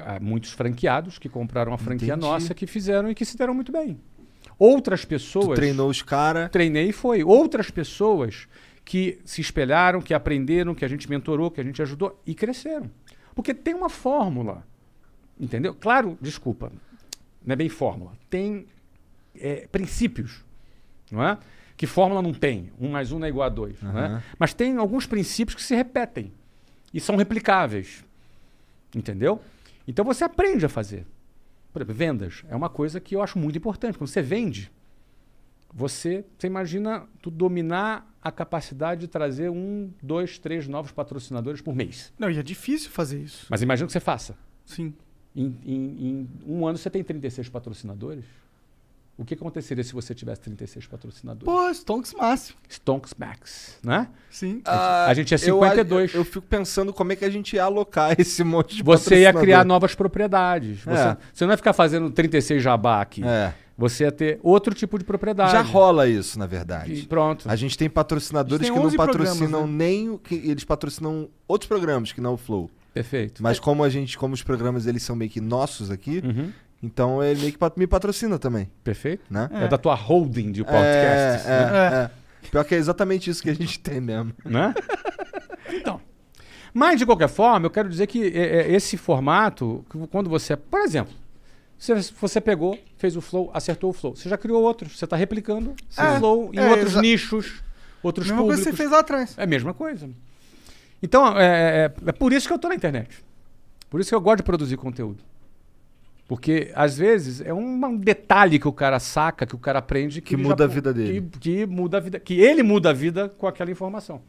Speaker 3: Ah, muitos franqueados que compraram a franquia
Speaker 1: Entendi.
Speaker 3: nossa que fizeram e que se deram muito bem. Outras pessoas.
Speaker 1: Tu treinou os caras.
Speaker 3: né? Treinei e foi. Outras pessoas que se espelharam, que aprenderam, que a gente mentorou, que a gente ajudou e cresceram. Porque tem uma fórmula. Entendeu? Claro, desculpa. Não é bem fórmula. Tem é, princípios. Não é? Que fórmula não tem. Um mais um não é igual a dois. não é?
Speaker 1: Aham.
Speaker 3: Mas tem alguns princípios que se repetem e são replicáveis. Entendeu? Então você aprende a fazer. Por exemplo, vendas é uma coisa que eu acho muito importante. Quando você vende, você, você imagina tu dominar a capacidade de trazer um, dois, três novos patrocinadores por mês.
Speaker 2: Não, e é difícil fazer isso.
Speaker 3: Mas imagina que você faça.
Speaker 2: Sim.
Speaker 3: Em, em- em um ano você tem 36 patrocinadores. O que aconteceria se você tivesse 36 patrocinadores?
Speaker 2: Pô, Stonks máximo. Ah,
Speaker 3: Stonks Max, né?
Speaker 2: Sim.
Speaker 1: Ah, A
Speaker 3: gente é 52.
Speaker 1: Eu, eu fico pensando como é que a gente ia alocar esse monte de
Speaker 3: Você ia
Speaker 1: patrocinador.
Speaker 3: criar novas propriedades. Você,
Speaker 1: É.
Speaker 3: você não ia ficar fazendo 36 jabá aqui.
Speaker 1: É.
Speaker 3: Você ia ter outro tipo de propriedade.
Speaker 1: Já rola isso, na
Speaker 3: E
Speaker 1: verdade.
Speaker 3: pronto.
Speaker 1: A gente tem patrocinadores
Speaker 2: A
Speaker 1: que
Speaker 2: gente tem
Speaker 1: não
Speaker 2: 11
Speaker 1: patrocinam
Speaker 2: programas, né?
Speaker 1: nem o que eles patrocinam outros programas que não o Flow.
Speaker 3: Perfeito.
Speaker 1: Mas como a gente, como os programas eles são meio que nossos aqui,
Speaker 3: Uhum.
Speaker 1: então ele meio que pat- me patrocina também,
Speaker 3: Perfeito.
Speaker 1: né?
Speaker 3: É. da tua holding de podcasts.
Speaker 1: É, é, é. Pior que é exatamente isso que a gente tem mesmo.
Speaker 3: né? então. Mas, de qualquer forma, eu quero dizer que é, é, esse formato, que quando você. Por exemplo, você, você pegou, fez o flow, acertou o flow. Você já criou outros, você está replicando o
Speaker 2: É,
Speaker 3: flow em
Speaker 2: é,
Speaker 3: outros
Speaker 2: exa-
Speaker 3: nichos, outros
Speaker 2: Mesma coisa
Speaker 3: públicos.
Speaker 2: que você fez lá atrás.
Speaker 3: É a mesma coisa. Então, é, é- é por isso que eu estou na internet. Por isso que eu gosto de produzir conteúdo. Porque, às vezes, é um, um detalhe que o cara saca, que o cara aprende.
Speaker 1: Que
Speaker 3: ele
Speaker 1: muda a
Speaker 3: pô-
Speaker 1: vida dele.
Speaker 3: Que, que muda a vida. Que ele muda a vida com aquela informação.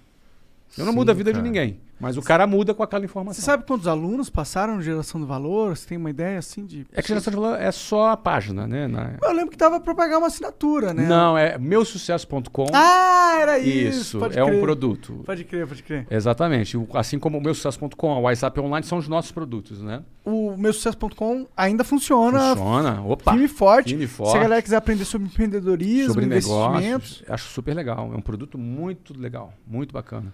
Speaker 3: Eu não
Speaker 1: Sim,
Speaker 3: mudo a vida
Speaker 1: cara.
Speaker 3: de ninguém. Mas o cara muda com aquela informação.
Speaker 2: Você sabe quantos alunos passaram no Geração do Valor? Você tem uma ideia assim de.
Speaker 3: É que geração de valor é só a página, né? Na-
Speaker 2: Eu lembro que dava pra pagar uma assinatura, né?
Speaker 3: Não, é meusucesso.com.
Speaker 2: Ah, era isso.
Speaker 3: isso,
Speaker 2: pode
Speaker 3: é um
Speaker 2: crer.
Speaker 3: produto.
Speaker 2: Pode crer, pode crer.
Speaker 3: Exatamente. O- Assim como o meusucesso.com, a WhatsApp Online são os nossos produtos, né?
Speaker 2: O meu sucesso.com ainda funciona.
Speaker 3: Funciona. Opa.
Speaker 2: Firme e forte.
Speaker 3: Firme e
Speaker 2: Se
Speaker 3: forte.
Speaker 2: a galera quiser aprender sobre empreendedorismo,
Speaker 3: sobre
Speaker 2: investimentos.
Speaker 3: negócios. Acho super legal. É um produto muito legal, muito bacana.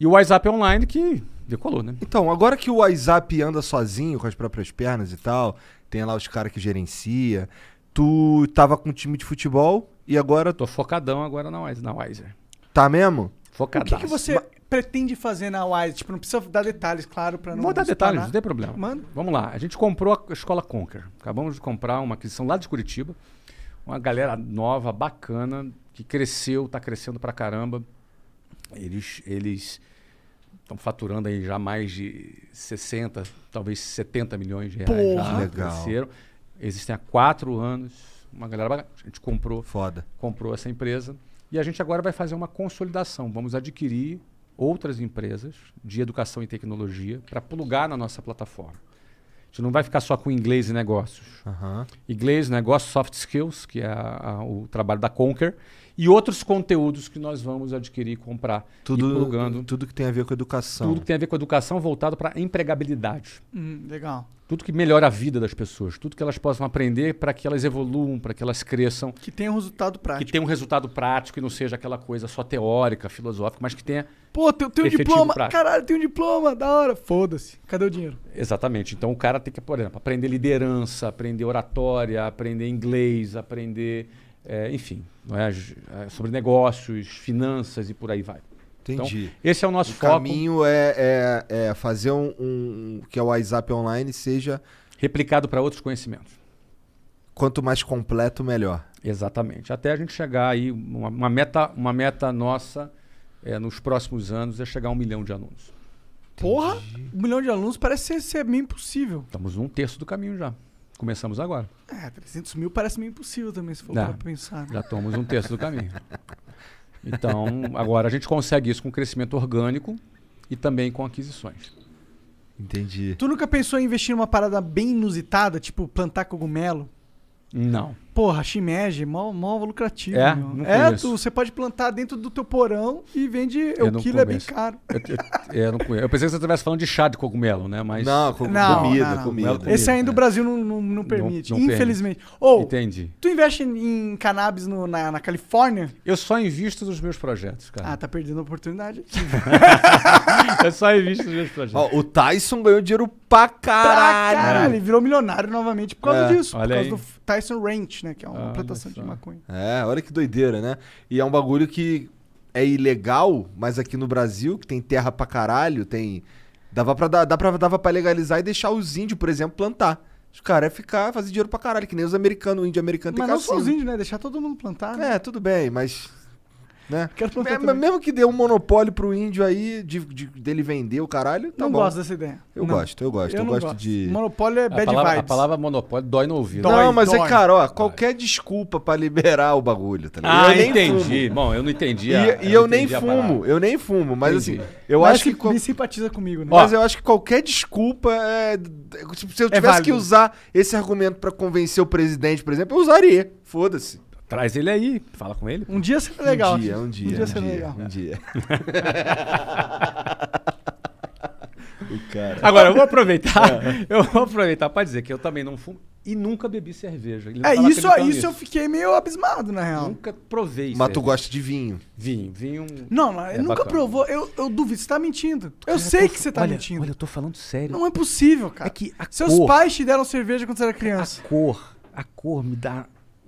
Speaker 3: E o WhatsApp Online que decolou, né?
Speaker 1: Então, agora que o WhatsApp anda sozinho com as próprias pernas e tal, tem lá os caras que gerencia, tu tava com um time de futebol e agora
Speaker 3: Tô focadão agora na Wise, na Wiser.
Speaker 1: tá mesmo?
Speaker 2: O
Speaker 3: Focadaço.
Speaker 2: que, que você pretende fazer na Wise? Tipo, não precisa dar detalhes, claro, pra não.
Speaker 3: Vou dar
Speaker 2: espanar.
Speaker 3: detalhes, não tem problema.
Speaker 2: Manda.
Speaker 3: Vamos lá. A gente comprou a escola Conquer. Acabamos de comprar uma aquisição lá de Curitiba. Uma galera nova, bacana, que cresceu, tá crescendo pra caramba. Eles eles estão faturando aí já mais de 60, talvez 70 milhões de reais.
Speaker 1: Porra!
Speaker 3: já,
Speaker 1: Legal.
Speaker 3: cresceram. Existem há quatro anos. Uma galera, bacana. a gente comprou
Speaker 1: Foda.
Speaker 3: comprou essa empresa. E a gente agora vai fazer uma consolidação. Vamos adquirir outras empresas de educação e tecnologia para plugar na nossa plataforma. A gente não vai ficar só com inglês e negócios.
Speaker 1: Aham.
Speaker 3: Inglês, negócios, soft skills, que é a- a- o trabalho da Conquer, e outros conteúdos que nós vamos adquirir, comprar e
Speaker 1: Tudo,
Speaker 3: plugando.
Speaker 1: tudo que tem a ver com educação.
Speaker 3: Tudo que tem a ver com educação voltado para empregabilidade
Speaker 2: Hum, legal.
Speaker 3: tudo que melhora a vida das pessoas, tudo que elas possam aprender para que elas evoluam, para que elas cresçam,
Speaker 2: Que tem um resultado prático.
Speaker 3: que tenha um resultado prático e não seja aquela coisa só teórica, filosófica, mas que tenha.
Speaker 2: Pô, tem, tem um
Speaker 3: Efetivo
Speaker 2: diploma.
Speaker 3: prático.
Speaker 2: Caralho, tem um diploma. Da hora. Foda-se. Cadê o dinheiro?
Speaker 3: Exatamente. Então o cara tem que, por exemplo, aprender liderança, aprender oratória, aprender inglês, aprender. é, enfim, não é? As- é, sobre negócios, finanças e por aí vai.
Speaker 1: Entendi.
Speaker 3: Então, esse é o nosso
Speaker 1: o
Speaker 3: foco.
Speaker 1: Um caminho é, é- é fazer um, um- que o WhatsApp online seja
Speaker 3: Replicado para outros conhecimentos.
Speaker 1: quanto mais completo, melhor.
Speaker 3: Exatamente. Até a gente chegar aí, uma, uma meta, uma meta nossa é, nos próximos anos é chegar a um milhão de alunos.
Speaker 2: Porra, um milhão de alunos parece ser, ser meio impossível.
Speaker 3: Estamos um terço do caminho já. Começamos agora.
Speaker 2: É, 300 mil parece meio impossível também, se for
Speaker 3: Dá.
Speaker 2: pra pensar. né?
Speaker 3: Já estamos um terço do caminho. Então, agora a gente consegue isso com crescimento orgânico e também com aquisições.
Speaker 1: Entendi.
Speaker 2: Tu nunca pensou em investir numa parada bem inusitada, tipo plantar cogumelo?
Speaker 3: Não.
Speaker 2: Porra, shimeji, mó, mó lucrativo.
Speaker 3: É?
Speaker 2: meu.
Speaker 3: Não
Speaker 2: é
Speaker 3: conheço.
Speaker 2: tu, você pode plantar dentro do teu porão e vende.
Speaker 3: Eu
Speaker 2: o
Speaker 3: não
Speaker 2: quilo é bem
Speaker 3: conheço.
Speaker 2: caro.
Speaker 3: Eu, eu- eu não conheço. Eu pensei que você estivesse falando de chá de cogumelo, né? Mas.
Speaker 1: Não, com,
Speaker 2: Não,
Speaker 1: comida,
Speaker 2: não, não.
Speaker 1: comida.
Speaker 3: Não,
Speaker 2: Esse ainda
Speaker 3: né?
Speaker 2: o Brasil não, não, não permite,
Speaker 3: não permite.
Speaker 2: infelizmente. Ou,
Speaker 3: Entendi.
Speaker 2: tu investe em cannabis no- na, na Califórnia?
Speaker 3: Eu só invisto nos meus projetos,
Speaker 2: Ah,
Speaker 3: cara.
Speaker 2: tá perdendo a oportunidade.
Speaker 3: Eu só invisto nos meus projetos.
Speaker 1: Ó, o Tyson ganhou dinheiro pra
Speaker 2: Caralho,
Speaker 1: caralho.
Speaker 2: ele virou milionário novamente por causa
Speaker 1: É,
Speaker 2: disso. Por
Speaker 3: olha
Speaker 2: causa
Speaker 3: aí.
Speaker 2: do Tyson Ranch, né? Que é uma
Speaker 3: Olha
Speaker 2: plantação de
Speaker 3: só.
Speaker 2: maconha.
Speaker 1: É, olha que doideira, né? E é um bagulho que é ilegal, mas aqui no Brasil, que tem terra pra caralho, tem. Dava pra, dar- dá pra, dava pra legalizar e deixar os índios, por exemplo, plantar. Os caras iam ficar, fazer dinheiro pra caralho, que nem os americanos, o índio americano tem
Speaker 2: Mas não só os
Speaker 1: cassino.
Speaker 2: índios, né? Deixar todo mundo plantar. né?
Speaker 1: assim, É, tudo bem, mas. Né?
Speaker 2: Quero plantar
Speaker 1: Me-
Speaker 2: também.
Speaker 1: mesmo que dê um monopólio pro índio aí, de, de- dele vender o caralho, tá
Speaker 2: não
Speaker 1: bom.
Speaker 2: gosto dessa ideia.
Speaker 1: Eu
Speaker 2: Não.
Speaker 1: gosto, eu gosto. Eu,
Speaker 2: não
Speaker 1: gosto, de.
Speaker 2: Monopólio é
Speaker 3: A
Speaker 2: bad
Speaker 3: palavra, a
Speaker 2: vibes.
Speaker 3: palavra monopólio dói no ouvido.
Speaker 2: Dói,
Speaker 1: não, mas é,
Speaker 2: dói.
Speaker 1: cara, ó, qualquer desculpa pra liberar o bagulho, tá ligado?
Speaker 3: Ah,
Speaker 1: Eu nem
Speaker 3: entendi. Bom, eu não entendi.
Speaker 1: E,
Speaker 3: a-
Speaker 1: e eu, nem
Speaker 3: entendi a parada.
Speaker 1: fumo, eu nem fumo, mas
Speaker 3: Entendi.
Speaker 1: assim, eu
Speaker 2: Mas
Speaker 1: acho que.
Speaker 2: se-
Speaker 1: qual-
Speaker 2: me simpatiza comigo, né?
Speaker 1: Mas eu acho que qualquer desculpa é. Se eu tivesse
Speaker 2: válido.
Speaker 1: que usar esse argumento pra convencer o presidente, por exemplo, eu usaria. Foda-se.
Speaker 3: Traz ele aí, fala com ele.
Speaker 2: um dia será legal.
Speaker 1: Um dia, um dia.
Speaker 2: Um dia será legal.
Speaker 1: Um dia. o cara.
Speaker 3: Agora, eu vou aproveitar, eu vou aproveitar para dizer que eu também não fumo e nunca bebi cerveja. Ele Hum? não
Speaker 2: É,
Speaker 3: tava
Speaker 2: isso,
Speaker 3: acreditando
Speaker 2: isso eu
Speaker 3: nisso.
Speaker 2: fiquei meio abismado, na real.
Speaker 3: Nunca provei
Speaker 1: Mas tu
Speaker 3: cerveja.
Speaker 1: gosta de vinho.
Speaker 3: Vinho, vinho...
Speaker 2: Não, não
Speaker 3: É
Speaker 2: nunca
Speaker 3: bacana.
Speaker 2: provou. Eu, eu duvido, você tá mentindo. Eu sei que você tá
Speaker 3: olha,
Speaker 2: mentindo.
Speaker 3: Olha, eu tô falando sério.
Speaker 2: Não é possível, cara.
Speaker 3: É que a
Speaker 2: Seus
Speaker 3: cor-
Speaker 2: pais te deram cerveja quando você era criança.
Speaker 3: a cor, a cor me dá...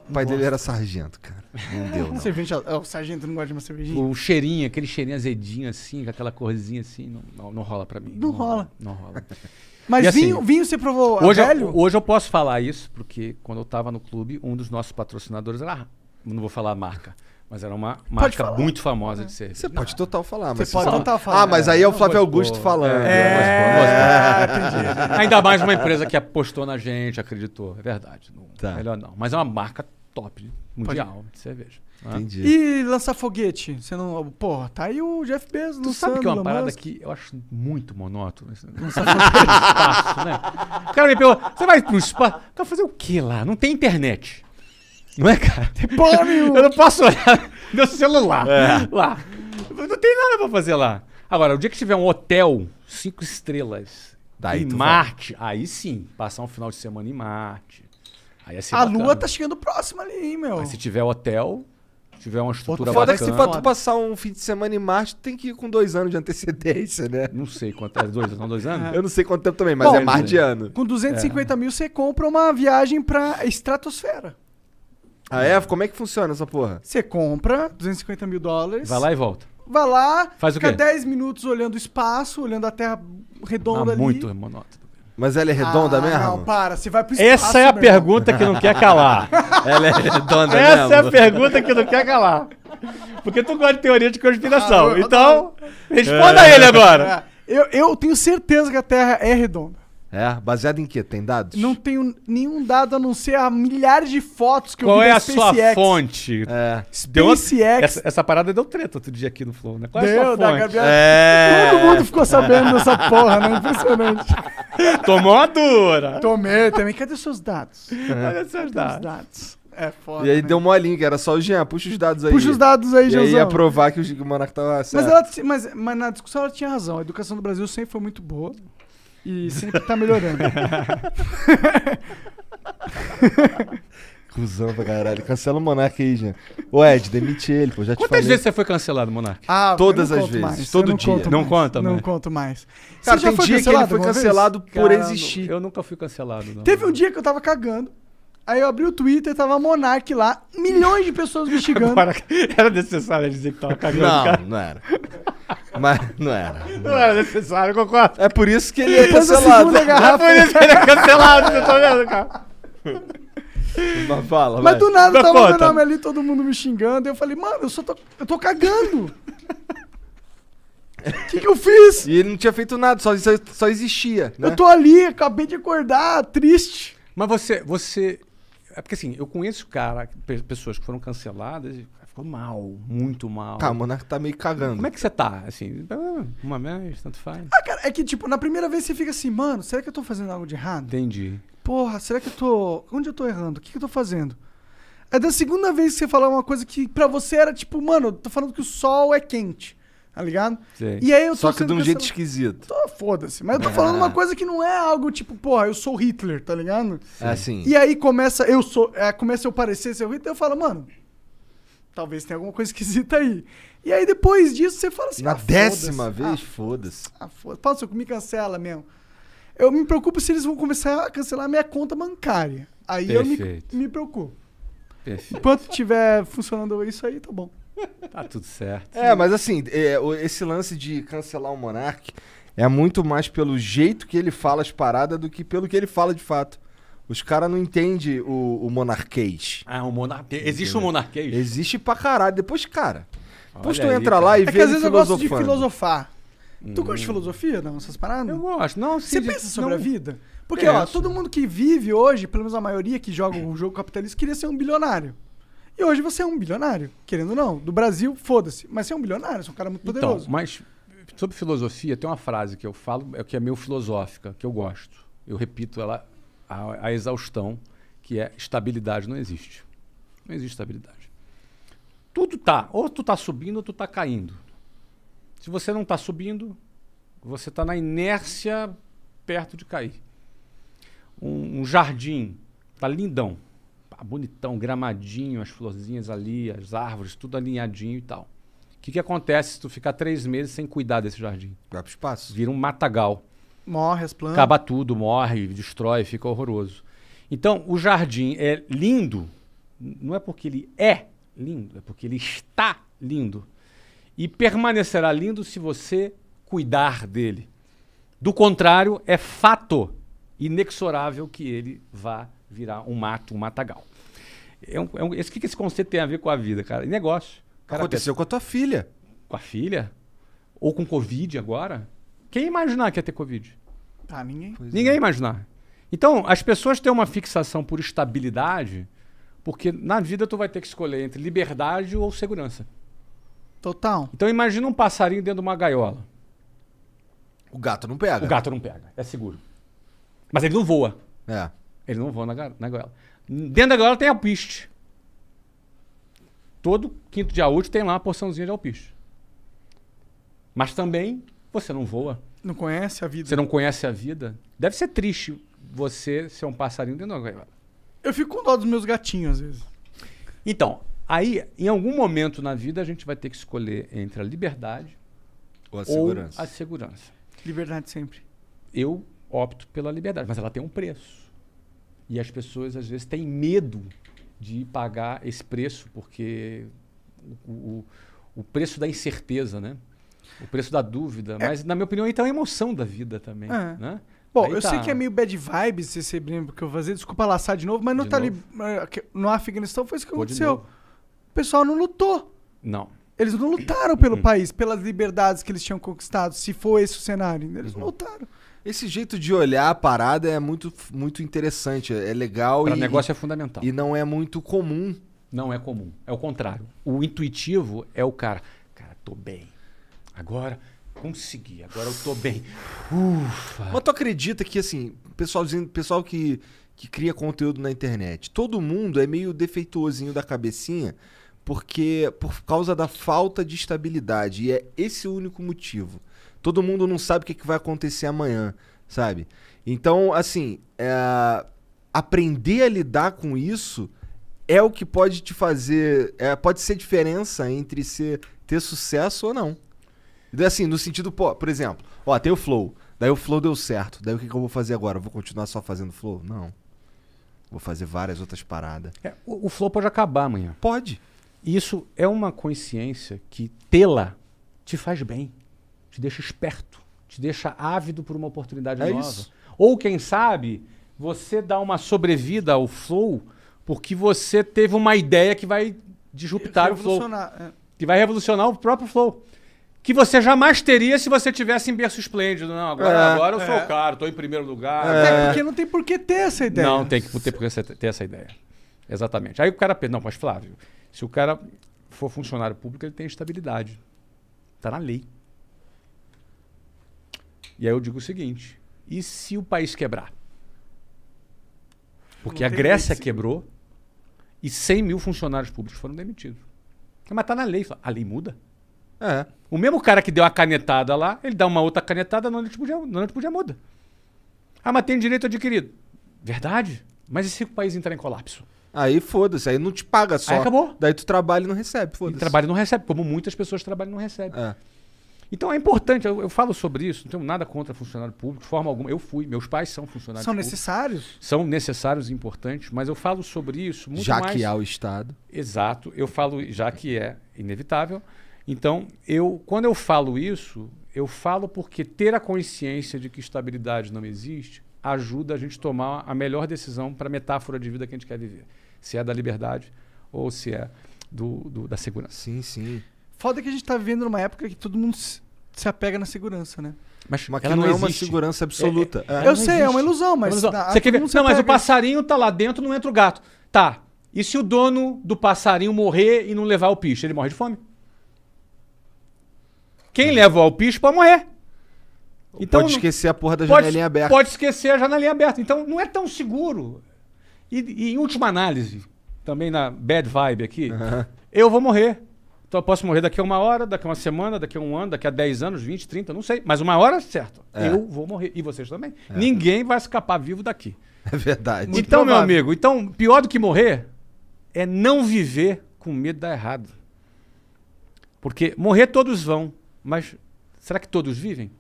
Speaker 1: O pai dele era sargento, cara. Não
Speaker 3: Ah,
Speaker 1: deu, não.
Speaker 2: Cerveja, Um ó, o sargento não gosta de uma cervejinha.
Speaker 3: O cheirinho, aquele cheirinho azedinho assim, com aquela corzinha assim, não, não, não rola pra mim.
Speaker 2: Não rola.
Speaker 3: Não rola.
Speaker 2: Mas
Speaker 3: E assim,
Speaker 2: vinho, vinho você provou
Speaker 3: Hoje, é eu-
Speaker 2: velho?
Speaker 3: hoje eu posso falar isso, porque quando eu tava no clube, um dos nossos patrocinadores era... Não vou falar a marca, mas era uma marca
Speaker 2: falar. É.
Speaker 3: muito famosa de cerveja.
Speaker 1: Você pode total falar, mas.
Speaker 2: Você
Speaker 1: se
Speaker 2: pode
Speaker 1: fala-
Speaker 2: total falar.
Speaker 1: Ah, mas aí é o
Speaker 3: Não,
Speaker 1: Flávio
Speaker 3: mas,
Speaker 1: Augusto
Speaker 3: pô,
Speaker 1: falando.
Speaker 3: É, entendi. Ainda mais uma empresa que apostou na gente, acreditou. É verdade. Não,
Speaker 1: Tá.
Speaker 3: Melhor não. Mas é uma marca top, mundial de cerveja. né?
Speaker 1: Entendi.
Speaker 2: E lançar foguete? Você não. Porra, tá aí o Jeff Bezos
Speaker 3: Tu
Speaker 2: lançando,
Speaker 3: sabe que é uma
Speaker 2: Elon
Speaker 3: parada
Speaker 2: Musk.
Speaker 3: que eu acho muito monótono. assim, esse negócio. espaço, né? O cara me pergunta, você vai pro espaço? Pra fazer o que lá? Não tem internet. Não é, cara?
Speaker 2: Porra nenhuma.
Speaker 3: Eu não posso olhar meu celular
Speaker 1: É.
Speaker 3: lá. Não tem nada pra fazer lá. Agora, o dia que tiver um hotel, cinco estrelas,
Speaker 1: Daí
Speaker 3: em
Speaker 1: tu
Speaker 3: Marte, aí sim, passar um final de semana em Marte. Aí ia ser
Speaker 2: A lua
Speaker 3: bacana.
Speaker 2: tá chegando próxima ali, hein, meu.
Speaker 3: Mas se tiver hotel, tiver uma estrutura
Speaker 1: Foda
Speaker 2: é
Speaker 3: bacana...
Speaker 1: que se pra tu passar um fim de semana em Marte, tu tem que ir com dois anos de antecedência, né?
Speaker 3: Não sei quanto é, dois, não dois anos?
Speaker 1: Eu não sei quanto tempo também, mas
Speaker 2: Bom,
Speaker 1: é mais de ano.
Speaker 2: Com 250 mil você compra uma viagem pra estratosfera.
Speaker 1: Ah, é? Como é que funciona essa porra?
Speaker 2: Você compra 250 mil dólares.
Speaker 3: Vai lá e volta.
Speaker 2: Vai lá,
Speaker 3: Faz o
Speaker 2: fica
Speaker 3: quê?
Speaker 2: 10 minutos olhando o espaço, olhando a terra redonda
Speaker 3: Ah,
Speaker 2: ali.
Speaker 3: muito monótono.
Speaker 1: Mas ela é redonda
Speaker 2: ah, Não,
Speaker 1: mesmo?
Speaker 2: para, você vai pro espaço.
Speaker 3: Essa é a
Speaker 2: meu irmão.
Speaker 3: pergunta que não quer calar.
Speaker 1: Ela é redonda
Speaker 3: Essa é a pergunta que não quer calar. Porque tu gosta de teoria de conspiração.
Speaker 4: Ah, eu
Speaker 3: então, responda a ele
Speaker 2: É.
Speaker 3: agora.
Speaker 2: Eu, eu tenho certeza que a Terra é redonda.
Speaker 1: É? Baseado em quê? Tem dados?
Speaker 2: Não tenho nenhum dado a não ser a milhares de fotos que eu
Speaker 3: Qual
Speaker 2: vi
Speaker 3: é
Speaker 2: da
Speaker 3: a sua
Speaker 2: SpaceX.
Speaker 3: fonte?
Speaker 1: É.
Speaker 3: Deu uma-
Speaker 2: SpaceX.
Speaker 3: Essa, essa parada deu treta outro dia aqui no Flow, né? Qual é a
Speaker 2: Deu,
Speaker 3: sua
Speaker 2: da
Speaker 3: fonte?
Speaker 2: Gabriela.
Speaker 3: É.
Speaker 2: Todo mundo ficou sabendo dessa porra, né? Impressionante.
Speaker 3: Tomou uma dura.
Speaker 2: Tomei também. Cadê seus dados?
Speaker 3: Olha seus
Speaker 2: Cadê os
Speaker 3: dados.
Speaker 2: dados? É foda.
Speaker 1: E aí
Speaker 2: né?
Speaker 1: deu molinho, que era só o Jean. Puxa os dados aí.
Speaker 2: Puxa os dados aí,
Speaker 1: E aí ia
Speaker 2: Josão.
Speaker 1: provar que o Gui- que o Monark tava certo.
Speaker 2: Mas, ela, ti- mas, mas na discussão ela tinha razão. A educação do Brasil sempre foi muito boa e sempre tá melhorando.
Speaker 1: Cusão pra caralho. Cancela o Monark aí, Jean. Ô, Ed, demite ele, pô. Já te
Speaker 3: Quantas
Speaker 1: falei.
Speaker 3: vezes você foi cancelado, Monark?
Speaker 2: Ah,
Speaker 1: Todas
Speaker 2: eu não
Speaker 1: as
Speaker 2: conto
Speaker 1: vezes,
Speaker 2: mais,
Speaker 1: todo
Speaker 2: eu não
Speaker 1: dia.
Speaker 2: conto
Speaker 3: Não
Speaker 2: mais,
Speaker 3: conta
Speaker 2: Não
Speaker 3: mais.
Speaker 2: conta mais.
Speaker 1: Cara,
Speaker 2: Você já
Speaker 1: tem dia que ele foi
Speaker 2: alguma vez?
Speaker 1: cancelado por
Speaker 2: Cara,
Speaker 1: existir.
Speaker 3: Eu nunca fui cancelado, não.
Speaker 2: Teve um dia que eu tava cagando. Aí eu abri o Twitter e tava Monark lá, milhões de pessoas me xingando.
Speaker 3: Agora, era necessário ele dizer que tava cagando,
Speaker 1: Não,
Speaker 3: cara.
Speaker 1: não era. Mas não era.
Speaker 3: Não era necessário, concordo.
Speaker 1: É por isso que ele é
Speaker 2: Depois da
Speaker 1: cancelado.
Speaker 2: segunda
Speaker 3: Ah,
Speaker 2: garrafa.
Speaker 3: por isso que ele é cancelado, você tá vendo, cara?
Speaker 1: Mas fala,
Speaker 2: Mas
Speaker 1: vai.
Speaker 2: do nada
Speaker 3: Mas
Speaker 2: tava meu
Speaker 3: conta.
Speaker 2: nome ali, todo mundo me xingando. Eu falei, mano, eu só tô. Eu tô cagando. O que, que eu fiz?
Speaker 1: E ele não tinha feito nada, só, só- só existia. Né?
Speaker 2: Eu tô ali, acabei de acordar, triste.
Speaker 3: Mas você, você... É porque assim, eu conheço, cara, pe- pessoas que foram canceladas e cara, ficou mal, muito mal.
Speaker 1: Tá, o Monark tá meio cagando.
Speaker 3: Como é que você tá? Assim, ah, uma vez, tanto faz.
Speaker 2: Ah, cara, é que, tipo, na primeira vez você fica assim, mano, será que eu tô fazendo algo de errado?
Speaker 3: Entendi.
Speaker 2: Porra, será que eu tô. Onde eu tô errando? O que, que eu tô fazendo? É da segunda vez que você falar uma coisa que pra você era tipo, mano, eu tô falando que o sol é quente, tá ligado?
Speaker 3: Sei.
Speaker 2: E aí eu tô
Speaker 1: Só que de
Speaker 2: sendo
Speaker 1: um jeito
Speaker 2: cancelado.
Speaker 1: esquisito.
Speaker 2: Tô, foda-se. Mas eu tô falando uma coisa que não é algo tipo, porra, eu sou Hitler, tá ligado?
Speaker 1: É assim.
Speaker 2: E aí começa, eu sou. é, começa eu parecer ser o Hitler, eu falo, mano, talvez tenha alguma coisa esquisita aí. E aí depois disso você fala assim,
Speaker 1: Na
Speaker 2: ah,
Speaker 1: décima
Speaker 2: foda-se.
Speaker 1: vez, foda-se.
Speaker 2: Ah, foda Passa, me cancela mesmo. Eu me preocupo se eles vão começar a cancelar minha conta bancária. Aí
Speaker 3: Perfeito.
Speaker 2: eu me, me preocupo.
Speaker 3: Perfeito.
Speaker 2: Enquanto tiver funcionando isso aí, tá bom.
Speaker 3: Tá tudo certo.
Speaker 1: É, mas assim, é, o- esse lance de cancelar o Monark é muito mais pelo jeito que ele fala as paradas do que pelo que ele fala de fato. Os caras não entendem o, o monarquês.
Speaker 3: Ah, um monarquês. Existe um monarquês?
Speaker 1: Existe pra caralho. Depois, cara. Depois
Speaker 3: Olha
Speaker 1: tu
Speaker 3: aí,
Speaker 1: entra
Speaker 3: cara.
Speaker 1: lá e
Speaker 2: É
Speaker 1: vê
Speaker 2: que às
Speaker 1: ele
Speaker 2: vezes eu gosto de
Speaker 1: filosofando.
Speaker 2: filosofar. Tu
Speaker 3: Hum.
Speaker 2: gosta de filosofia, não? Essas paradas?
Speaker 3: Eu gosto. Não, sim,
Speaker 2: Você
Speaker 3: de-
Speaker 2: pensa sobre
Speaker 3: não.
Speaker 2: a vida? Porque, ó,
Speaker 3: Penso.
Speaker 2: todo mundo que vive hoje, pelo menos a maioria que joga o jogo capitalista, queria ser um bilionário. E hoje você é um bilionário, querendo ou não. Do Brasil, foda-se. Mas você é um bilionário, você é um cara muito
Speaker 3: Então,
Speaker 2: poderoso.
Speaker 3: mas sobre filosofia, tem uma frase que eu falo, é que é meio filosófica, que eu gosto. Eu repito ela a, a exaustão, que é estabilidade não existe. Não existe estabilidade. Tudo tá, ou tu tá subindo ou tu tá caindo. Se você não tá subindo, você tá na inércia perto de cair. Um, um jardim tá lindão, pá, bonitão, gramadinho, as florzinhas ali, as árvores, tudo alinhadinho e tal. O que, que acontece se tu ficar três meses sem cuidar desse jardim?
Speaker 1: Vai pro espaço.
Speaker 3: Vira um matagal.
Speaker 2: Morre as plantas.
Speaker 3: Acaba tudo, morre, destrói, fica horroroso. Então, o jardim é lindo, n- não é porque ele é lindo, é porque ele está lindo. E permanecerá lindo se você cuidar dele. Do contrário, é fato inexorável que ele vá virar um mato, um matagal. É um, é um- esse, o que que esse conceito tem a ver com a vida, cara? Negócio. O cara pensa-
Speaker 1: Aconteceu com a tua filha.
Speaker 3: com a filha? Ou com Covid agora? Quem ia imaginar que ia ter Covid?
Speaker 2: Tá, ninguém.
Speaker 3: Ninguém ia imaginar. Então, as pessoas têm uma fixação por estabilidade, porque na vida tu vai ter que escolher entre liberdade ou segurança.
Speaker 2: Total.
Speaker 3: Então imagina um passarinho dentro de uma gaiola.
Speaker 1: O gato não pega.
Speaker 3: O gato não pega, é seguro. Mas ele não voa.
Speaker 1: É.
Speaker 3: Ele não voa na, ga- na gaiola. Dentro da gaiola tem alpiste. Todo quinto dia útil tem lá uma porçãozinha de alpiste. Mas também você não voa.
Speaker 2: Não conhece a vida.
Speaker 3: Você não conhece a vida? Deve ser triste você ser um passarinho dentro de uma gaiola.
Speaker 2: Eu fico com dó dos meus gatinhos, às vezes.
Speaker 3: Então, aí, em algum momento na vida, a gente vai ter que escolher entre a liberdade
Speaker 1: Ou a
Speaker 3: ou
Speaker 1: segurança.
Speaker 3: a segurança.
Speaker 2: Liberdade sempre.
Speaker 3: Eu opto pela liberdade, mas ela tem um preço. E as pessoas, às vezes, têm medo de pagar esse preço, porque o, o, o preço da incerteza, né? O preço da dúvida. Mas, na minha opinião, então é a emoção da vida também,
Speaker 2: É.
Speaker 3: né?
Speaker 2: Bom,
Speaker 3: Aí
Speaker 2: eu
Speaker 3: tá.
Speaker 2: sei que é meio bad vibes esse sebrinho que eu vou fazer. Desculpa laçar de novo, mas tá no,
Speaker 3: De
Speaker 2: Talib... eh, que- no Afeganistão foi isso que
Speaker 3: Vou de
Speaker 2: aconteceu.
Speaker 3: novo.
Speaker 2: O pessoal não lutou.
Speaker 3: Não.
Speaker 2: Eles não lutaram
Speaker 3: Hum.
Speaker 2: pelo país, pelas liberdades que eles tinham conquistado, se for esse o cenário.
Speaker 3: Uhum.
Speaker 2: Eles não lutaram.
Speaker 1: Esse jeito de olhar a parada é muito, muito interessante. É legal
Speaker 3: Para
Speaker 1: e,
Speaker 3: negócio é fundamental.
Speaker 1: e não é muito comum.
Speaker 3: Não é comum. É o contrário. O intuitivo é o cara. Cara, tô bem. Agora consegui. Agora eu tô bem. Ufa.
Speaker 1: Mas tu acredita que, assim, pessoalzinho, pessoal que, que cria conteúdo na internet, todo mundo é meio defeituosinho da cabecinha porque por causa da falta de estabilidade. E é esse o único motivo. Todo mundo não sabe o que, é que vai acontecer amanhã, sabe? Então, assim, é, aprender a lidar com isso é o que pode te fazer. é, pode ser diferença entre ser, ter sucesso ou não. Então, Assim, no sentido, pô, por exemplo, ó, tem o Flow. Daí o Flow deu certo. Daí o que, que eu vou fazer agora? Eu vou continuar só fazendo Flow? Não. Vou fazer várias outras paradas.
Speaker 3: É, o, o flow pode acabar amanhã.
Speaker 1: Pode.
Speaker 3: Isso é uma consciência que tê-la te faz bem, te deixa esperto, te deixa ávido por uma oportunidade
Speaker 1: É
Speaker 3: nova.
Speaker 1: isso.
Speaker 3: Ou quem sabe você dá uma sobrevida ao flow porque você teve uma ideia que vai disruptar o flow,
Speaker 2: Revolucionar, é.
Speaker 3: que vai revolucionar o próprio flow. Que você jamais teria se você tivesse em berço esplêndido. Não, agora,
Speaker 1: É,
Speaker 3: agora eu sou o cara, estou em primeiro lugar.
Speaker 2: Até porque não tem por que ter essa ideia.
Speaker 3: É. Não, tem que ter, porque você ter essa ideia. Exatamente. Aí o cara pensa, não, mas Flávio, se o cara for funcionário público, ele tem estabilidade. Está na lei. E aí eu digo o seguinte: e se o país quebrar? Porque
Speaker 2: Não
Speaker 3: a
Speaker 2: tem
Speaker 3: Grécia
Speaker 2: lei, sim.
Speaker 3: quebrou e 100 mil funcionários públicos foram demitidos. Mas tá na lei. Flávio. A lei muda.
Speaker 1: É.
Speaker 3: O mesmo cara que deu a canetada lá, ele dá uma outra canetada no ônibus podia, no ônibus podia muda. Ah, mas tem direito adquirido. Verdade. Mas e se o país entrar em colapso?
Speaker 1: Aí foda-se, aí não te paga só.
Speaker 3: Aí acabou.
Speaker 1: Daí tu trabalha e não recebe,
Speaker 3: E
Speaker 1: foda-se.
Speaker 3: trabalho não recebe, como muitas pessoas trabalham e não recebem.
Speaker 1: É.
Speaker 3: Então é importante, eu, eu falo sobre isso, não tenho nada contra funcionário público, de forma alguma. Eu fui, meus pais são funcionários
Speaker 2: São
Speaker 3: públicos.
Speaker 2: necessários.
Speaker 3: São necessários e importantes, mas eu falo sobre isso muito
Speaker 1: Já
Speaker 3: mais...
Speaker 1: que há o Estado.
Speaker 3: Exato, eu falo já que é inevitável. Então, eu quando eu falo isso, eu falo porque ter a consciência de que estabilidade não existe ajuda a gente a tomar a melhor decisão para a metáfora de vida que a gente quer viver. Se é da liberdade ou se é do, do- da segurança.
Speaker 1: Sim, sim.
Speaker 2: Foda que a gente tá vivendo numa época que todo mundo se se apega na segurança, né?
Speaker 3: Mas,
Speaker 1: Mas que
Speaker 3: ela
Speaker 1: não,
Speaker 3: não,
Speaker 1: é uma
Speaker 3: existe.
Speaker 1: segurança absoluta. É.
Speaker 2: eu
Speaker 3: não
Speaker 2: sei, é uma
Speaker 3: existe.
Speaker 2: ilusão, mas.
Speaker 3: Mas, ó,
Speaker 2: na-
Speaker 3: você quer ver?
Speaker 2: todo mundo se
Speaker 3: Não, mas o
Speaker 2: apega.
Speaker 3: passarinho tá lá dentro, não entra o gato. Tá. E se o dono do passarinho morrer e não levar o picho, ele morre de fome? Quem leva o alpiche pode morrer. Então
Speaker 1: pode
Speaker 3: não-
Speaker 1: esquecer a porra da
Speaker 3: pode-
Speaker 1: janelinha aberta.
Speaker 3: Pode esquecer a janelinha aberta. Então não é tão seguro. E, e em última análise, também na bad vibe aqui, eu vou morrer. Então eu posso morrer daqui a uma hora, daqui a uma semana, daqui a um ano, daqui a 10 anos, 20, 30, não sei. Mas uma hora, certo.
Speaker 1: É.
Speaker 3: Eu vou morrer. E vocês também. Ninguém vai escapar vivo daqui.
Speaker 1: É verdade.
Speaker 2: Muito
Speaker 3: então, meu
Speaker 2: provável.
Speaker 3: amigo, então pior do que morrer é não viver com medo de dar errado. Porque morrer todos vão, mas será que todos vivem?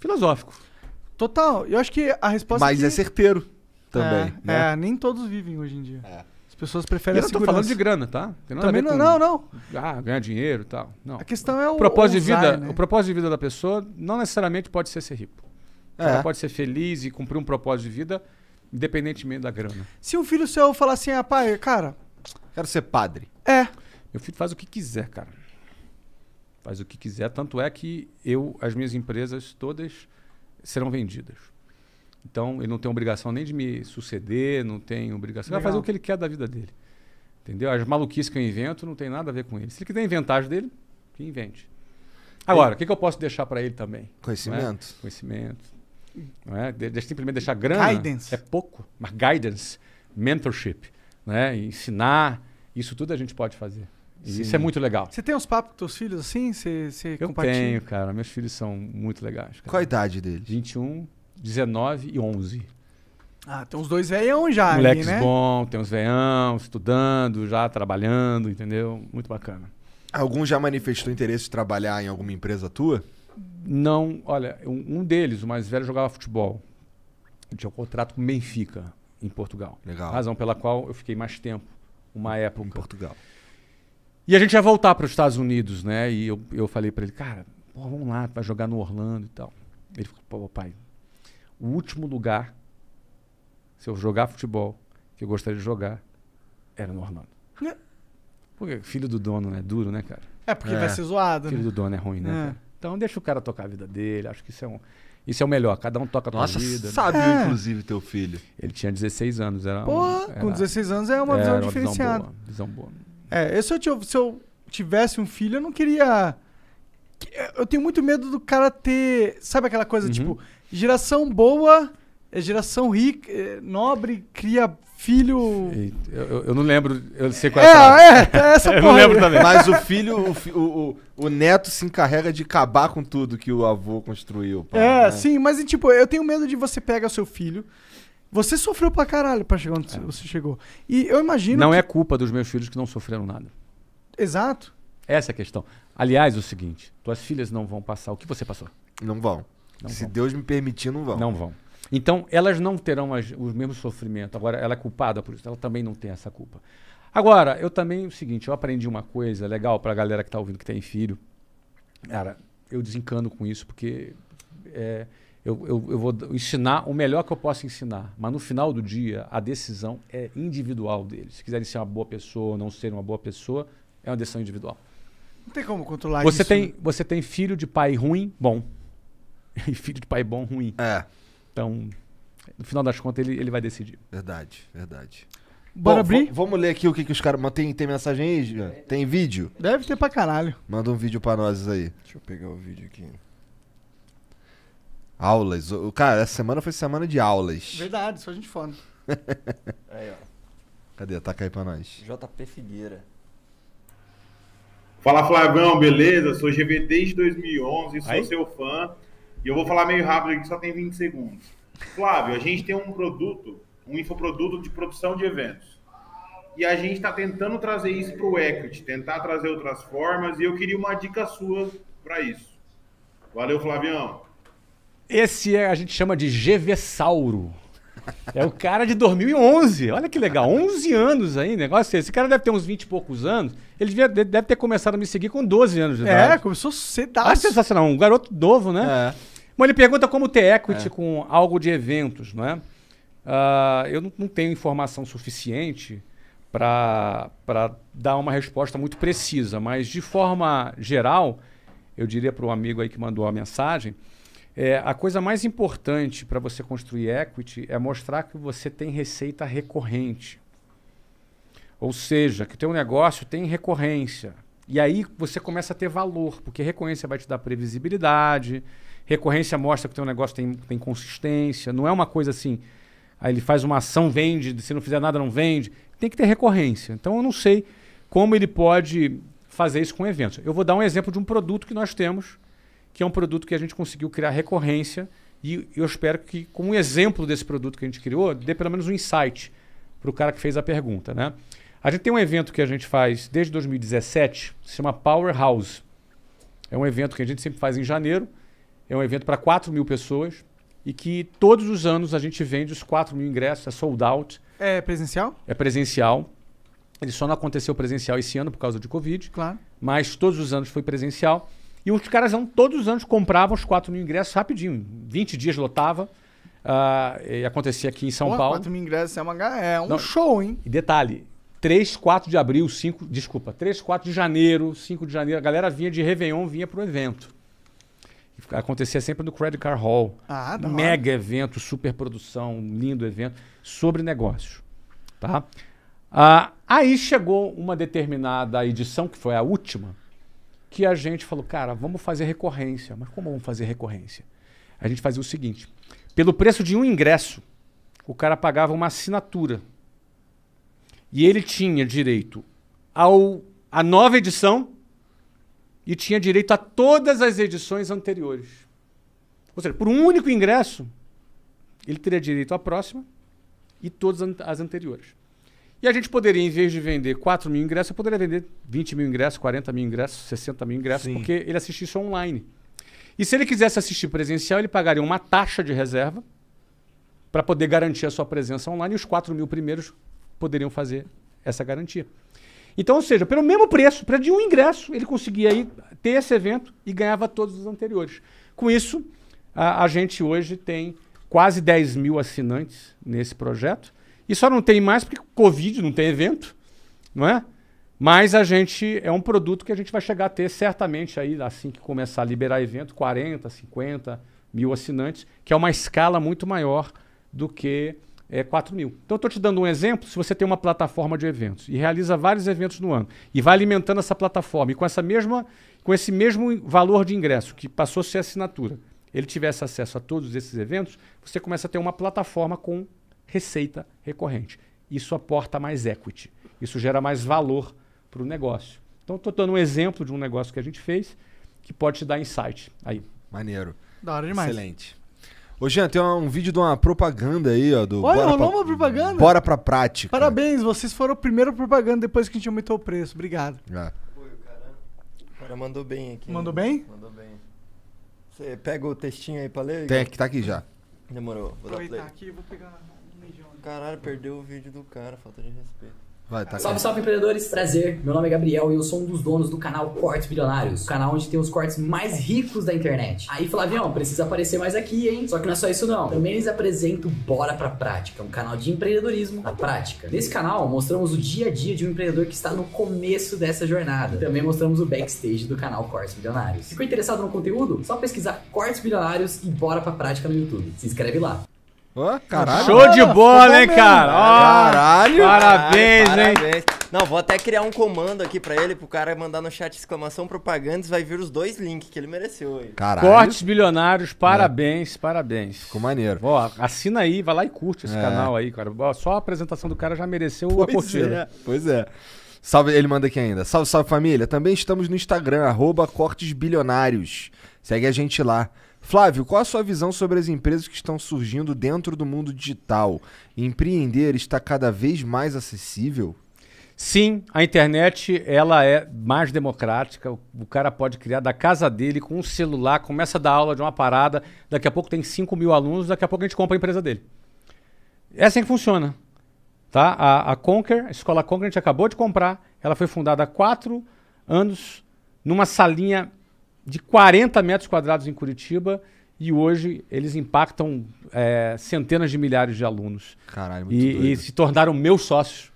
Speaker 3: Filosófico.
Speaker 2: Total. Eu acho que a resposta.
Speaker 1: Mas
Speaker 2: que...
Speaker 1: é certeiro também,
Speaker 2: É,
Speaker 1: né?
Speaker 2: é, nem todos vivem hoje em dia. As pessoas
Speaker 3: É. Eu
Speaker 2: preferem a
Speaker 3: não tô
Speaker 2: segurança.
Speaker 3: falando de grana, tá? Tem nada a
Speaker 2: Também
Speaker 3: ver
Speaker 2: não,
Speaker 3: com-
Speaker 2: não, não.
Speaker 3: Ah, ganhar dinheiro e tal. Não.
Speaker 2: A questão é o.
Speaker 3: O propósito, de
Speaker 2: ousar,
Speaker 3: vida,
Speaker 2: né?
Speaker 3: o propósito de vida da pessoa não necessariamente pode ser ser rico.
Speaker 1: É.
Speaker 3: Ela pode ser feliz e cumprir um propósito de vida independentemente da grana.
Speaker 2: Se um filho seu falar assim, ah, pai, cara,
Speaker 1: Quero ser padre.
Speaker 2: é.
Speaker 3: Meu filho faz o que quiser, cara. Faz o que quiser. Tanto é que eu, as minhas empresas todas serão vendidas. Então, ele não tem obrigação nem de me suceder, não tem obrigação. Ele vai fazer
Speaker 2: Legal.
Speaker 3: o que ele quer da vida dele. Entendeu? As maluquices que eu invento não tem nada a ver com ele. Se ele quiser inventar as dele, que invente. Agora, o que, que eu posso deixar para ele também?
Speaker 1: Conhecimento.
Speaker 3: Não é? Conhecimento. Não é? De, de- simplesmente deixar grana.
Speaker 2: Guidance.
Speaker 3: É pouco. Mas guidance, mentorship, né? E ensinar, isso tudo a gente pode fazer. E
Speaker 1: Sim.
Speaker 3: isso é muito legal.
Speaker 2: Você tem uns papos com teus filhos assim? Você, você
Speaker 3: Eu
Speaker 2: compartilha?
Speaker 3: tenho, cara. Meus filhos são muito legais. Cara.
Speaker 1: Qual a idade dele?
Speaker 3: 21, 19 e 11.
Speaker 2: Ah, tem uns dois velhão já
Speaker 3: Moleques
Speaker 2: ali, né?
Speaker 3: bom, tem uns veião, estudando, já trabalhando, entendeu? Muito bacana.
Speaker 1: Algum já manifestou interesse de trabalhar em alguma empresa tua?
Speaker 3: Não, olha, um, um deles, o mais velho, jogava futebol. Eu tinha um contrato com o Benfica, em Portugal.
Speaker 1: Legal.
Speaker 3: Razão pela qual eu fiquei mais tempo, uma
Speaker 1: Em
Speaker 3: época.
Speaker 1: Portugal.
Speaker 3: E a gente ia voltar para os Estados Unidos, né? E eu, eu falei para ele, cara, pô, vamos lá, vai jogar no Orlando e tal. Ele falou, pô, pai, o último lugar, se eu jogar futebol, que eu gostaria de jogar, era no Orlando.
Speaker 2: Né?
Speaker 3: Porque filho do dono né? é duro, né, cara?
Speaker 2: É, porque
Speaker 1: É.
Speaker 2: vai ser zoado,
Speaker 3: Filho
Speaker 2: né?
Speaker 3: do dono é ruim, né?
Speaker 2: É.
Speaker 3: cara? Então deixa o cara tocar a vida dele. Acho que isso é um. Isso é o melhor, cada um toca a sua
Speaker 1: Nossa,
Speaker 3: vida. né?
Speaker 1: sábio,
Speaker 2: É.
Speaker 1: inclusive, teu filho.
Speaker 3: Ele tinha 16 anos, era um-
Speaker 2: Porra, com
Speaker 3: era-
Speaker 2: 16 anos é uma visão
Speaker 3: era
Speaker 2: diferenciada.
Speaker 3: boa, visão boa.
Speaker 2: É, eu, se, eu, tive- se eu tivesse um filho, eu não queria. que- Eu tenho muito medo do cara ter. Sabe aquela coisa,
Speaker 3: Uhum.
Speaker 2: tipo, geração boa, é geração rica, é, nobre, cria filho.
Speaker 3: E eu, eu- eu não lembro, eu sei qual é. a frase.
Speaker 2: É, é, é essa porra.
Speaker 3: Eu não
Speaker 2: aí.
Speaker 3: lembro também.
Speaker 1: Mas o filho, o, fi- o, o, o neto se encarrega de acabar com tudo que o avô construiu. pá,
Speaker 2: É,
Speaker 1: né?
Speaker 2: sim, mas e, tipo, eu tenho medo de você pega o seu filho. Você sofreu pra caralho pra chegar onde você chegou. E eu imagino.
Speaker 3: É. Não
Speaker 2: que-
Speaker 3: é culpa dos meus filhos que não sofreram nada.
Speaker 2: Exato.
Speaker 3: Essa é a questão. Aliás, o seguinte: tuas filhas não vão passar o que você passou.
Speaker 1: Não vão.
Speaker 3: Não
Speaker 1: Se
Speaker 3: vão.
Speaker 1: Deus me permitir, não vão.
Speaker 3: Não vão. Então, elas não terão as, os mesmos sofrimentos. Agora, ela é culpada por isso. Ela também não tem essa culpa. Agora, eu também, o seguinte, eu aprendi uma coisa legal pra galera que tá ouvindo que tem filho. Cara, eu desencano com isso porque é, eu, eu- eu vou d- ensinar o melhor que eu posso ensinar. Mas no final do dia, a decisão é individual deles. Se quiserem ser uma boa pessoa ou não serem uma boa pessoa, é uma decisão individual.
Speaker 2: Não tem como controlar
Speaker 3: Você
Speaker 2: isso. né?
Speaker 3: tem, você tem filho de pai ruim, bom. E filho de pai bom, ruim.
Speaker 1: É,
Speaker 3: Então, no final das contas, ele, ele vai decidir.
Speaker 1: verdade, verdade.
Speaker 2: Bora
Speaker 1: Bom,
Speaker 2: abrir?
Speaker 1: va- Vamos ler aqui o que, que os caras. Mas Tem, tem mensagem aí, Jean? Tem vídeo?
Speaker 2: Deve ter pra caralho.
Speaker 1: Manda um vídeo pra nós aí.
Speaker 4: Deixa eu pegar o vídeo aqui.
Speaker 1: Aulas. O, o- cara, essa semana foi semana de aulas.
Speaker 2: Verdade, só a gente foda.
Speaker 5: Aí, ó.
Speaker 1: Cadê? Taca aí pra nós.
Speaker 5: JP Figueira.
Speaker 6: Fala Flavão, beleza? Sou GV desde 2011, sou
Speaker 3: Aí.
Speaker 6: seu fã. E eu vou falar meio rápido aqui, só tem 20 segundos. Flávio, a gente tem um produto, um infoproduto de produção de eventos. E a gente está tentando trazer isso para o equity, tentar trazer outras formas. E eu queria uma dica sua para isso. Valeu, Flavião.
Speaker 3: Esse é, a gente chama de GV Sauro. É o cara de 2011. Olha que legal. 11 anos aí, negócio esse. Esse cara deve ter uns 20 e poucos anos. Ele devia- de- deve ter começado a me seguir com 12 anos de
Speaker 2: É,
Speaker 3: idade.
Speaker 2: começou
Speaker 3: Ah,
Speaker 2: cedaço.
Speaker 3: sensacional. Um garoto novo,
Speaker 1: É.
Speaker 3: né? Bom, ele pergunta como ter equity com algo de eventos, não é? Ah, eu não, não tenho informação suficiente para dar uma resposta muito precisa, mas de forma geral, eu diria para o amigo aí que mandou a mensagem, é, a coisa mais importante para você construir equity é mostrar que você tem receita recorrente. Ou seja, que o teu negócio tem recorrência. E aí você começa a ter valor, porque recorrência vai te dar previsibilidade, recorrência mostra que o teu negócio tem, tem consistência, não é uma coisa assim, aí ele faz uma ação, vende, se não fizer nada não vende. Tem que ter recorrência. Então eu não sei como ele pode fazer isso com eventos. Eu vou dar um exemplo de um produto que nós temos, que é um produto que a gente conseguiu criar recorrência e eu espero que com um exemplo desse produto que a gente criou, dê pelo menos um insight para o cara que fez a pergunta, né? A gente tem um evento que a gente faz desde 2017, se chama Powerhouse. É um evento que a gente sempre faz em janeiro. É um evento para 4 mil pessoas e que todos os anos a gente vende os 4 mil ingressos, é sold out,
Speaker 2: É presencial?
Speaker 3: é presencial. Ele só não aconteceu presencial esse ano por causa de Covid,
Speaker 2: Claro.
Speaker 3: mas todos os anos foi presencial. E os caras não, todos os anos compravam os 4 mil ingressos rapidinho. Em 20 dias lotava. ah, e acontecia aqui em São
Speaker 2: Porra,
Speaker 3: Paulo.
Speaker 2: 4 mil ingressos é, uma ga- é um
Speaker 3: Não.
Speaker 2: show, hein?
Speaker 3: E detalhe, 3, 4 de abril, 5, desculpa, 3, 4 de janeiro, 5 de janeiro, a galera vinha de Réveillon, vinha pro evento. E Acontecia sempre no Credit Card Hall.
Speaker 2: Ah, da hora.
Speaker 3: Mega evento, super produção, lindo evento, sobre negócios. Tá? Ah, aí chegou uma determinada edição, que foi a última, que a gente falou, cara, vamos fazer recorrência. Mas como vamos fazer recorrência? A gente fazia o seguinte: pelo preço de um ingresso, o cara pagava uma assinatura. E ele tinha direito ao, à nova edição e tinha direito a todas as edições anteriores. Ou seja, por um único ingresso, ele teria direito à próxima e todas an- as anteriores. E a gente poderia, em vez de vender 4 mil ingressos, eu poderia vender 20 mil ingressos, 40 mil ingressos, 60 mil ingressos, porque ele assistia isso online. E se ele quisesse assistir presencial, ele pagaria uma taxa de reserva para poder garantir a sua presença online e os 4 mil primeiros poderiam fazer essa garantia. Então, ou seja, pelo mesmo preço, para de um ingresso, ele conseguia aí ter esse evento e ganhava todos os anteriores. Com isso, a, a gente hoje tem quase 10 mil assinantes nesse projeto. E só não tem mais porque Covid não tem evento, não é? Mas a gente é um produto que a gente vai chegar a ter certamente aí, assim que começar a liberar evento, 40, 50 mil assinantes, que é uma escala muito maior do que é, 4 mil. Então, eu estou te dando um exemplo. Se você tem uma plataforma de eventos e realiza vários eventos no ano e vai alimentando essa plataforma e com, essa mesma, com esse mesmo valor de ingresso que passou a ser assinatura, ele tivesse acesso a todos esses eventos, você começa a ter uma plataforma com receita recorrente. Isso aporta mais equity. Isso gera mais valor para o negócio. Então, estou dando um exemplo de um negócio que a gente fez que pode te dar insight. Aí.
Speaker 1: Maneiro.
Speaker 2: Da hora demais.
Speaker 1: Excelente. Ô, Jean, tem uma- um vídeo de uma propaganda aí, ó. Do
Speaker 2: Olha, rolou
Speaker 1: pra-
Speaker 2: uma propaganda.
Speaker 1: Bora pra prática.
Speaker 2: Parabéns, vocês foram a primeira propaganda depois que a gente aumentou o preço. Obrigado.
Speaker 1: É.
Speaker 5: O cara mandou bem aqui.
Speaker 2: Mandou
Speaker 5: né?
Speaker 2: bem?
Speaker 5: Mandou bem. Você pega o textinho aí pra ler?
Speaker 1: Tem aqui, tá aqui já.
Speaker 5: Demorou. Vou dar play.
Speaker 2: Aproveitar aqui, vou pegar um mijão ali.
Speaker 5: Caralho, perdeu o vídeo do cara, falta de respeito.
Speaker 1: Vai, tá
Speaker 7: Salve,
Speaker 1: aqui.
Speaker 7: salve empreendedores, prazer. Meu nome é Gabriel e eu sou um dos donos do canal Cortes Bilionários, o canal onde tem os cortes mais ricos da internet. Aí, Flavião, precisa aparecer mais aqui, hein? Só que não é só isso não. Também eles apresentam Bora pra Prática, um canal de empreendedorismo na prática. Nesse canal, mostramos o dia a dia de um empreendedor que está no começo dessa jornada. E também mostramos o backstage do canal Cortes Bilionários. Ficou interessado no conteúdo? Só pesquisar Cortes Bilionários e Bora pra Prática no YouTube. Se inscreve lá.
Speaker 1: Ó, caralho.
Speaker 3: Show de bola, hein, cara? Ó,
Speaker 1: Caralho.
Speaker 3: parabéns, hein?
Speaker 5: Parabéns. Não, vou até criar um comando aqui pra ele, pro cara mandar no chat exclamação propagandas, vai vir os dois links que ele mereceu aí.
Speaker 1: Caralho.
Speaker 3: Cortes bilionários, parabéns, parabéns.
Speaker 1: Ficou maneiro.
Speaker 3: Ó, assina aí, vai lá e curte esse
Speaker 1: É.
Speaker 3: canal aí, cara. Ó, Só a apresentação do cara já mereceu a
Speaker 1: Pois
Speaker 3: curtida.
Speaker 2: né?
Speaker 1: é, pois é. Salve, ele manda aqui ainda. Salve, salve família. Também estamos no Instagram, arroba Cortes Bilionários. Segue a gente lá. Flávio, qual a sua visão sobre as empresas que estão surgindo dentro do mundo digital? Empreender está cada vez mais acessível?
Speaker 3: Sim, a internet ela é mais democrática. O, o cara pode criar da casa dele com um celular, começa a dar aula de uma parada. Daqui a pouco tem 5 mil alunos, daqui a pouco a gente compra a empresa dele. É assim que funciona. Tá? A, a Conquer, a escola Conquer, a gente acabou de comprar. Ela foi fundada há quatro anos numa salinha de 40 metros quadrados em Curitiba. E hoje eles impactam eh, centenas de milhares de alunos
Speaker 1: Caralho, É muito doido.
Speaker 3: e, e se tornaram meus sócios.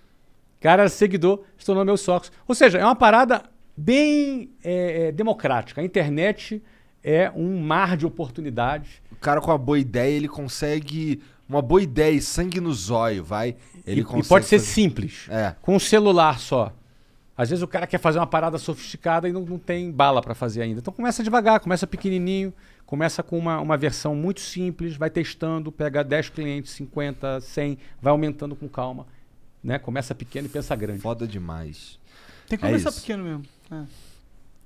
Speaker 3: Cara, era seguidor, se tornou meu sócio. Ou seja, é uma parada bem é, é, democrática. A internet é um mar de oportunidades.
Speaker 1: O cara com uma boa ideia, ele consegue... Uma boa ideia e sangue no zóio, vai. Ele
Speaker 3: e, e
Speaker 1: consegue
Speaker 3: pode ser
Speaker 1: fazer-
Speaker 3: simples.
Speaker 1: É.
Speaker 3: Com um celular só. Às vezes o cara quer fazer uma parada sofisticada e não, não tem bala para fazer ainda. Então começa devagar, começa pequenininho, começa com uma, uma versão muito simples, vai testando, pega 10 clientes, 50, 100, vai aumentando com calma. Né? Começa pequeno e pensa grande.
Speaker 1: Foda demais.
Speaker 2: Tem que
Speaker 1: É
Speaker 2: começar
Speaker 1: isso.
Speaker 2: pequeno mesmo. É.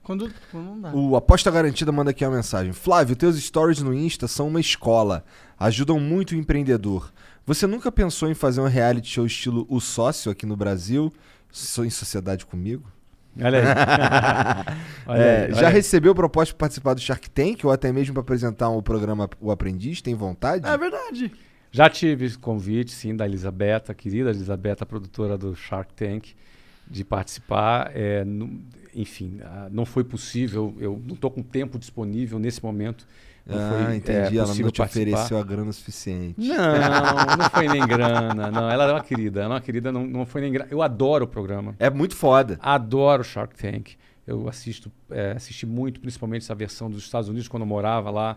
Speaker 2: Quando, quando não dá.
Speaker 1: O Aposta Garantida manda aqui uma mensagem. Flávio, teus stories no Insta são uma escola. Ajudam muito o empreendedor. Você nunca pensou em fazer um reality show estilo O Sócio aqui no Brasil? Sou em sociedade comigo?
Speaker 3: Olha aí. Olha
Speaker 1: É,
Speaker 3: aí,
Speaker 1: já
Speaker 3: olha aí.
Speaker 1: recebeu proposta para participar do Shark Tank ou até mesmo para apresentar o programa O Aprendiz? Tem vontade?
Speaker 2: É verdade.
Speaker 3: Já tive convite, sim, da Elisabetta, querida Elisabetta, produtora do Shark Tank, de participar. É, nu- enfim, ah, não foi possível, eu não estou com tempo disponível nesse momento. Não
Speaker 1: ah,
Speaker 3: foi, é,
Speaker 1: entendi. Ela não
Speaker 3: possível
Speaker 1: te
Speaker 3: participar.
Speaker 1: ofereceu a grana suficiente.
Speaker 3: Não, não foi nem grana. Não, ela é uma querida, ela é uma querida, não, não foi nem grana. Eu adoro o programa.
Speaker 1: É muito foda.
Speaker 3: Adoro Shark Tank. Eu assisto, é, assisti muito, principalmente essa versão dos Estados Unidos quando eu morava lá.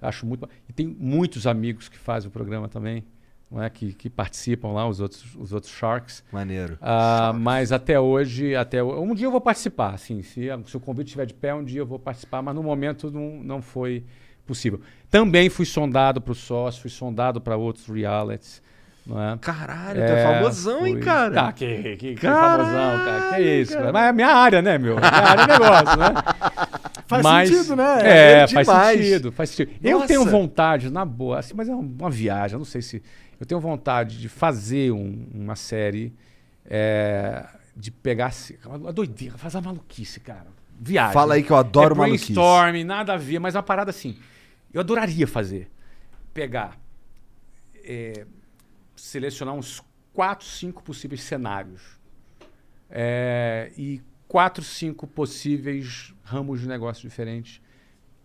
Speaker 3: Acho muito. E tem muitos amigos que fazem o programa também, não é? Que, que participam lá, os outros, os outros Sharks.
Speaker 1: Maneiro.
Speaker 3: Ah, mas até hoje, até ho- um dia eu vou participar, assim, se, a- se o convite estiver de pé, um dia eu vou participar, mas no momento não, não foi possível. Também fui sondado para o sócio, fui sondado para outros realities, não é?
Speaker 1: Caralho, tu é famosão, hein,
Speaker 3: fui.
Speaker 1: cara?
Speaker 3: Tá, que, que, que famosão, cara. Que isso, cara. Mas é minha área, né, meu? Minha área é negócio, né?
Speaker 2: Faz
Speaker 3: Mas-
Speaker 2: sentido, né?
Speaker 3: É,
Speaker 1: É
Speaker 3: faz
Speaker 1: demais.
Speaker 3: sentido, faz sentido. Eu
Speaker 1: Nossa.
Speaker 3: tenho vontade, na boa, assim, mas é uma viagem, eu não sei se. Eu tenho vontade de fazer um- uma série é, de pegar. assim, Uma doideira, fazer uma maluquice, cara. Viagem.
Speaker 1: Fala aí que eu adoro
Speaker 3: é
Speaker 1: maluquice.
Speaker 3: brainstorm, nada a ver, mas uma parada assim. Eu adoraria fazer. Pegar. é, selecionar uns 4, 5 possíveis cenários. É, e 4, 5 possíveis ramos de negócio diferentes.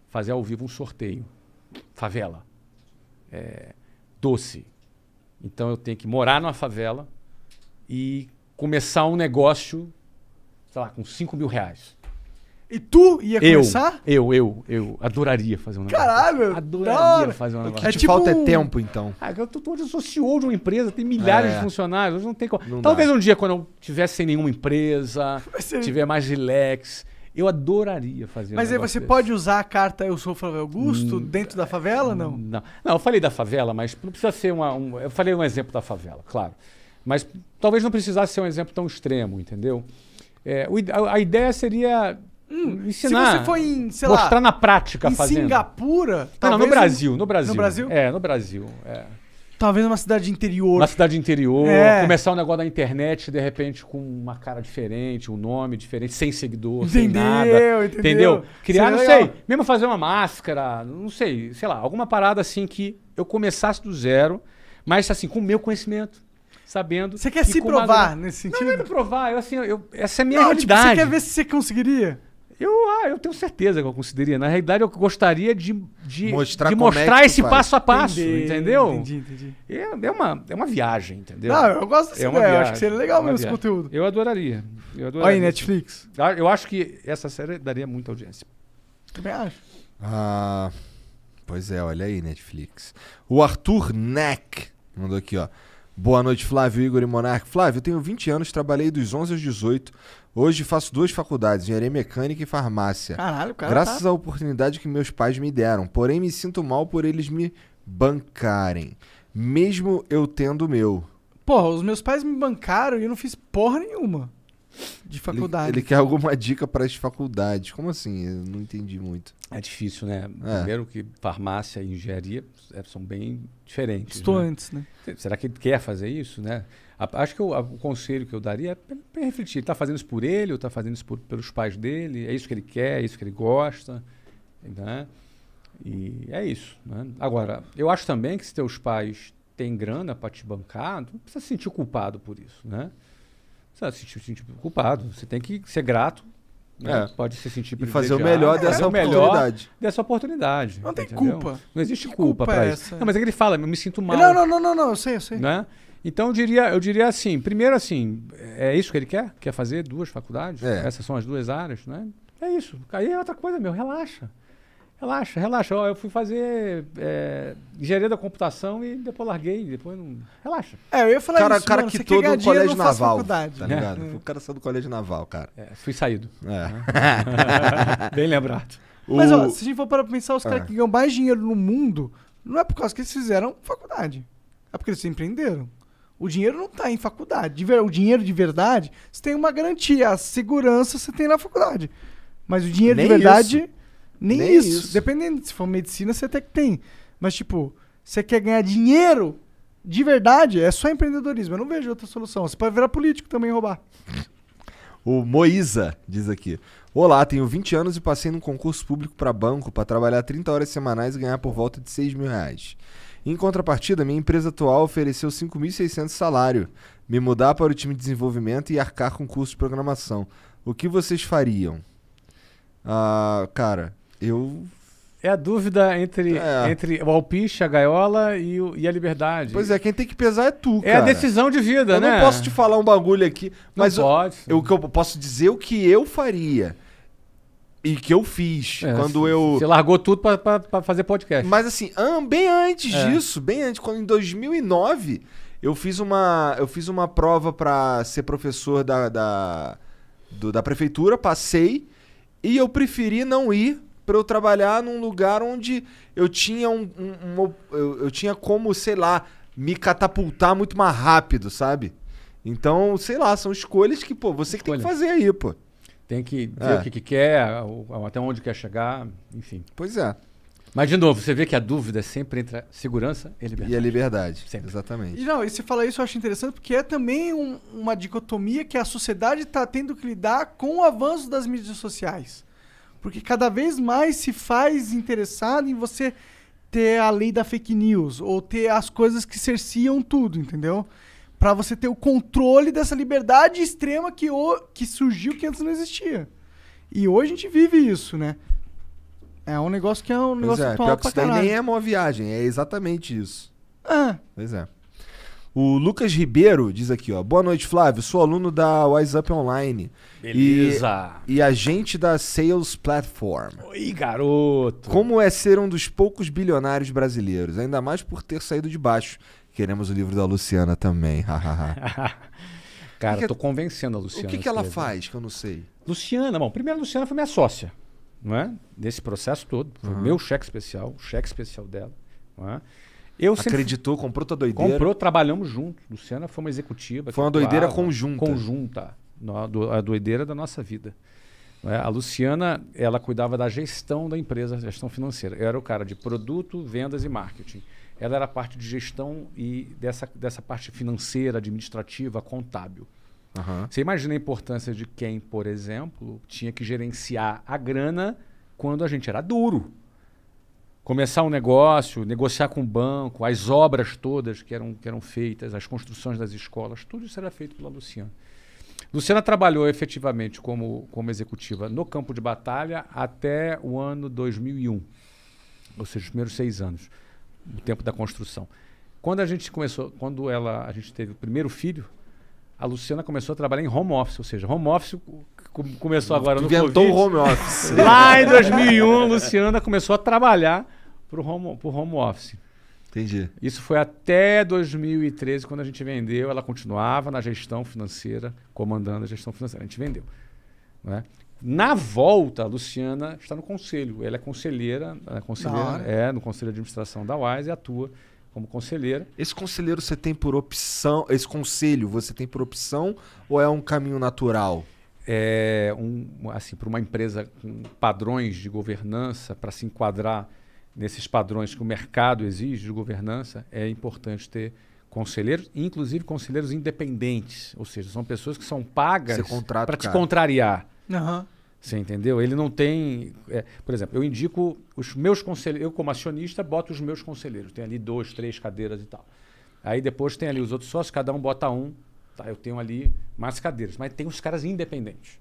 Speaker 3: Fazer ao vivo um sorteio. Favela. É, doce. Então eu tenho que morar numa favela e começar um negócio sei lá, com 5 mil reais.
Speaker 2: E tu ia
Speaker 3: Eu,
Speaker 2: começar?
Speaker 3: eu, eu, eu adoraria fazer um negócio.
Speaker 2: Caralho! da
Speaker 3: Adoraria
Speaker 2: hora.
Speaker 3: fazer um
Speaker 1: O que
Speaker 3: negócio.
Speaker 2: É
Speaker 1: te
Speaker 2: tipo
Speaker 1: falta é
Speaker 2: um-
Speaker 1: tempo, então.
Speaker 3: Ah, eu tô, hoje eu sou CEO de uma empresa, tem milhares
Speaker 1: É.
Speaker 3: de funcionários, hoje não tem como.
Speaker 1: Não
Speaker 3: Talvez
Speaker 1: dá.
Speaker 3: um dia, quando eu tiver sem nenhuma empresa,
Speaker 2: ser-
Speaker 3: tiver mais relax, eu adoraria fazer um
Speaker 2: Mas aí
Speaker 3: negócio
Speaker 2: você
Speaker 3: desse. Hum.
Speaker 2: pode usar a carta Eu Sou Flávio Augusto dentro da favela, não?
Speaker 3: Não. não, eu falei da favela, mas não precisa ser uma. um- eu falei um exemplo da favela, claro. Mas talvez não precisasse ser um exemplo tão extremo, entendeu? É, o ide- a, a ideia seria ensinar.
Speaker 2: Se você for em, sei lá,
Speaker 3: mostrar na prática
Speaker 2: em
Speaker 3: fazendo.
Speaker 2: Singapura...
Speaker 3: Não, não,
Speaker 2: talvez
Speaker 3: no
Speaker 2: um-
Speaker 3: Brasil, no Brasil.
Speaker 2: No Brasil?
Speaker 3: É, no Brasil. É.
Speaker 2: Talvez uma cidade de interior.
Speaker 3: Na cidade interior,
Speaker 2: É.
Speaker 3: começar um negócio da internet, de repente, com uma cara diferente, um nome diferente, sem seguidor, sem
Speaker 2: Entendeu,
Speaker 3: nada.
Speaker 2: entendeu?
Speaker 3: Criar,
Speaker 2: Seria
Speaker 3: não
Speaker 2: legal.
Speaker 3: sei, mesmo fazer uma máscara, não sei, sei lá, alguma parada assim que eu começasse do zero, mas assim, com o meu conhecimento, sabendo.
Speaker 2: Você
Speaker 3: e
Speaker 2: quer se
Speaker 3: com
Speaker 2: provar
Speaker 3: madura-
Speaker 2: nesse
Speaker 3: Não,
Speaker 2: sentido?
Speaker 3: não é me provar, eu assim, eu, essa é a minha
Speaker 2: Não, tipo,
Speaker 3: realidade.
Speaker 2: você quer ver se você conseguiria?
Speaker 3: Eu, ah, eu tenho certeza que eu conseguiria. Na realidade, eu gostaria de, de
Speaker 1: Mostrar
Speaker 3: de
Speaker 1: como é que
Speaker 3: mostrar
Speaker 1: tu
Speaker 3: esse
Speaker 1: faz.
Speaker 3: passo a passo,
Speaker 2: Entendi,
Speaker 3: entendeu?
Speaker 2: Entendi, entendi.
Speaker 3: É, é uma, é uma viagem, entendeu?
Speaker 2: Não, eu gosto dessa
Speaker 3: É uma
Speaker 2: ideia, eu
Speaker 3: viagem,
Speaker 2: acho que seria legal
Speaker 3: é uma
Speaker 2: mesmo esse
Speaker 3: viagem.
Speaker 2: conteúdo.
Speaker 3: Eu adoraria. Eu
Speaker 2: Olha aí,
Speaker 3: adoraria.
Speaker 2: Netflix.
Speaker 3: Ah, Eu acho que essa série daria muita audiência.
Speaker 2: Também acho.
Speaker 1: Ah, pois é, olha aí, Netflix. O Arthur Neck mandou aqui, ó. Boa noite, Flávio, Igor e Monarque. Flávio, eu tenho 20 anos, trabalhei dos 11 aos 18. Hoje faço duas faculdades, engenharia mecânica e farmácia.
Speaker 2: Caralho, o cara
Speaker 1: Graças
Speaker 2: tá...
Speaker 1: à oportunidade que meus pais me deram. Porém, me sinto mal por eles me bancarem. Mesmo eu tendo o meu.
Speaker 2: Porra, os meus pais me bancaram e eu não fiz porra nenhuma de
Speaker 1: Ele-
Speaker 2: faculdade.
Speaker 1: Ele, quer alguma dica para as faculdades. Como assim? Eu não entendi muito.
Speaker 3: É difícil, né?
Speaker 1: É.
Speaker 3: Primeiro que farmácia e engenharia é, são bem diferentes.
Speaker 2: Estou
Speaker 3: né?
Speaker 2: antes, né?
Speaker 3: Será que ele quer fazer isso, né? A- Acho que o, a- o conselho que eu daria é pra- pra refletir. Ele está fazendo isso por ele ou está fazendo isso por- pelos pais dele? É isso que ele quer? É isso que ele gosta? Né? E é isso. Né? Agora, eu acho também que se teus pais têm grana para te bancar, não precisa se sentir culpado por isso, né? Não precisa se sentir, se sentir culpado. Você tem que ser grato. né?
Speaker 1: É.
Speaker 3: Pode se sentir
Speaker 1: E fazer o
Speaker 3: privilegiado,
Speaker 1: melhor
Speaker 3: fazer
Speaker 1: dessa
Speaker 3: o melhor
Speaker 1: oportunidade.
Speaker 3: dessa oportunidade.
Speaker 2: Não tem
Speaker 3: entendeu?
Speaker 2: culpa.
Speaker 3: Não existe
Speaker 2: culpa
Speaker 3: culpa,
Speaker 2: é
Speaker 3: para
Speaker 2: essa?
Speaker 3: isso. Não, mas é que ele fala, eu me sinto mal
Speaker 2: Não, não, não, não, não, eu sei, eu sei.
Speaker 3: né? Então eu diria, eu diria assim, primeiro assim, é isso que ele quer? Quer fazer duas faculdades?
Speaker 1: É.
Speaker 3: Essas são as duas áreas, né? É isso. Aí é outra coisa, meu, relaxa. Relaxa, relaxa. Ó, eu fui fazer é, engenharia da computação e depois larguei, depois não. Relaxa.
Speaker 2: É, eu ia falar
Speaker 1: cara,
Speaker 2: isso,
Speaker 1: cara
Speaker 2: mano,
Speaker 1: que
Speaker 2: você quer
Speaker 1: todo
Speaker 2: ganhar
Speaker 1: o
Speaker 2: dinheiro,
Speaker 1: colégio
Speaker 2: não faz
Speaker 1: naval,
Speaker 2: faculdade. É.
Speaker 1: tá ligado? O cara saiu do colégio naval, cara.
Speaker 3: É, fui saído.
Speaker 1: É.
Speaker 3: Bem lembrado.
Speaker 2: Mas, ó,
Speaker 1: O-
Speaker 2: se a gente for para pensar, os caras
Speaker 1: É.
Speaker 2: que ganham mais dinheiro no mundo, não é por causa que eles fizeram faculdade. É porque eles empreenderam. O dinheiro não tá em faculdade. De ver- O dinheiro de verdade, você tem uma garantia. A segurança você tem na faculdade. Mas o dinheiro de
Speaker 1: Nem
Speaker 2: verdade, nem,
Speaker 1: Nem
Speaker 2: isso.
Speaker 1: isso.
Speaker 2: Dependendo, se for medicina, você até que tem. Mas, tipo, você quer ganhar dinheiro de verdade, é só empreendedorismo. Eu não vejo outra solução. Você pode virar político também e roubar.
Speaker 1: O Moisa diz aqui: Olá, tenho 20 anos e passei num concurso público para banco para trabalhar 30 horas semanais e ganhar por volta de 6 mil reais. Em contrapartida, minha empresa atual ofereceu 5.600 salário, me mudar para o time de desenvolvimento e arcar com curso de programação. O que vocês fariam? Ah, cara, eu.
Speaker 3: É a dúvida entre,
Speaker 1: É.
Speaker 3: entre o alpiche, a gaiola e, o- e a liberdade.
Speaker 1: Pois é, quem tem que pesar é tu,
Speaker 3: É
Speaker 1: cara.
Speaker 3: a decisão de vida,
Speaker 1: Eu
Speaker 3: né?
Speaker 1: não posso te falar um bagulho aqui,
Speaker 3: Não
Speaker 1: mas eu-
Speaker 3: pode.
Speaker 1: Eu, o que eu posso dizer é o que eu faria e que eu fiz
Speaker 3: É,
Speaker 1: quando eu.
Speaker 3: Você largou tudo pra- pra pra fazer podcast.
Speaker 1: Mas assim, an- bem antes
Speaker 3: É.
Speaker 1: disso, bem antes, quando em 2009 eu fiz uma, eu fiz uma prova pra ser professor da, da, do- da prefeitura, passei e eu preferi não ir pra eu trabalhar num lugar onde eu tinha um, um- um op- eu, eu tinha como, sei lá, me catapultar muito mais rápido, sabe? Então, sei lá, são escolhas que, pô, você que tem que
Speaker 3: Escolha.
Speaker 1: fazer aí, pô.
Speaker 3: Tem que ver
Speaker 1: É.
Speaker 3: o que, que quer, o- o- até onde quer chegar, enfim.
Speaker 1: Pois é.
Speaker 3: Mas, de novo, você vê que a dúvida é sempre entre a segurança e
Speaker 1: E
Speaker 3: a
Speaker 1: a
Speaker 3: liberdade.
Speaker 1: liberdade.
Speaker 3: Sempre.
Speaker 1: Exatamente.
Speaker 2: E não, e você fala isso, eu acho interessante, porque é também um- uma dicotomia que a sociedade está tendo que lidar com o avanço das mídias sociais. Porque cada vez mais se faz interessado em você ter a lei da fake news, ou ter as coisas que cerciam tudo, entendeu? Para você ter o controle dessa liberdade extrema que, o, que surgiu que antes não existia. E hoje a gente vive isso, né? É um negócio que é um
Speaker 1: Pois
Speaker 2: negócio
Speaker 1: é,
Speaker 2: atual
Speaker 1: pior que
Speaker 2: pra
Speaker 1: isso daí
Speaker 2: caralho.
Speaker 1: nem é uma viagem, é exatamente isso.
Speaker 2: Ah,
Speaker 1: Pois é. O Lucas Ribeiro diz aqui, ó. Boa noite, Flávio. Sou aluno da Wise Up Online.
Speaker 3: Beleza.
Speaker 1: E, e agente da Sales Platform.
Speaker 3: Oi, garoto.
Speaker 1: Como é ser um dos poucos bilionários brasileiros? Ainda mais por ter saído de baixo. Queremos o livro da Luciana também. hahaha.
Speaker 3: Cara,
Speaker 1: O que que-
Speaker 3: tô convencendo a Luciana. né?
Speaker 1: o que,
Speaker 3: a
Speaker 1: que ela
Speaker 3: escrever.
Speaker 1: faz que eu não sei?
Speaker 3: Luciana, bom, primeiro a Luciana foi minha sócia, não é? Desse processo todo. Foi o meu cheque especial, o cheque especial dela. Não é? Eu sempre
Speaker 1: Acreditou, comprou tua doideira.
Speaker 3: comprou, trabalhamos juntos. Luciana foi uma executiva. que
Speaker 1: Foi uma doideira
Speaker 3: atuava,
Speaker 1: conjunta.
Speaker 3: Conjunta. no- a do- A doideira da nossa vida. não é? A Luciana, ela cuidava da gestão da empresa, gestão financeira. Eu era o cara de produto, vendas e marketing. Ela era a parte de gestão e dessa, dessa parte financeira, administrativa, contábil.
Speaker 1: Aham.
Speaker 3: Você imagina a importância de quem, por exemplo, tinha que gerenciar a grana quando a gente era duro. Começar um negócio, negociar com o banco, as obras todas que eram, que eram feitas, as construções das escolas, tudo isso era feito pela Luciana. Luciana trabalhou efetivamente como, como executiva no campo de batalha até o ano 2001, ou seja, os primeiros seis anos, o tempo da construção. Quando a gente começou, quando ela, a gente teve o primeiro filho, a Luciana começou a trabalhar em home office, ou seja, home office co- começou agora no
Speaker 1: Inventou o
Speaker 3: Covid.
Speaker 1: home office.
Speaker 3: Lá em 2001, Luciana começou um, a trabalhar para o home, pro home office.
Speaker 1: Entendi.
Speaker 3: Isso foi até 2013, quando a gente vendeu. Ela continuava na gestão financeira, comandando a gestão financeira. A gente vendeu. né? Na volta, a Luciana está no conselho. Ela é conselheira, ela é, conselheira
Speaker 2: hora.
Speaker 3: é, no conselho de administração da WISE e atua como conselheira.
Speaker 1: Esse conselheiro você tem por opção, esse conselho você tem por opção ou é um caminho natural?
Speaker 3: é, um, assim, para uma empresa com padrões de governança, para se enquadrar nesses padrões que o mercado exige de governança, é importante ter conselheiros, inclusive conselheiros independentes, ou seja, são pessoas que são pagas
Speaker 1: Você contrata o
Speaker 3: para te
Speaker 1: cara.
Speaker 3: contrariar.
Speaker 2: Aham.
Speaker 3: Você entendeu? Ele não tem. é, por exemplo, eu indico os meus conselheiros. Eu, como acionista, boto os meus conselheiros. Tem ali dois, três cadeiras e tal. Aí depois tem ali os outros sócios, cada um bota um. Tá, eu tenho ali mais cadeiras. Mas tem os caras independentes.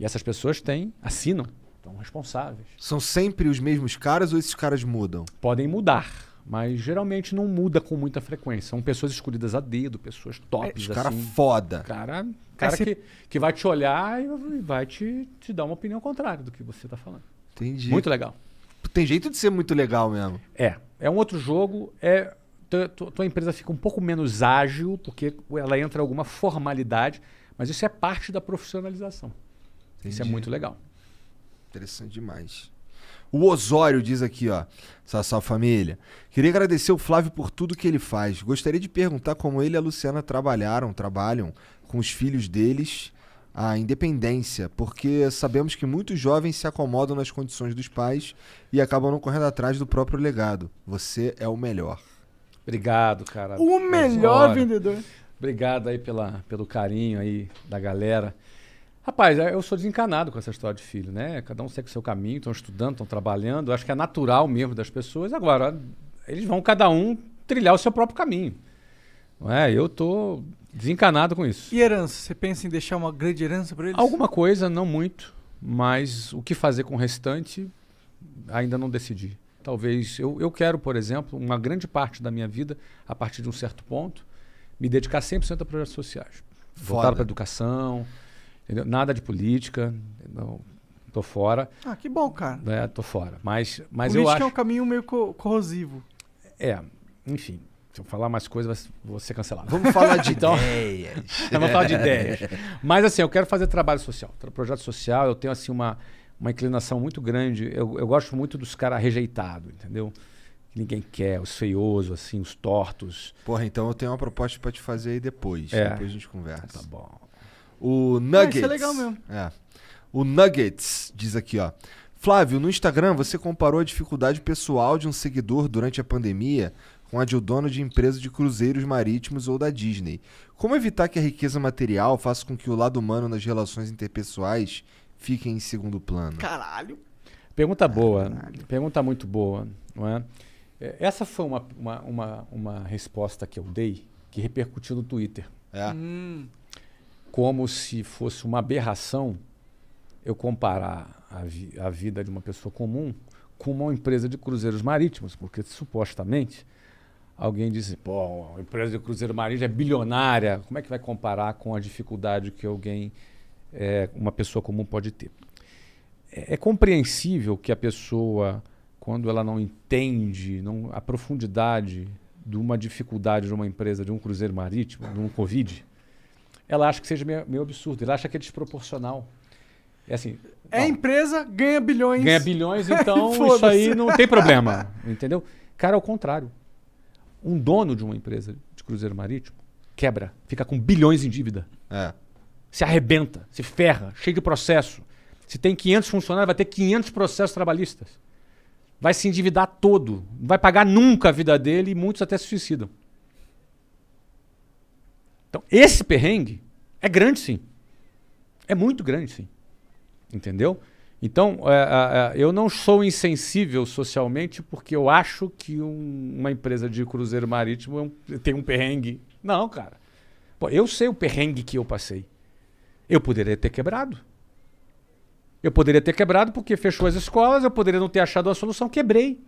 Speaker 3: E essas pessoas têm, assinam, estão responsáveis.
Speaker 1: São sempre os mesmos caras ou esses caras mudam?
Speaker 3: Podem mudar, mas geralmente não muda com muita frequência. São pessoas escolhidas a dedo, pessoas tops.
Speaker 1: Os caras
Speaker 3: assim.
Speaker 1: foda.
Speaker 3: Cara, cara
Speaker 2: Aí você-
Speaker 3: que, que vai te olhar e vai te, te dar uma opinião contrária do que você está falando.
Speaker 1: Entendi.
Speaker 3: Muito legal.
Speaker 1: Tem jeito de ser muito legal mesmo.
Speaker 3: É, é um outro jogo. É, tu- tu- tua empresa fica um pouco menos ágil, porque ela entra em alguma formalidade, mas isso é parte da profissionalização. Isso é
Speaker 1: Entendi.
Speaker 3: muito legal.
Speaker 1: Interessante demais. O Osório diz aqui, ó. Sassá família. Queria agradecer o Flávio por tudo que ele faz. Gostaria de perguntar como ele e a Luciana trabalharam, trabalham com os filhos deles a independência, porque sabemos que muitos jovens se acomodam nas condições dos pais e acabam não correndo atrás do próprio legado. Você é o melhor.
Speaker 3: Obrigado, cara.
Speaker 2: O melhor
Speaker 3: Olha,
Speaker 2: vendedor.
Speaker 3: Obrigado aí pela, pelo carinho aí da galera. Rapaz, é, eu sou desencanado com essa história de filho, né? Cada um segue o seu caminho, estão estudando, estão trabalhando. Eu Acho que é natural mesmo das pessoas. Agora, eles vão cada um trilhar o seu próprio caminho. Não é? Eu tô desencanado com isso.
Speaker 2: E herança? Você pensa em deixar uma grande herança pra eles?
Speaker 3: Alguma coisa, não muito, mas o que fazer com o restante ainda não decidi. Talvez eu, eu quero, por exemplo, uma grande parte da minha vida, a partir de um certo ponto, me dedicar 100% a projetos sociais. Voltar
Speaker 1: Foda.
Speaker 3: para educação, entendeu? nada de política, não tô fora,
Speaker 2: Ah, que bom, cara.
Speaker 3: né? Tô fora. Mas mas eu
Speaker 2: Política
Speaker 3: acho
Speaker 2: é um caminho meio co- corrosivo.
Speaker 3: é, enfim, se eu falar mais coisas, vou ser cancelado.
Speaker 1: Vamos falar de
Speaker 3: Então-
Speaker 1: ideias.
Speaker 3: Eu vou falar de ideias. Mas assim, eu quero fazer trabalho social, tra- projeto social. Eu tenho assim uma, uma inclinação muito grande. Eu, eu gosto muito dos caras rejeitados, entendeu? Que ninguém quer, os feiosos, assim, os tortos.
Speaker 1: Porra, então eu tenho uma proposta pra te fazer aí depois.
Speaker 3: É.
Speaker 1: Depois a gente conversa.
Speaker 3: Tá bom.
Speaker 1: O Nuggets.
Speaker 2: isso é legal mesmo.
Speaker 1: É. O Nuggets diz aqui, ó. Flávio, no Instagram você comparou a dificuldade pessoal de um seguidor durante a pandemia com a de um dono de empresa de cruzeiros marítimos ou da Disney. Como evitar que a riqueza material faça com que o lado humano nas relações interpessoais fique em segundo plano?
Speaker 2: Caralho.
Speaker 3: Pergunta boa. Pergunta muito boa, não é? É, Essa foi uma, uma, uma, uma resposta que eu dei que repercutiu no Twitter.
Speaker 1: É.
Speaker 2: Hum.
Speaker 3: Como se fosse uma aberração eu comparar a, vi- a vida de uma pessoa comum com uma empresa de cruzeiros marítimos, porque supostamente Alguém disse, pô, a empresa de Cruzeiro Marítimo é bilionária. Como é que vai comparar com a dificuldade que alguém, é, uma pessoa comum pode ter? É, é compreensível que a pessoa, quando ela não entende não, a profundidade de uma dificuldade de uma empresa, de um cruzeiro marítimo, de um Covid, ela acha que seja meio, meio absurdo. Ela acha que é desproporcional. É assim.
Speaker 2: É
Speaker 3: bom,
Speaker 2: empresa, ganha bilhões.
Speaker 3: Ganha bilhões, então
Speaker 2: Foda-se.
Speaker 3: isso aí não tem problema. Entendeu? Cara, ao contrário. Um dono de uma empresa de cruzeiro marítimo quebra, fica com bilhões em dívida.
Speaker 1: É.
Speaker 3: Se arrebenta, se ferra, cheio de processo. Se tem 500 funcionários, vai ter 500 processos trabalhistas. Vai se endividar todo. Não vai pagar nunca a vida dele e muitos até se suicidam. Então, esse perrengue é grande, sim. É muito grande, sim. Entendeu? Então, é, é, é, eu não sou insensível socialmente porque eu acho que um- uma empresa de cruzeiro marítimo é um- tem um perrengue. Não, cara. Pô, eu sei o perrengue que eu passei. Eu poderia ter quebrado. Eu poderia ter quebrado porque fechou as escolas, eu poderia não ter achado a solução, quebrei.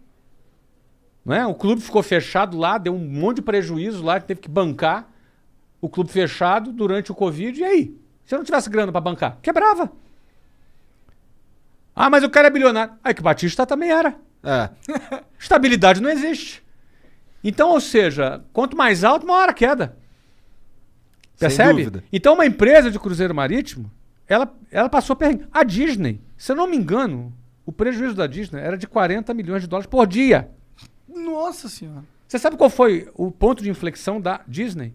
Speaker 3: Não é? O clube ficou fechado lá, deu um monte de prejuízo lá, teve que bancar o clube fechado durante o Covid, e aí? Se eu não tivesse grana pra bancar, quebrava. Ah, mas o cara é bilionário. Aí que o Batista também era.
Speaker 1: É.
Speaker 3: Estabilidade não existe. Então, ou seja, quanto mais alto, maior a queda.
Speaker 1: Sem
Speaker 3: Percebe?
Speaker 1: dúvida.
Speaker 3: Então, uma empresa de cruzeiro marítimo, ela, ela passou perrengue. A Disney, se eu não me engano, o prejuízo da Disney era de 40 milhões de dólares por dia.
Speaker 2: Nossa senhora.
Speaker 3: Você sabe qual foi o ponto de inflexão da Disney?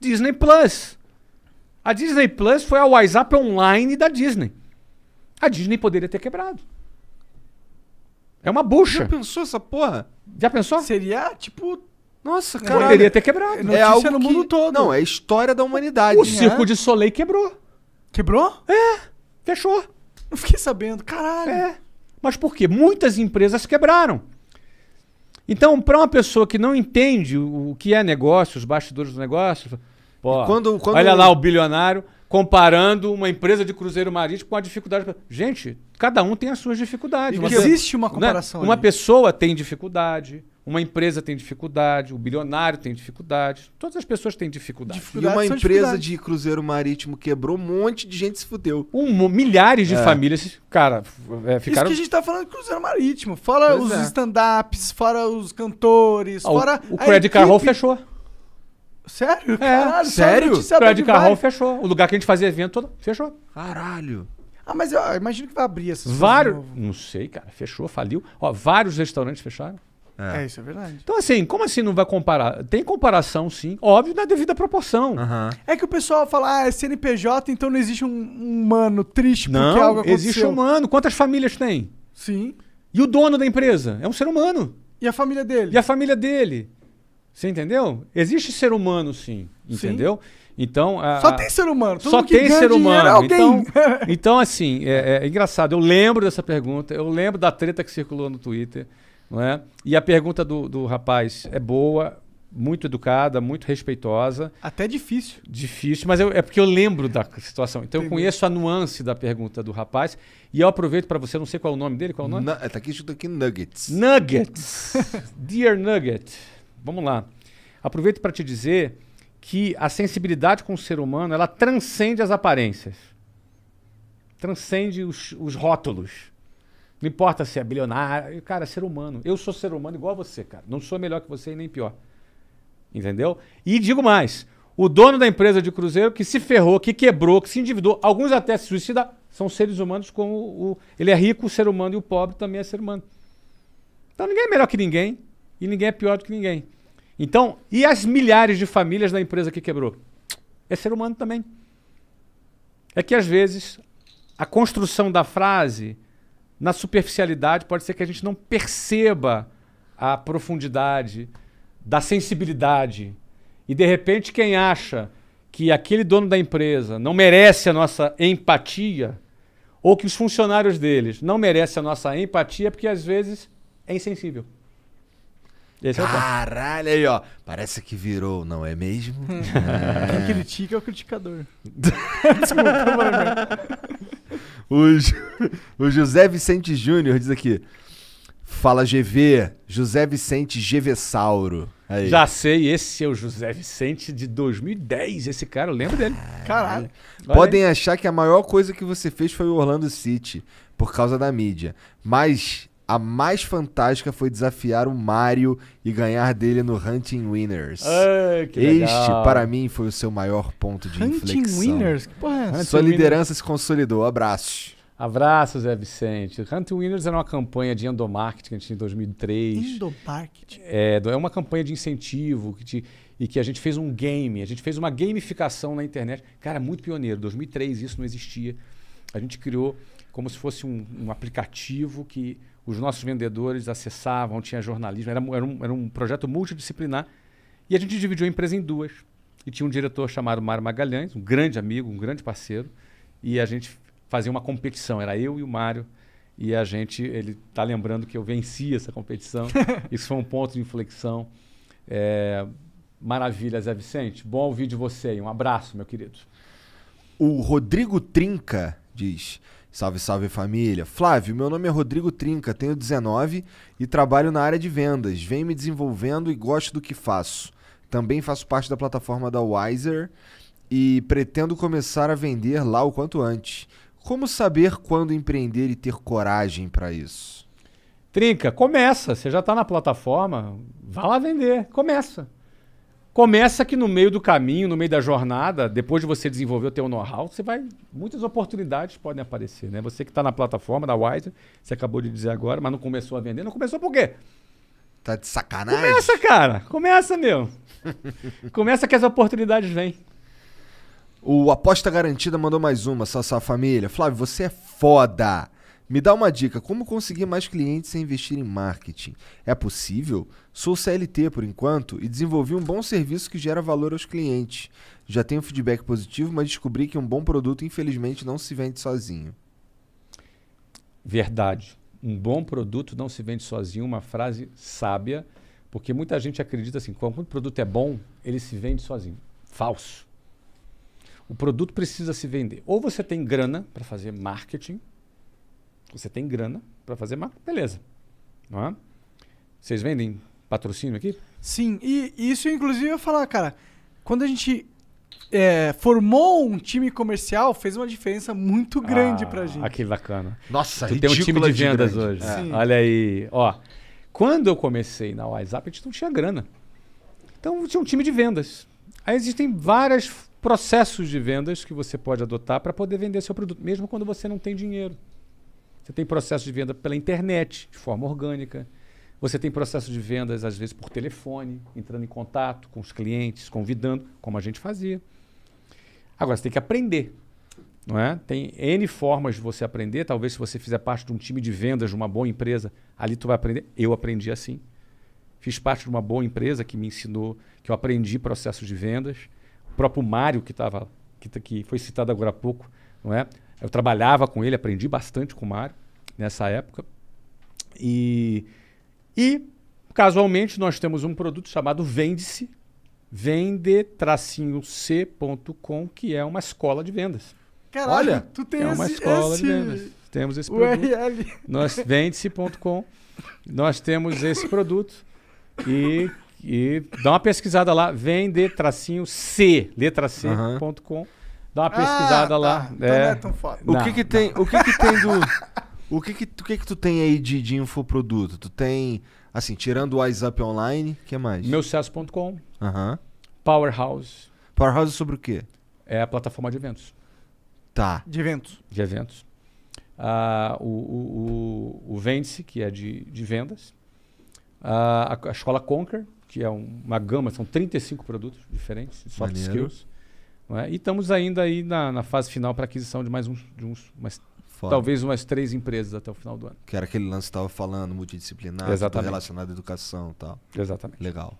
Speaker 3: Disney Plus. A Disney Plus foi a WhatsApp online da Disney. A Disney poderia ter quebrado. É uma
Speaker 1: Já
Speaker 3: bucha.
Speaker 1: pensou essa porra?
Speaker 3: Já pensou?
Speaker 2: Seria, tipo,
Speaker 1: Nossa, cara.
Speaker 3: Tá. Poderia ter quebrado.
Speaker 2: É notícia no mundo todo.
Speaker 1: É Não, é a história da humanidade.
Speaker 3: O circo
Speaker 2: é.
Speaker 3: de Soleil quebrou.
Speaker 2: Quebrou?
Speaker 3: Fechou.
Speaker 2: Não fiquei sabendo. Caralho.
Speaker 3: É. Mas por quê? Muitas empresas quebraram. Então, para uma pessoa que não entende o o que é negócio, os bastidores do negócio, pô,
Speaker 1: E quando- quando-
Speaker 2: um
Speaker 3: olha lá o bilionário comparando uma empresa de cruzeiro marítimo com a dificuldade. Gente, cada um tem as suas dificuldades.
Speaker 2: E
Speaker 3: Uma
Speaker 2: que
Speaker 3: pe-
Speaker 2: existe uma
Speaker 3: né?
Speaker 2: comparação
Speaker 3: Uma
Speaker 2: ali.
Speaker 3: pessoa tem dificuldade, uma empresa tem dificuldade, o bilionário tem dificuldade, todas as pessoas têm dificuldade.
Speaker 1: E uma
Speaker 2: Dificuldades são
Speaker 1: empresa
Speaker 2: dificuldades.
Speaker 1: de cruzeiro marítimo quebrou um monte de gente se fudeu.
Speaker 3: Um mo- milhares de famílias, cara, f-
Speaker 2: É.
Speaker 3: é, ficaram
Speaker 2: Isso que a gente tá falando de Cruzeiro Marítimo. Fora
Speaker 1: Pois
Speaker 2: os
Speaker 1: é.
Speaker 2: stand-ups, fora os cantores,
Speaker 3: Ah, o-
Speaker 2: fora.
Speaker 3: o
Speaker 2: a
Speaker 3: Credit Card Hall
Speaker 2: equipe.
Speaker 3: fechou.
Speaker 2: Sério? É,
Speaker 1: sério?
Speaker 3: O Credit Card Hall fechou. O lugar que a gente fazia evento todo, fechou.
Speaker 1: Caralho.
Speaker 2: Ah, mas eu imagino que vai abrir essas coisas de
Speaker 3: Vários.
Speaker 2: novo.
Speaker 3: Não sei, cara. Fechou, faliu. Ó, vários restaurantes fecharam.
Speaker 2: É. isso é verdade.
Speaker 3: Então, assim, como assim não vai comparar? Tem comparação, sim. Óbvio, na devida proporção.
Speaker 1: Aham.
Speaker 2: É que o pessoal fala, ah, é CNPJ, então não existe um, um humano triste porque é algo
Speaker 3: Não,
Speaker 2: aconteceu.
Speaker 3: existe um humano. Quantas famílias tem?
Speaker 2: Sim.
Speaker 3: E o dono da empresa? É um ser humano.
Speaker 2: E a família dele?
Speaker 3: E a família dele? Você entendeu? Existe ser humano, sim. Entendeu? Então. a-
Speaker 2: Só
Speaker 3: a-
Speaker 2: tem ser humano. Todo
Speaker 3: Só
Speaker 2: mundo que
Speaker 3: tem
Speaker 2: ganha
Speaker 3: ser
Speaker 2: dinheiro
Speaker 3: humano.
Speaker 2: É alguém.
Speaker 3: Então, então, assim, é, é engraçado. Eu lembro dessa pergunta, eu lembro da treta que circulou no Twitter, não é? E a pergunta do, do rapaz é boa, muito educada, muito respeitosa,
Speaker 2: Até é difícil.
Speaker 3: difícil, mas eu- é porque eu lembro da situação. Então eu conheço a nuance da pergunta do rapaz e eu aproveito para você, não sei qual é o nome dele, qual é o nome? Hum,
Speaker 1: Na- Tá aqui escrito aqui Nuggets.
Speaker 3: Nuggets. Dear Nugget. Vamos lá. Aproveito para te dizer que a sensibilidade com o ser humano, ela transcende as aparências. Transcende os, os rótulos. Não importa se é bilionário, cara, é ser humano. Eu sou ser humano igual a você, cara. Não sou melhor que você e nem pior. Entendeu? E digo mais, o dono da empresa de cruzeiro que se ferrou, que quebrou, que se endividou, alguns até se suicida, são seres humanos como o, o- ele é rico, o ser humano e o pobre também é ser humano. Então ninguém é melhor que ninguém e ninguém é pior do que ninguém. Então, e as milhares de famílias da empresa que quebrou? É ser humano também. É que às vezes a construção da frase na superficialidade pode ser que a gente não perceba a profundidade da sensibilidade. E de repente quem acha que aquele dono da empresa não merece a nossa empatia, ou que os funcionários deles não merecem a nossa empatia, porque às vezes é insensível. Esse é o ponto.
Speaker 1: Caralho, aí, ó. Parece que virou, não é mesmo?
Speaker 3: Hum.
Speaker 2: Quem critica é o criticador.
Speaker 1: O, Ju- o José Vicente Júnior diz aqui: Fala GV, José Vicente Gevessauro. Aí.
Speaker 3: Já sei, esse é o José Vicente de 2010. Esse cara, eu lembro dele.
Speaker 1: É,
Speaker 2: Caralho.
Speaker 3: Olha aí.
Speaker 1: Podem achar que a maior coisa que você fez foi o Orlando City, por causa da mídia. Mas a mais fantástica foi desafiar o Mario e ganhar dele no Hunting Winners.
Speaker 3: Ai, Ah, que
Speaker 1: este,
Speaker 3: legal.
Speaker 1: para mim, foi o seu maior ponto de
Speaker 2: Hunting
Speaker 1: inflexão.
Speaker 2: Winners? Que porra é essa?
Speaker 1: Sua
Speaker 3: Hunting
Speaker 1: liderança se consolidou. Abraço.
Speaker 3: Abraço, Zé Vicente. Hunt Winners era uma campanha de endomarketing que a gente tinha em 2003.
Speaker 2: Indomarket.
Speaker 3: É, do- é uma campanha de incentivo que te- e que a gente fez um game, a gente fez uma gamificação na internet. Cara, muito pioneiro. 2003 isso não existia. A gente criou como se fosse um, um aplicativo que os nossos vendedores acessavam, tinha jornalismo. Era, mu- era um, era um projeto multidisciplinar. E a gente dividiu a empresa em duas. E tinha um diretor chamado Mário Magalhães, um grande amigo, um grande parceiro. E a gente fazia uma competição. Era eu e o Mário. E a gente, ele tá lembrando que eu venci essa competição. Isso foi um ponto de inflexão. É, maravilha, Zé Vicente. Bom ouvir de você aí. Um abraço, meu querido.
Speaker 1: O Rodrigo Trinca diz: Salve, salve família. Flávio, meu nome é Rodrigo Trinca, tenho 19 e trabalho na área de vendas. Venho me desenvolvendo e gosto do que faço. Também faço parte da plataforma da Wiser e pretendo começar a vender lá o quanto antes. Como saber quando empreender e ter coragem para isso?
Speaker 3: Trinca, começa. Você já está na plataforma, vá lá vender. Começa. Começa que no meio do caminho, no meio da jornada, depois de você desenvolver o teu know-how, você vai muitas oportunidades podem aparecer, né? Você que está na plataforma da Wise, você acabou de dizer agora, mas não começou a vender, não começou por quê?
Speaker 1: Tá de sacanagem?
Speaker 3: Começa, cara. Começa, meu. começa que as oportunidades vêm.
Speaker 1: O Aposta Garantida mandou mais uma, Sassá Família. Flávio, você é foda. Me dá uma dica, como conseguir mais clientes sem investir em marketing? É possível? Sou CLT por enquanto e desenvolvi um bom serviço que gera valor aos clientes. Já tenho feedback positivo, mas descobri que um bom produto infelizmente não se vende sozinho.
Speaker 3: Verdade. Um bom produto não se vende sozinho, uma frase sábia, porque muita gente acredita assim, quando o produto é bom, ele se vende sozinho. Falso. O produto precisa se vender. Ou você tem grana para fazer marketing, você tem grana para fazer marketing, beleza. Não é? Vocês vendem patrocínio aqui?
Speaker 2: Sim, e isso inclusive eu ia falar, cara. Quando a gente é, formou um time comercial, fez uma diferença muito grande
Speaker 3: Ah,
Speaker 2: pra gente.
Speaker 3: Ah, que bacana.
Speaker 1: Nossa,
Speaker 3: Tu tem um time de vendas hoje.
Speaker 1: É.
Speaker 2: Sim.
Speaker 3: Olha aí. Ó, quando eu comecei na WhatsApp, a gente não tinha grana. Então tinha um time de vendas. Aí existem vários processos de vendas que você pode adotar para poder vender seu produto, mesmo quando você não tem dinheiro. Você tem processo de venda pela internet, de forma orgânica. Você tem processo de vendas, às vezes, por telefone, entrando em contato com os clientes, convidando, como a gente fazia. Agora, você tem que aprender. Não é? Tem N formas de você aprender. Talvez se você fizer parte de um time de vendas de uma boa empresa, ali tu vai aprender. Eu aprendi assim. Fiz parte de uma boa empresa que me ensinou, que eu aprendi processos de vendas. O próprio Mário, que, tava, que, tá- que foi citado agora há pouco, não é? eu trabalhava com ele, aprendi bastante com o Mário nessa época. E, e casualmente nós temos um produto chamado Vende-se, vende-c.com, que é uma escola de vendas.
Speaker 2: Caralho,
Speaker 1: Olha,
Speaker 2: tu tem
Speaker 3: é uma
Speaker 2: esse,
Speaker 3: escola
Speaker 2: esse
Speaker 3: de vendas. Temos esse produto.
Speaker 2: URL.
Speaker 3: Nós vende-se.com. Nós temos esse produto. E, e dá uma pesquisada lá, vende tracinho C, letra
Speaker 1: Aham.
Speaker 3: C.com. Dá uma pesquisada
Speaker 2: Ah,
Speaker 3: lá.
Speaker 2: tá. Então não é
Speaker 3: É,
Speaker 2: tão foda.
Speaker 1: O
Speaker 3: Não,
Speaker 1: que que tem, o que que tem do o que que, o que que tu tem aí de, de infoproduto? Tu tem, assim, tirando o WhatsApp online, o que mais?
Speaker 3: meucesso.com,
Speaker 1: Aham.
Speaker 3: Powerhouse,
Speaker 1: Powerhouse sobre o quê?
Speaker 3: é a plataforma de eventos.
Speaker 1: Tá.
Speaker 2: De eventos.
Speaker 3: de eventos. Ah, o o, o, o Vende-se, que é de, de vendas. Ah, a, a escola Conquer, que é um- uma gama, são 35 produtos diferentes, de soft
Speaker 1: Maneiro.
Speaker 3: skills. não é? E estamos ainda aí na, na fase final para aquisição de mais uns, de uns umas-
Speaker 1: Foda.
Speaker 3: talvez umas três empresas até o final do ano.
Speaker 1: Que era aquele lance que tava falando, multidisciplinar, tudo
Speaker 3: Exatamente.
Speaker 1: relacionado à educação e tal.
Speaker 3: Exatamente.
Speaker 1: Legal.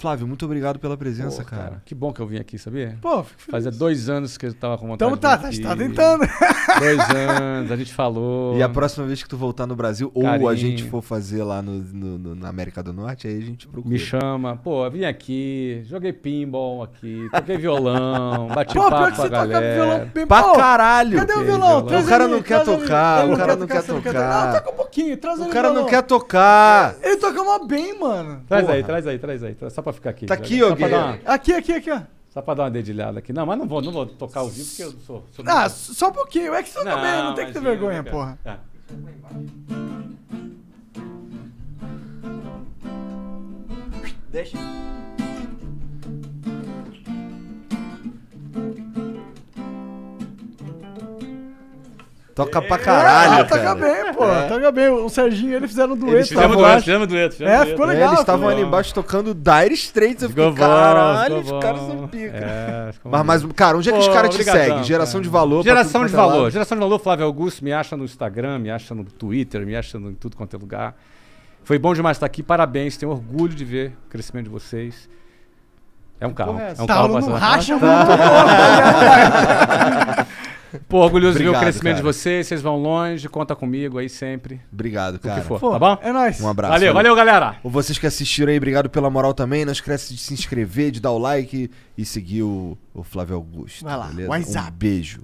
Speaker 1: Flávio, muito obrigado pela presença, cara.
Speaker 3: Que bom que eu vim aqui, sabia?
Speaker 2: Pô, fico feliz.
Speaker 3: Fazia dois anos que eu estava com vontade
Speaker 2: Então
Speaker 3: de
Speaker 2: tá,
Speaker 3: vir
Speaker 2: tá,
Speaker 3: aqui.
Speaker 2: tá tentando.
Speaker 3: Dois anos, a gente falou.
Speaker 1: E a próxima vez que tu voltar no Brasil, ou a
Speaker 3: Carinho. gente
Speaker 1: gente for
Speaker 3: for
Speaker 1: fazer lá na América do Norte, aí a gente procura.
Speaker 3: Me chama, pô, eu vim aqui, joguei pinball aqui, toquei violão, bati
Speaker 2: Pô, pior
Speaker 3: papo
Speaker 2: que
Speaker 3: com a
Speaker 2: você toca
Speaker 3: galera.
Speaker 2: violão bem
Speaker 1: Pra
Speaker 2: Pô,
Speaker 1: caralho!
Speaker 2: Cadê o
Speaker 3: que
Speaker 2: violão?
Speaker 3: violão.
Speaker 2: Traz
Speaker 1: O cara
Speaker 2: ali,
Speaker 1: não quer
Speaker 2: traz ali.
Speaker 1: tocar,
Speaker 2: Ele
Speaker 1: o cara não quer
Speaker 2: você
Speaker 1: tocar.
Speaker 2: Não, toca um pouco. pouquinho, traz
Speaker 1: O
Speaker 2: ele
Speaker 1: cara
Speaker 2: no
Speaker 1: não
Speaker 2: balão.
Speaker 1: quer tocar.
Speaker 2: Ele toca mó bem, mano.
Speaker 3: Traz
Speaker 1: Porra.
Speaker 3: aí, traz aí, traz aí. tra- Só pra ficar aqui.
Speaker 1: Tá
Speaker 3: já-
Speaker 1: aqui,
Speaker 3: só
Speaker 1: ó,
Speaker 3: pra, dar uma,
Speaker 1: Guilherme.
Speaker 2: Aqui, aqui, aqui, ó.
Speaker 3: só pra dar uma dedilhada aqui. Não, mas não vou, não vou tocar ao vivo porque eu sou. sou
Speaker 2: Ah, só um pouquinho. É que você toca bem, não tem que ter
Speaker 3: imagina,
Speaker 2: vergonha,
Speaker 3: cara.
Speaker 2: porra.
Speaker 3: Tá.
Speaker 5: Deixa.
Speaker 1: Toca
Speaker 3: É,
Speaker 1: pra caralho,
Speaker 2: Ah, toca
Speaker 1: cara. É.
Speaker 2: bem, pô. Toca bem. O Serginho e ele fizeram um dueto.
Speaker 3: Eles
Speaker 2: lá
Speaker 3: fizemos
Speaker 1: estavam-
Speaker 3: dueto,
Speaker 2: embaixo.
Speaker 3: fizemos dueto. fizemos
Speaker 2: É,
Speaker 3: dueto.
Speaker 2: ficou
Speaker 1: É,
Speaker 2: legal,
Speaker 1: eles estavam
Speaker 3: cara.
Speaker 1: ali embaixo tocando Dire Straits. Eu fiquei,
Speaker 3: Ficou bom,
Speaker 1: caralho,
Speaker 3: ficou
Speaker 1: os caras
Speaker 3: bom.
Speaker 1: são pica.
Speaker 3: É, ficou
Speaker 1: Mas,
Speaker 3: bom.
Speaker 1: mas, cara, onde é que os
Speaker 3: Pô,
Speaker 1: caras te
Speaker 3: obrigadão,
Speaker 1: seguem? Geração
Speaker 3: cara.
Speaker 1: de valor. pra
Speaker 3: Geração
Speaker 1: tudo
Speaker 3: de
Speaker 1: quanto é lado.
Speaker 3: valor. Geração de valor, Flávio Augusto, me acha no Instagram, me acha no Twitter, me acha no- em tudo quanto é lugar. Foi bom demais estar aqui, parabéns, tenho orgulho de ver o crescimento de vocês. É um carro. É um
Speaker 2: Tá,
Speaker 3: carro
Speaker 2: não
Speaker 3: passando.
Speaker 2: racha, mano.
Speaker 3: Pô, orgulhoso de ver o
Speaker 1: Obrigado,
Speaker 3: crescimento de
Speaker 1: cara.
Speaker 3: vocês, vocês vão longe, conta comigo aí sempre.
Speaker 1: Obrigado,
Speaker 3: O
Speaker 1: cara.
Speaker 3: que for,
Speaker 2: Pô,
Speaker 3: tá bom?
Speaker 2: É nóis.
Speaker 1: Um abraço.
Speaker 3: Valeu, valeu, galera.
Speaker 1: Vocês que assistiram aí, obrigado pela moral também. Não esquece de se inscrever, de dar o like e seguir o, o Flávio Augusto.
Speaker 2: Vai lá,
Speaker 1: beleza?
Speaker 2: WhatsApp.
Speaker 1: Um beijo.